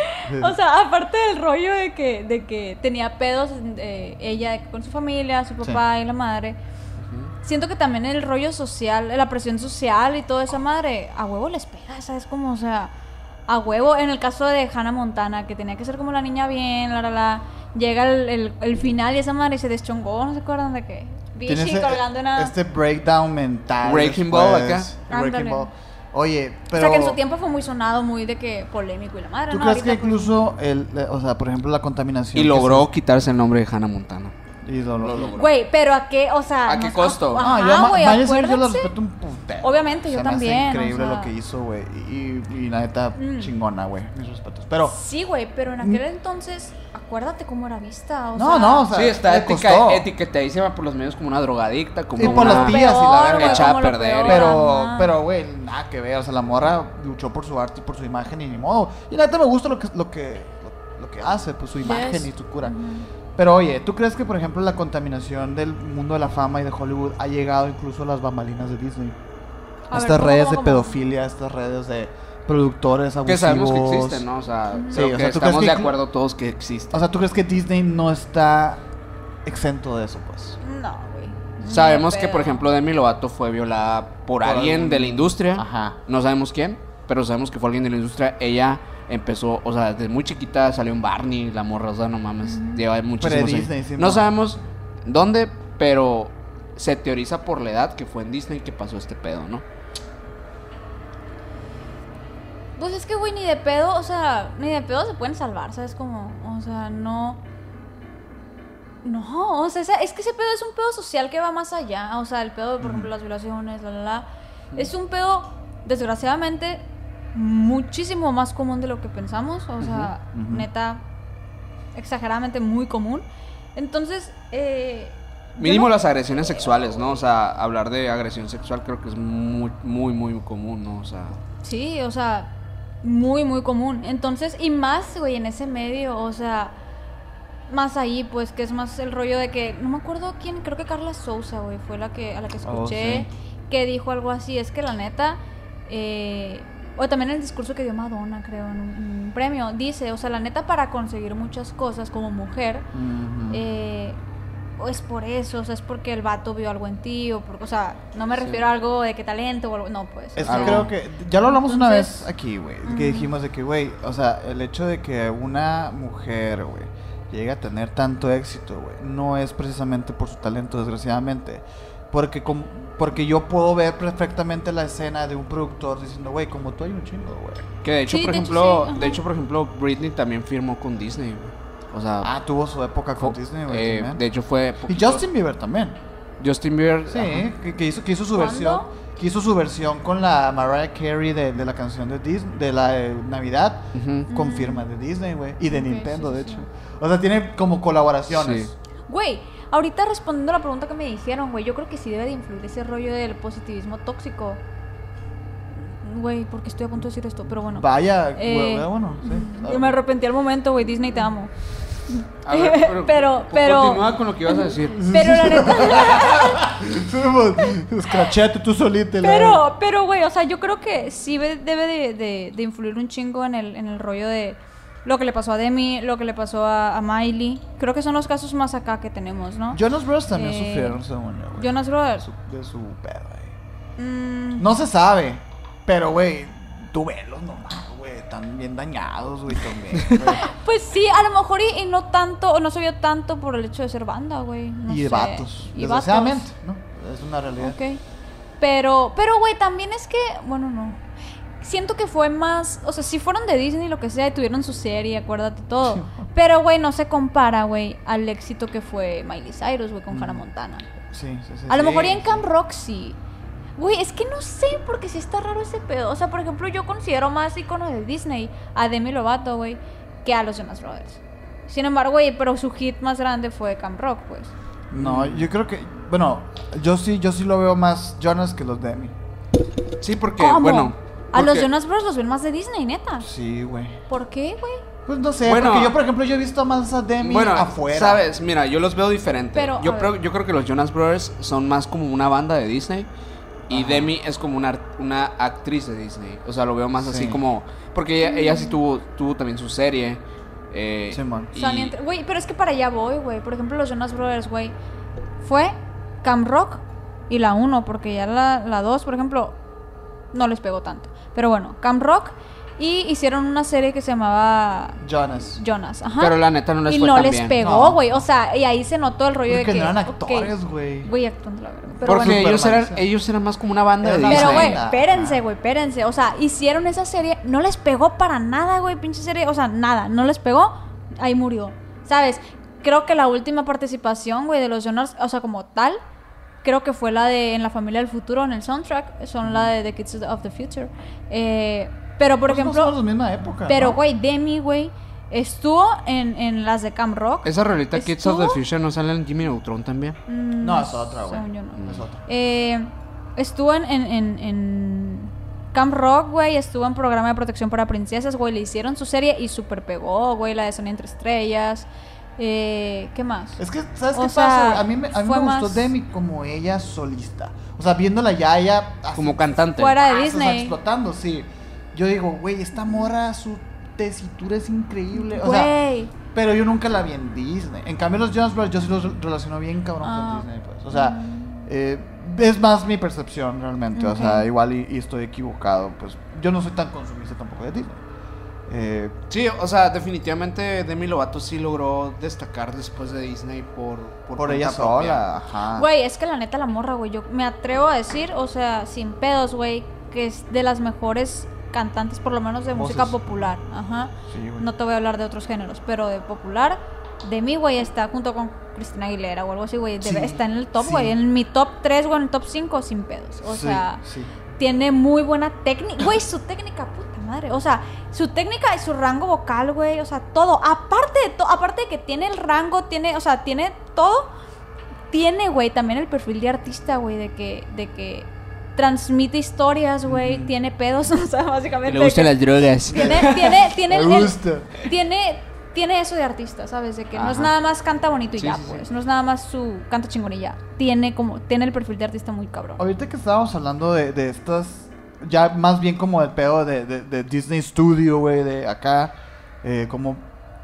[SPEAKER 4] O sea, aparte del rollo de que, de que tenía pedos eh, ella con su familia, su papá y la madre, siento que también el rollo social, la presión social y toda esa madre, a huevo les pega, ¿sabes? Como, o sea, a huevo. En el caso de Hannah Montana, que tenía que ser como la niña bien, la, la, la. Llega el, el- el final y esa madre se deschongó, ¿no se acuerdan de qué?
[SPEAKER 2] Tiene
[SPEAKER 4] Vichy
[SPEAKER 2] ese-
[SPEAKER 4] colgando una.
[SPEAKER 2] Este breakdown mental.
[SPEAKER 1] Breaking Ball
[SPEAKER 2] acá. Breaking
[SPEAKER 4] Ándale.
[SPEAKER 2] Ball. Oye, pero.
[SPEAKER 4] o sea, que en su tiempo fue muy sonado, muy de que polémico y la madre,
[SPEAKER 2] ¿Tú
[SPEAKER 4] ¿no?
[SPEAKER 2] crees que
[SPEAKER 4] Ahorita, pues,
[SPEAKER 2] incluso, el, eh, o sea, por ejemplo, la contaminación.
[SPEAKER 1] Y
[SPEAKER 2] que
[SPEAKER 1] logró
[SPEAKER 2] se-
[SPEAKER 1] quitarse el nombre de Hannah Montana.
[SPEAKER 2] Y lo,
[SPEAKER 1] Lo
[SPEAKER 2] logró.
[SPEAKER 1] logró.
[SPEAKER 4] Güey, pero a qué, o sea.
[SPEAKER 1] ¿A
[SPEAKER 4] no
[SPEAKER 1] qué
[SPEAKER 4] sé,
[SPEAKER 1] costo?
[SPEAKER 4] Ajá,
[SPEAKER 2] Ah, yo a Ma-
[SPEAKER 4] güey,
[SPEAKER 2] Miley Cyrus yo la
[SPEAKER 4] acuérdate.
[SPEAKER 2] respeto un putero.
[SPEAKER 4] Obviamente, yo
[SPEAKER 2] Se me hace
[SPEAKER 4] también, o
[SPEAKER 2] increíble
[SPEAKER 4] sea.
[SPEAKER 2] lo que hizo, güey. Y, y, y la neta,
[SPEAKER 4] Mm.
[SPEAKER 2] chingona, güey. Mis respetos. Pero.
[SPEAKER 4] Sí, güey, pero en aquel entonces, acuérdate cómo era vista. O
[SPEAKER 2] Mm. No,
[SPEAKER 4] sea,
[SPEAKER 2] no, o sea,
[SPEAKER 1] Sí, está
[SPEAKER 2] le
[SPEAKER 1] ética,
[SPEAKER 2] costó.
[SPEAKER 1] etiquetadísima por los medios como una drogadicta, como
[SPEAKER 2] Y por
[SPEAKER 1] una-
[SPEAKER 2] las tías y la
[SPEAKER 4] peor,
[SPEAKER 2] verga.
[SPEAKER 4] güey,
[SPEAKER 1] Echada
[SPEAKER 4] como
[SPEAKER 1] a
[SPEAKER 4] lo
[SPEAKER 1] perder.
[SPEAKER 4] peor,
[SPEAKER 2] Pero,
[SPEAKER 4] ajá.
[SPEAKER 2] pero, güey, nada que ver. O sea, la morra luchó por su arte y por su imagen y ni modo. Y la neta me gusta lo que, lo que, lo, lo que hace, pues su imagen
[SPEAKER 4] Yes.
[SPEAKER 2] y su cura. Pero oye, ¿tú crees que, por ejemplo, la contaminación del mundo de la fama y de Hollywood ha llegado incluso a las bambalinas de Disney?
[SPEAKER 4] A ver,
[SPEAKER 2] estas
[SPEAKER 4] ¿cómo,
[SPEAKER 2] redes
[SPEAKER 4] cómo,
[SPEAKER 2] de
[SPEAKER 4] cómo?
[SPEAKER 2] pedofilia, estas redes de productores abusivos.
[SPEAKER 1] que sabemos que existen, ¿no? O sea,
[SPEAKER 2] Sí,
[SPEAKER 1] creo que
[SPEAKER 2] o sea, ¿tú crees
[SPEAKER 1] estamos
[SPEAKER 2] que
[SPEAKER 1] de
[SPEAKER 2] inclu-
[SPEAKER 1] acuerdo todos que existen.
[SPEAKER 2] O sea, ¿tú crees que Disney no está exento de eso, pues?
[SPEAKER 4] No, güey. Ni
[SPEAKER 1] Sabemos
[SPEAKER 4] de
[SPEAKER 1] que,
[SPEAKER 4] pedo.
[SPEAKER 1] por ejemplo, Demi Lovato fue violada por,
[SPEAKER 2] Por
[SPEAKER 1] alguien
[SPEAKER 2] algún-
[SPEAKER 1] de la industria.
[SPEAKER 2] Ajá.
[SPEAKER 1] No sabemos quién, pero sabemos que fue alguien de la industria. Ella empezó, o sea, desde muy chiquita salió en Barney, la morra, o sea, no mames. Lleva muchísimos años.
[SPEAKER 2] Disney, sí,
[SPEAKER 1] no
[SPEAKER 2] mo-
[SPEAKER 1] sabemos dónde, pero se teoriza por la edad que fue en Disney que pasó este pedo, ¿no?
[SPEAKER 4] Pues es que, güey, ni de pedo, o sea, ni de pedo se pueden salvar, ¿sabes? Como, o sea, no. No, o sea, esa- es que ese pedo es un pedo social que va más allá. O sea, el pedo, por ejemplo, las violaciones, la, la, la. Es un pedo, desgraciadamente, muchísimo más común de lo que pensamos. O sea, neta, exageradamente muy común. Entonces, eh. yo
[SPEAKER 1] Mínimo
[SPEAKER 4] no-
[SPEAKER 1] las agresiones sexuales, ¿no? O sea, hablar de agresión sexual creo que es muy, muy, muy común, ¿no? O sea,
[SPEAKER 4] Sí, o sea, muy, muy común. Entonces, y más, güey, en ese medio, o sea, más ahí, pues, que es más el rollo de que, no me acuerdo quién, creo que Carla Sousa, güey, fue la que, a la que
[SPEAKER 2] Oh,
[SPEAKER 4] escuché, que dijo algo así, es que la neta, eh, o también el discurso que dio Madonna, creo, en un, en un premio, dice, o sea, la neta, para conseguir muchas cosas como mujer,
[SPEAKER 2] Mm,
[SPEAKER 4] eh, o es por eso, o sea, es porque el vato vio algo en ti, o, por, o sea, no me
[SPEAKER 1] Sí.
[SPEAKER 4] refiero a algo de que talento, o algo, no, pues. o
[SPEAKER 2] Es
[SPEAKER 4] sea,
[SPEAKER 2] que creo que ya lo hablamos una
[SPEAKER 4] Entonces-
[SPEAKER 2] vez aquí, güey, que dijimos de que, güey, o sea, el hecho de que una mujer, güey, llegue a tener tanto éxito, güey, no es precisamente por su talento, desgraciadamente, porque com- porque yo puedo ver perfectamente la escena de un productor diciendo, güey, como tú hay un chingo, güey.
[SPEAKER 1] que de hecho,
[SPEAKER 4] Sí,
[SPEAKER 1] por
[SPEAKER 4] de hecho,
[SPEAKER 1] ejemplo,
[SPEAKER 4] sí, ajá.
[SPEAKER 1] de hecho, por ejemplo, Britney también firmó con Disney, güey. O sea,
[SPEAKER 2] Ah, tuvo su época con
[SPEAKER 1] fue-
[SPEAKER 2] Disney, güey.
[SPEAKER 1] eh,
[SPEAKER 2] también.
[SPEAKER 1] de hecho fue
[SPEAKER 2] y Justin Bieber también.
[SPEAKER 1] Justin Bieber
[SPEAKER 2] Sí,
[SPEAKER 1] ajá.
[SPEAKER 2] que, que hizo que hizo su
[SPEAKER 4] ¿Cuándo?
[SPEAKER 2] versión, que hizo su versión con la Mariah Carey de, de la canción de Disney, de la de Navidad.
[SPEAKER 1] Ujú.
[SPEAKER 2] con firmas de Disney, güey. Y de
[SPEAKER 4] Ok,
[SPEAKER 2] Nintendo,
[SPEAKER 4] sí,
[SPEAKER 2] de
[SPEAKER 4] sí,
[SPEAKER 2] hecho.
[SPEAKER 4] sí.
[SPEAKER 2] O sea, tiene como colaboraciones.
[SPEAKER 1] Sí.
[SPEAKER 4] Güey, ahorita respondiendo a la pregunta que me hicieron, güey, yo creo que sí debe de influir ese rollo del positivismo tóxico. Güey, porque estoy a punto de decir esto, pero bueno.
[SPEAKER 2] Vaya,
[SPEAKER 4] Eh,
[SPEAKER 2] güey, güey, bueno, sí.
[SPEAKER 4] Yo me arrepentí al momento, güey, Disney te amo.
[SPEAKER 1] A ver, pero,
[SPEAKER 4] Pero-
[SPEAKER 1] co-
[SPEAKER 4] pero-
[SPEAKER 1] continúa con lo que ibas a decir.
[SPEAKER 4] Pero la neta,
[SPEAKER 2] Escrachate tú solita. la-
[SPEAKER 4] pero, pero, güey, o sea, yo creo que sí ve- debe de, de- de influir un chingo en el, en el rollo de lo que le pasó a Demi, lo que le pasó a, a Miley. Creo que son los casos más acá que tenemos, ¿no?
[SPEAKER 2] Jonas Bros también
[SPEAKER 4] Eh,
[SPEAKER 2] sufrieron, según yo, güey.
[SPEAKER 4] Jonas Brothers.
[SPEAKER 2] Su- De su pedo, güey.
[SPEAKER 4] mm,
[SPEAKER 2] No se sabe, pero, güey, tú velos nomás, güey. Están bien dañados, güey, también. güey.
[SPEAKER 4] Pues sí, a lo mejor y, y no tanto, o no se vio tanto por el hecho de ser banda, güey. no
[SPEAKER 2] y
[SPEAKER 4] sé.
[SPEAKER 2] vatos.
[SPEAKER 4] Y vatos.
[SPEAKER 2] desgraciadamente, ¿no? Es una realidad.
[SPEAKER 4] Ok. Pero, pero, güey, también es que, bueno, no. Siento que fue más, o sea, si fueron de Disney, lo que sea, y tuvieron su serie, acuérdate todo. Pero, güey, no se compara, güey, al éxito que fue Miley Cyrus, güey, con
[SPEAKER 2] Mm.
[SPEAKER 4] Hannah Montana.
[SPEAKER 2] Sí, sí, sí.
[SPEAKER 4] A lo
[SPEAKER 2] sí,
[SPEAKER 4] mejor y en
[SPEAKER 2] sí.
[SPEAKER 4] Camp Rock sí. Güey, es que no sé, porque sí está raro ese pedo. O sea, por ejemplo, yo considero más icono de Disney a Demi Lovato, güey, que a los Jonas Brothers. Sin embargo, güey, pero su hit más grande fue Camp Rock, pues.
[SPEAKER 2] No, yo creo que. Bueno, yo sí, yo sí lo veo más Jonas que los Demi.
[SPEAKER 1] Sí, porque,
[SPEAKER 4] ¿Cómo?
[SPEAKER 1] bueno.
[SPEAKER 4] a los
[SPEAKER 1] porque-
[SPEAKER 4] Jonas Brothers los ven más de Disney, neta.
[SPEAKER 2] Sí, güey.
[SPEAKER 4] ¿Por qué, güey?
[SPEAKER 2] Pues no sé,
[SPEAKER 1] Bueno.
[SPEAKER 2] porque yo, por ejemplo, yo he visto más a Demi
[SPEAKER 1] Bueno,
[SPEAKER 2] afuera.
[SPEAKER 1] sabes, mira, yo los veo diferente.
[SPEAKER 4] Pero,
[SPEAKER 1] yo,
[SPEAKER 4] a
[SPEAKER 1] creo,
[SPEAKER 4] ver.
[SPEAKER 1] yo creo que los Jonas Brothers son más como una banda de Disney y Demi es como una, art- una actriz de Disney. O sea, lo veo más así
[SPEAKER 2] Sí.
[SPEAKER 1] como. Porque ella, ella sí tuvo, tuvo también su serie. Eh,
[SPEAKER 2] Simón.
[SPEAKER 1] y-
[SPEAKER 4] Son entre- Güey, pero es que para allá voy, güey. Por ejemplo, los Jonas Brothers, güey. Fue Camp Rock y la 1, porque ya la, la 2, por ejemplo, no les pegó tanto. Pero bueno, Camp Rock. Y hicieron una serie que se llamaba
[SPEAKER 2] Jonas.
[SPEAKER 4] Jonas. Ajá.
[SPEAKER 1] Pero la neta no les
[SPEAKER 4] y
[SPEAKER 1] fue
[SPEAKER 4] no
[SPEAKER 1] tan
[SPEAKER 4] les
[SPEAKER 1] bien.
[SPEAKER 4] pegó,
[SPEAKER 2] No.
[SPEAKER 4] güey. O sea, y ahí se notó el rollo de
[SPEAKER 2] Porque
[SPEAKER 4] que.
[SPEAKER 2] no eran
[SPEAKER 4] ok,
[SPEAKER 2] actores, güey.
[SPEAKER 4] Güey, actuando la verga. Pero
[SPEAKER 1] Porque
[SPEAKER 4] bueno.
[SPEAKER 1] ellos,
[SPEAKER 2] Superman,
[SPEAKER 1] eran,
[SPEAKER 2] sí.
[SPEAKER 1] ellos eran más como una banda de
[SPEAKER 2] Era una
[SPEAKER 1] Disney.
[SPEAKER 4] Pero, güey,
[SPEAKER 2] Ah.
[SPEAKER 4] espérense, güey, espérense. O sea, hicieron esa serie, no les pegó para nada, güey, pinche serie. O sea, nada, no les pegó, ahí murió. ¿Sabes? Creo que la última participación, güey, de los Jonas, o sea, como tal, creo que fue la de En la familia del futuro, en el soundtrack, son la de The Kids of the Future. Eh, pero, por
[SPEAKER 2] Nosotros somos
[SPEAKER 4] ejemplo,
[SPEAKER 2] de la misma época.
[SPEAKER 4] pero,
[SPEAKER 2] ¿no?
[SPEAKER 4] güey, Demi, güey, estuvo en, en las de Cam Rock.
[SPEAKER 1] Esa rolita Kids of the
[SPEAKER 4] ¿Estuvo?
[SPEAKER 1] Future no sale en Jimmy Neutron también.
[SPEAKER 4] Mm,
[SPEAKER 2] No, es otra, güey.
[SPEAKER 4] según yo no.
[SPEAKER 2] Es otra.
[SPEAKER 4] Eh, estuvo en, en, en- en Camp Rock, güey. Estuvo en programa de protección para princesas, güey. Le hicieron su serie y super pegó, güey. La de Sony entre estrellas. Eh, ¿Qué más?
[SPEAKER 2] Es que, ¿sabes
[SPEAKER 4] O
[SPEAKER 2] qué
[SPEAKER 4] sea,
[SPEAKER 2] pasa? güey? A mí me, a mí me
[SPEAKER 4] fue
[SPEAKER 2] gustó
[SPEAKER 4] más-
[SPEAKER 2] Demi como ella solista. O sea, viéndola ya, ella. así,
[SPEAKER 1] Como cantante.
[SPEAKER 4] Fuera de
[SPEAKER 2] ah, o sea,
[SPEAKER 4] Disney.
[SPEAKER 2] explotando, sí. Yo digo, güey, esta morra, su tesitura es increíble. O sea,
[SPEAKER 4] Güey.
[SPEAKER 2] pero yo nunca la vi en Disney. En cambio, los Jonas Brothers, yo sí los re- relaciono bien cabrón
[SPEAKER 4] Ah. Mm.
[SPEAKER 2] con Disney, pues. O sea, eh, es más mi percepción realmente. O sea,
[SPEAKER 4] Ok.
[SPEAKER 2] igual y, y estoy equivocado. Pues yo no soy tan consumista tampoco de Disney. Eh,
[SPEAKER 1] Sí, o sea, definitivamente Demi Lovato sí logró destacar después de Disney por...
[SPEAKER 2] por,
[SPEAKER 1] cuenta
[SPEAKER 2] ella
[SPEAKER 1] propia.
[SPEAKER 2] sola, ajá.
[SPEAKER 4] Güey, es que la neta la morra, güey. Yo me atrevo a decir, o sea, sin pedos, güey, que es de las mejores cantantes, por lo menos de música
[SPEAKER 2] Voces.
[SPEAKER 4] popular. Ajá.
[SPEAKER 2] Sí, güey.
[SPEAKER 4] No te voy a hablar de otros géneros, pero de popular, de mí, güey, está junto con Cristina Aguilera o algo así, güey. de-
[SPEAKER 2] Sí,
[SPEAKER 4] está en el top,
[SPEAKER 2] sí.
[SPEAKER 4] güey. En mi top 3 o en el top 5, sin pedos. O
[SPEAKER 2] Sí,
[SPEAKER 4] sea,
[SPEAKER 2] sí.
[SPEAKER 4] tiene muy buena técnica. Güey, su técnica, puta madre. O sea, su técnica y su rango vocal, güey. O sea, todo. Aparte de todo, aparte de que tiene el rango, tiene, o sea, tiene todo. Tiene, güey, también el perfil de artista, güey, de que, de que transmite historias, güey. Tiene pedos, o sea, básicamente.
[SPEAKER 1] Le gustan
[SPEAKER 4] que-
[SPEAKER 1] las drogas.
[SPEAKER 4] tiene, tiene, tiene
[SPEAKER 2] Me
[SPEAKER 4] el- el-
[SPEAKER 2] gusta.
[SPEAKER 4] tiene, tiene eso de artista, ¿sabes? De que no es
[SPEAKER 1] Ajá.
[SPEAKER 4] nada más canta bonito y
[SPEAKER 1] Sí,
[SPEAKER 4] ya,
[SPEAKER 1] sí, sí.
[SPEAKER 4] pues. No es nada más su canta chingón y ya. Tiene como, tiene el perfil de artista muy cabrón.
[SPEAKER 2] Ahorita que estábamos hablando de, de estas, ya más bien como el pedo de, de- de Disney Studio, güey, de acá, eh, cómo,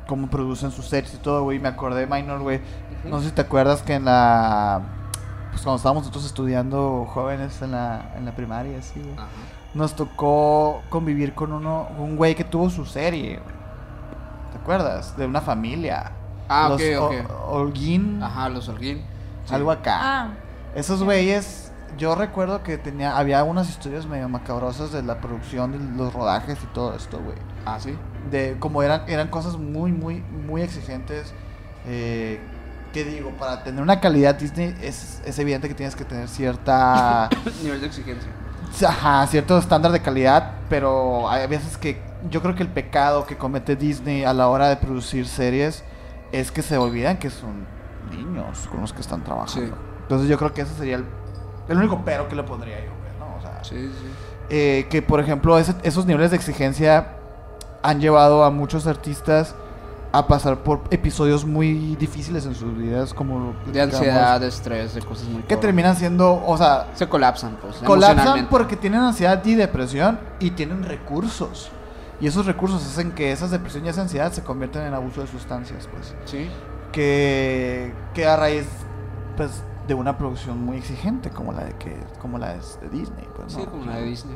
[SPEAKER 2] cómo producen sus sets y todo, güey, me acordé de Minor, güey. No sé si te acuerdas que en la... Pues cuando estábamos nosotros estudiando jóvenes en la, en la primaria, así, güey.
[SPEAKER 1] Ajá.
[SPEAKER 2] Nos tocó convivir con uno, un güey que tuvo su serie, güey. ¿Te acuerdas? De una familia.
[SPEAKER 1] Ah, ok,
[SPEAKER 2] Los
[SPEAKER 1] ok.
[SPEAKER 2] Ho- Holguín,
[SPEAKER 1] Ajá, los Holguín. Sí.
[SPEAKER 2] algo acá.
[SPEAKER 4] Ah,
[SPEAKER 2] Esos güeyes, yo recuerdo que tenía, había unas historias medio macabrosas de la producción, de los rodajes y todo esto, güey.
[SPEAKER 1] Ah, sí.
[SPEAKER 2] De como eran, eran cosas muy, muy, muy exigentes. Eh, que digo, para tener una calidad Disney es, es evidente que tienes que tener cierta...
[SPEAKER 1] Nivel de exigencia.
[SPEAKER 2] Ajá, cierto estándar de calidad, pero hay veces que yo creo que el pecado que comete Disney a la hora de producir series es que se olvidan que son niños con los que están trabajando.
[SPEAKER 1] Sí.
[SPEAKER 2] Entonces yo creo que ese sería el, el único pero que le pondría yo, güey, ¿no? O sea,
[SPEAKER 1] Sí, sí.
[SPEAKER 2] eh, que por ejemplo ese- esos niveles de exigencia han llevado a muchos artistas a pasar por episodios muy difíciles en sus vidas, como... lo
[SPEAKER 1] De
[SPEAKER 2] platicamos,
[SPEAKER 1] ansiedad, de estrés, de cosas muy...
[SPEAKER 2] Que
[SPEAKER 1] cabronas.
[SPEAKER 2] terminan siendo, o sea,
[SPEAKER 1] Se colapsan, pues.
[SPEAKER 2] Colapsan
[SPEAKER 1] emocionalmente.
[SPEAKER 2] porque tienen ansiedad y depresión y tienen recursos. Y esos recursos hacen que esas depresiones y esa ansiedad se conviertan en abuso de sustancias, pues.
[SPEAKER 1] Sí.
[SPEAKER 2] Que, que a raíz, pues, de una producción muy exigente como la de, que, como la de Disney, pues,
[SPEAKER 1] Sí,
[SPEAKER 2] ¿no?
[SPEAKER 1] como la de Disney.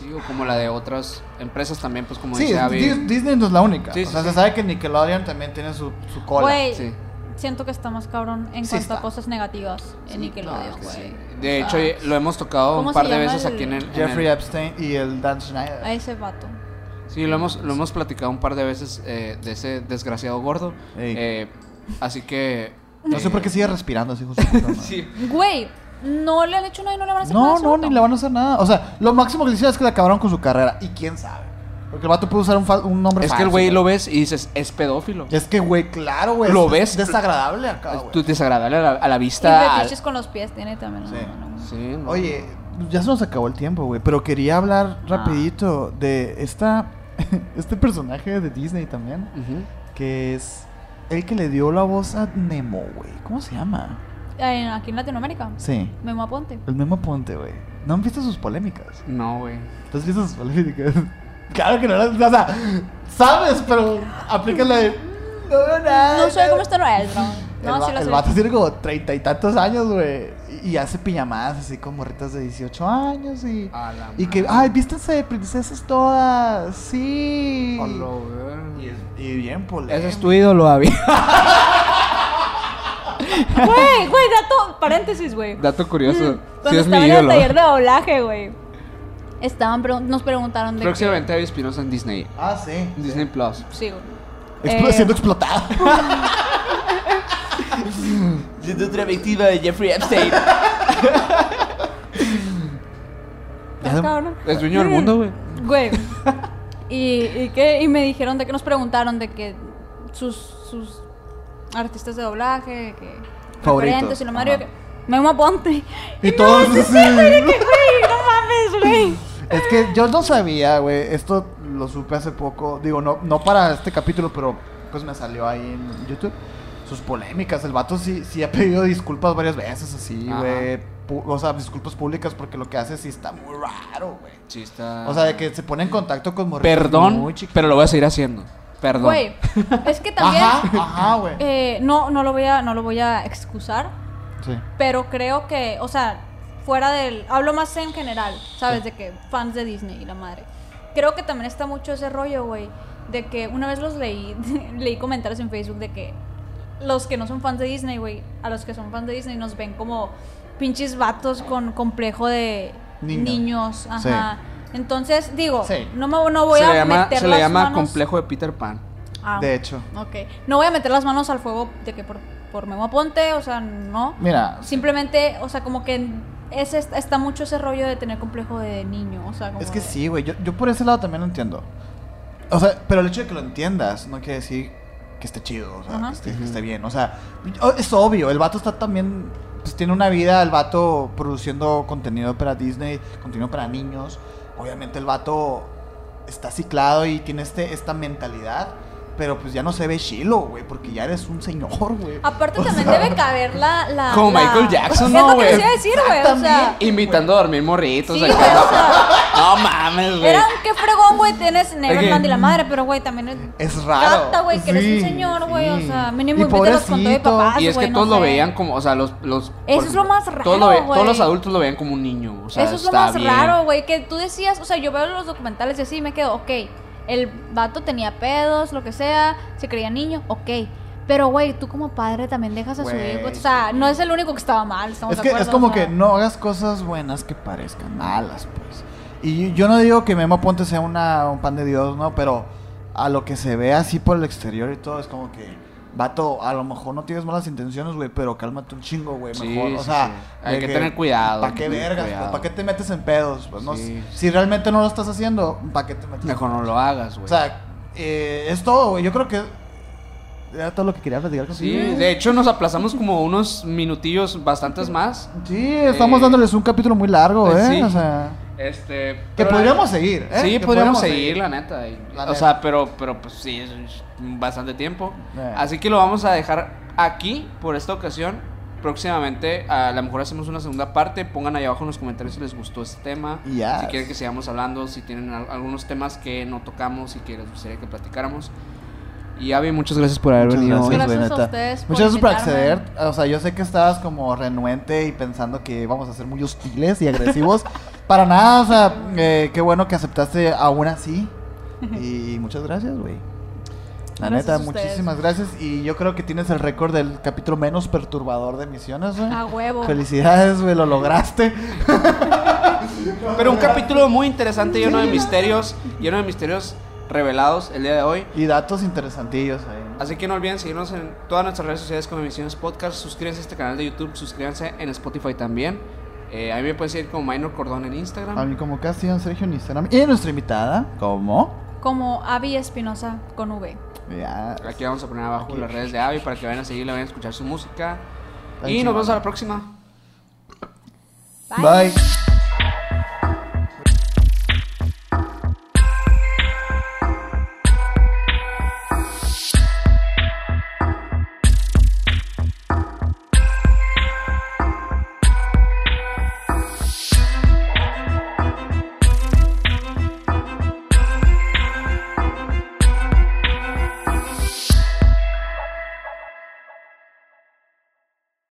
[SPEAKER 1] Sí, o como la de otras empresas también, pues como
[SPEAKER 2] Sí,
[SPEAKER 1] dice Abby.
[SPEAKER 2] Dis- Disney no es la única.
[SPEAKER 1] Sí,
[SPEAKER 2] o
[SPEAKER 1] sí,
[SPEAKER 2] sea,
[SPEAKER 1] sí.
[SPEAKER 2] se sabe que Nickelodeon también tiene su, su cola.
[SPEAKER 4] güey,
[SPEAKER 1] Sí.
[SPEAKER 4] siento que está más cabrón en
[SPEAKER 2] Sí
[SPEAKER 4] cuanto a
[SPEAKER 2] está.
[SPEAKER 4] cosas negativas en
[SPEAKER 1] No,
[SPEAKER 4] Nickelodeon,
[SPEAKER 1] es
[SPEAKER 4] güey.
[SPEAKER 1] que sí.
[SPEAKER 4] O
[SPEAKER 1] De hecho,
[SPEAKER 4] sea,
[SPEAKER 1] lo hemos tocado
[SPEAKER 4] ¿cómo
[SPEAKER 1] un par
[SPEAKER 4] se
[SPEAKER 1] de
[SPEAKER 4] llama
[SPEAKER 1] veces
[SPEAKER 4] el-
[SPEAKER 1] aquí en el. en
[SPEAKER 2] Jeffrey
[SPEAKER 1] el-
[SPEAKER 2] Epstein y el Dan Schneider.
[SPEAKER 4] a ese vato.
[SPEAKER 1] Sí, lo hemos, lo hemos platicado un par de veces eh, de ese desgraciado gordo.
[SPEAKER 2] Ey.
[SPEAKER 1] Eh, así que.
[SPEAKER 2] No sé
[SPEAKER 1] eh,
[SPEAKER 2] por qué sigue respirando así, José. puta madre.
[SPEAKER 1] Sí.
[SPEAKER 4] Güey, no le han hecho nada y no le van a hacer nada. a
[SPEAKER 2] No,
[SPEAKER 4] ese
[SPEAKER 2] no,
[SPEAKER 4] vato.
[SPEAKER 2] ni le van a hacer nada. O sea, lo máximo que le hicieron es que le acabaron con su carrera. Y quién sabe. Porque el vato puede usar un, fal- un nombre
[SPEAKER 1] Es que
[SPEAKER 2] falso,
[SPEAKER 1] el güey lo ves y dices, es pedófilo.
[SPEAKER 2] Es que, güey, claro, güey.
[SPEAKER 1] Lo ves.
[SPEAKER 2] es Desagradable acá, güey.
[SPEAKER 1] Tú desagradable a la, a la
[SPEAKER 4] Y
[SPEAKER 1] vista. al-
[SPEAKER 4] fetiches con los pies tiene también. ¿no?
[SPEAKER 2] Sí.
[SPEAKER 4] No, no, no.
[SPEAKER 1] Sí, no.
[SPEAKER 2] Oye, ya se nos acabó el tiempo, güey. Pero quería hablar
[SPEAKER 4] Ah.
[SPEAKER 2] rapidito de esta... este personaje de Disney también.
[SPEAKER 1] Ujú.
[SPEAKER 2] Que es el que le dio la voz a Nemo, güey. ¿Cómo se llama?
[SPEAKER 4] Eh, Aquí en Latinoamérica.
[SPEAKER 2] Sí.
[SPEAKER 4] Memo Aponte.
[SPEAKER 2] El Memo Ponte, güey. ¿No han visto sus polémicas?
[SPEAKER 1] No, güey.
[SPEAKER 2] ¿Tú has visto sus polémicas? Claro que no las... O sea, sabes, pero aplícala de... "Mm, No, veo nada.
[SPEAKER 4] No sé cómo está
[SPEAKER 2] el,
[SPEAKER 4] el No,
[SPEAKER 2] va-
[SPEAKER 4] sí lo
[SPEAKER 2] el
[SPEAKER 4] sé.
[SPEAKER 2] vato tiene como treinta y tantos años, güey. y hace pijamadas así con morritas de 18 años y,
[SPEAKER 5] A la
[SPEAKER 2] y que,
[SPEAKER 5] madre.
[SPEAKER 2] ay, vístanse de princesas todas, sí.
[SPEAKER 5] Hola,
[SPEAKER 2] Y, es- y bien polémico.
[SPEAKER 5] pues, Ese es tu ídolo, Abby.
[SPEAKER 4] Güey, güey, dato, paréntesis, güey.
[SPEAKER 5] Dato curioso.
[SPEAKER 4] Mm,
[SPEAKER 5] sí
[SPEAKER 4] cuando
[SPEAKER 5] es mi
[SPEAKER 4] estaba en el
[SPEAKER 5] ídolo.
[SPEAKER 4] taller de doblaje, güey. Estaban pregun- nos preguntaron de qué.
[SPEAKER 5] Próximamente Abby Espinosa en Disney.
[SPEAKER 2] Ah, sí.
[SPEAKER 5] En Disney Plus.
[SPEAKER 4] Sí, güey.
[SPEAKER 2] Explo-
[SPEAKER 4] Eh,
[SPEAKER 2] siendo explotado.
[SPEAKER 5] Siendo otra víctima de Jeffrey Epstein.
[SPEAKER 4] Ah, cabrón.
[SPEAKER 5] Es dueño del
[SPEAKER 4] Mm,
[SPEAKER 5] mundo, güey.
[SPEAKER 4] Güey. y, y qué? y me dijeron de que nos preguntaron de que sus, sus artistas de doblaje, que
[SPEAKER 2] Favoritos.
[SPEAKER 4] referentes y la madre, que Memo Aponte.
[SPEAKER 2] Y
[SPEAKER 4] no,
[SPEAKER 2] todos
[SPEAKER 4] sí,
[SPEAKER 2] así.
[SPEAKER 4] sí, güey, que, güey, no mames, güey.
[SPEAKER 2] Es que yo no sabía, güey. Esto lo supe hace poco. Digo, no, no para este capítulo, pero pues me salió ahí en YouTube. Sus polémicas. El vato sí, sí ha pedido disculpas varias veces, así,
[SPEAKER 5] Ajá.
[SPEAKER 2] güey. Pu- O sea, disculpas públicas porque lo que hace sí está muy raro, güey.
[SPEAKER 5] Chista.
[SPEAKER 2] O sea, de que se pone en contacto con morritos
[SPEAKER 5] Ah. Perdón,
[SPEAKER 2] muy chiquitos.
[SPEAKER 5] pero lo voy a seguir haciendo. Perdón.
[SPEAKER 4] Güey, es que también
[SPEAKER 2] Ajá, ajá, güey.
[SPEAKER 4] eh, no, no lo voy a, no lo voy a excusar,
[SPEAKER 2] Sí.
[SPEAKER 4] Pero creo que, o sea, fuera del. Hablo más en general, ¿sabes? De que fans de Disney y la madre. Creo que también está mucho ese rollo, güey. De que una vez los leí, leí comentarios en Facebook de que los que no son fans de Disney, güey, a los que son fans de Disney nos ven como pinches vatos con complejo de
[SPEAKER 2] Niño.
[SPEAKER 4] niños. Ajá. Entonces, digo,
[SPEAKER 2] Sí.
[SPEAKER 4] no, me, no voy
[SPEAKER 5] se
[SPEAKER 4] a
[SPEAKER 5] le llama,
[SPEAKER 4] meter
[SPEAKER 5] se le
[SPEAKER 4] las
[SPEAKER 5] llama
[SPEAKER 4] manos-
[SPEAKER 5] complejo de Peter Pan.
[SPEAKER 4] Ah,
[SPEAKER 2] De hecho.
[SPEAKER 4] ok. No voy a meter las manos al fuego de que por, por Memo Aponte, o sea, no.
[SPEAKER 2] Mira,
[SPEAKER 4] Simplemente, o sea, como que es, est- está mucho ese rollo de tener complejo de niño, o sea, como
[SPEAKER 2] Es que
[SPEAKER 4] de-
[SPEAKER 2] sí, güey. Yo, yo por ese lado también lo entiendo. O sea, pero el hecho de que lo entiendas no quiere decir que esté chido, o sea,
[SPEAKER 4] Ajá.
[SPEAKER 2] que esté, que esté bien. O sea, o- es obvio, el vato está también. Pues tiene una vida, el vato produciendo contenido para Disney, contenido para niños. Obviamente el vato está ciclado y tiene este, esta mentalidad. Pero pues ya no se ve chilo, güey, porque ya eres un señor, güey.
[SPEAKER 4] Aparte
[SPEAKER 2] O
[SPEAKER 4] también
[SPEAKER 2] sea,
[SPEAKER 4] debe caber la... la-
[SPEAKER 5] Como
[SPEAKER 4] la-
[SPEAKER 5] Michael Jackson,
[SPEAKER 4] Es
[SPEAKER 5] ¿no,
[SPEAKER 4] lo que les
[SPEAKER 5] güey?
[SPEAKER 4] iba a decir, güey, o sea...
[SPEAKER 2] Exactamente.
[SPEAKER 5] Invitando a dormir morritos.
[SPEAKER 4] Sí,
[SPEAKER 5] acá.
[SPEAKER 4] güey, o sea,
[SPEAKER 5] No mames, güey.
[SPEAKER 4] era un qué fregón, güey, tienes Neverland
[SPEAKER 5] que-
[SPEAKER 4] y la madre, pero, güey, también es...
[SPEAKER 2] Es raro.
[SPEAKER 4] Cata, güey, que eres
[SPEAKER 2] Sí,
[SPEAKER 4] un señor, güey, o
[SPEAKER 2] sí.
[SPEAKER 4] sea, mínimo
[SPEAKER 2] Y
[SPEAKER 4] invítalos con todo y
[SPEAKER 2] pobrecito.
[SPEAKER 4] papás,
[SPEAKER 5] Y es que
[SPEAKER 4] güey, no
[SPEAKER 5] todos lo
[SPEAKER 4] sé.
[SPEAKER 5] veían como, o sea, los... los
[SPEAKER 4] Eso
[SPEAKER 5] por-
[SPEAKER 4] es lo más raro,
[SPEAKER 5] todos, lo ve-
[SPEAKER 4] güey.
[SPEAKER 5] todos los adultos lo veían como un niño, o sea,
[SPEAKER 4] Eso es lo
[SPEAKER 5] está
[SPEAKER 4] más
[SPEAKER 5] bien.
[SPEAKER 4] raro, güey, que tú decías, o sea, yo veo los documentales y así me quedo, ok, el vato tenía pedos, lo que sea, se creía niño, ok. Pero, güey, tú como padre también dejas a su
[SPEAKER 2] Güey,
[SPEAKER 4] hijo. O sea, no es el único que estaba mal, estamos
[SPEAKER 2] Es
[SPEAKER 4] de
[SPEAKER 2] que es
[SPEAKER 4] acuerdo,
[SPEAKER 2] como
[SPEAKER 4] o sea.
[SPEAKER 2] que no hagas cosas buenas que parezcan malas, pues. Y yo no digo que Memo Ponte sea una, un pan de Dios, ¿no? Pero a lo que se ve así por el exterior y todo, es como que, vato, a lo mejor no tienes malas intenciones, güey, pero cálmate un chingo, güey,
[SPEAKER 5] Sí,
[SPEAKER 2] mejor. o
[SPEAKER 5] sí,
[SPEAKER 2] sea,
[SPEAKER 5] sí. Hay que tener cuidado,
[SPEAKER 2] ¿Para
[SPEAKER 5] hay
[SPEAKER 2] qué
[SPEAKER 5] que tener
[SPEAKER 2] vergas?
[SPEAKER 5] cuidado.
[SPEAKER 2] ¿Para qué te metes en pedos? Pues no,
[SPEAKER 5] Sí.
[SPEAKER 2] si realmente no lo estás haciendo, ¿para qué te metes
[SPEAKER 5] Mejor no lo hagas, güey.
[SPEAKER 2] O sea, eh, es todo, güey. Yo creo que era todo lo que quería platicar
[SPEAKER 5] sí,
[SPEAKER 2] contigo.
[SPEAKER 5] de hecho nos aplazamos como unos minutillos bastantes más.
[SPEAKER 2] Sí, estamos
[SPEAKER 5] Eh,
[SPEAKER 2] dándoles un capítulo muy largo,
[SPEAKER 5] eh,
[SPEAKER 2] ¿eh?
[SPEAKER 5] sí.
[SPEAKER 2] O sea...
[SPEAKER 5] Este...
[SPEAKER 2] Que
[SPEAKER 5] pero-
[SPEAKER 2] podríamos seguir, ¿eh?
[SPEAKER 5] Sí,
[SPEAKER 2] Que
[SPEAKER 5] podríamos seguir, la neta. y-
[SPEAKER 2] La
[SPEAKER 5] o
[SPEAKER 2] neta.
[SPEAKER 5] sea, pero, pero pues sí, es- es bastante tiempo.
[SPEAKER 2] Eh.
[SPEAKER 5] Así que lo vamos a dejar aquí por esta ocasión. Próximamente, a lo mejor hacemos una segunda parte. Pongan ahí abajo en los comentarios si les gustó este tema.
[SPEAKER 2] Yes.
[SPEAKER 5] Si quieren que sigamos hablando, si tienen al- algunos temas que no tocamos y que les gustaría que platicáramos. Y Avi, muchas gracias por haber
[SPEAKER 2] Muchas
[SPEAKER 5] venido
[SPEAKER 2] gracias,
[SPEAKER 5] hoy.
[SPEAKER 4] Gracias
[SPEAKER 2] güey, neta.
[SPEAKER 4] a ustedes por
[SPEAKER 2] Muchas gracias por
[SPEAKER 4] invitarme.
[SPEAKER 2] acceder. O sea, yo sé que estabas como renuente y pensando que íbamos a ser muy hostiles y agresivos. Para nada, o sea, eh, qué bueno que aceptaste aún así. Y muchas gracias, güey. La
[SPEAKER 4] Gracias
[SPEAKER 2] neta,
[SPEAKER 4] a ustedes.
[SPEAKER 2] muchísimas gracias. Y yo creo que tienes el récord del capítulo menos perturbador de misiones, güey.
[SPEAKER 4] A Ah, huevo.
[SPEAKER 2] Felicidades, güey, lo lograste.
[SPEAKER 5] Pero un capítulo muy interesante, lleno de misterios, lleno de misterios revelados el día de hoy.
[SPEAKER 2] Y datos interesantillos ahí. ¿no?
[SPEAKER 5] Así que no olviden seguirnos en todas nuestras redes sociales como Emisiones Podcast. Suscríbanse a este canal de YouTube, suscríbanse en Spotify también. Eh, a mí me pueden seguir como Minor Cordón en
[SPEAKER 2] A
[SPEAKER 5] Instagram.
[SPEAKER 2] mí como Castian, Sergio en Instagram. Y nuestra invitada, como...
[SPEAKER 4] Como Abby Espinosa con V.
[SPEAKER 2] Ya.
[SPEAKER 5] Aquí vamos a poner abajo
[SPEAKER 2] Aquí.
[SPEAKER 5] las redes de Avi para que vayan a seguirla, vayan a escuchar su música.
[SPEAKER 2] Está
[SPEAKER 5] Y nos
[SPEAKER 2] chingona.
[SPEAKER 5] vemos a la próxima.
[SPEAKER 2] Bye.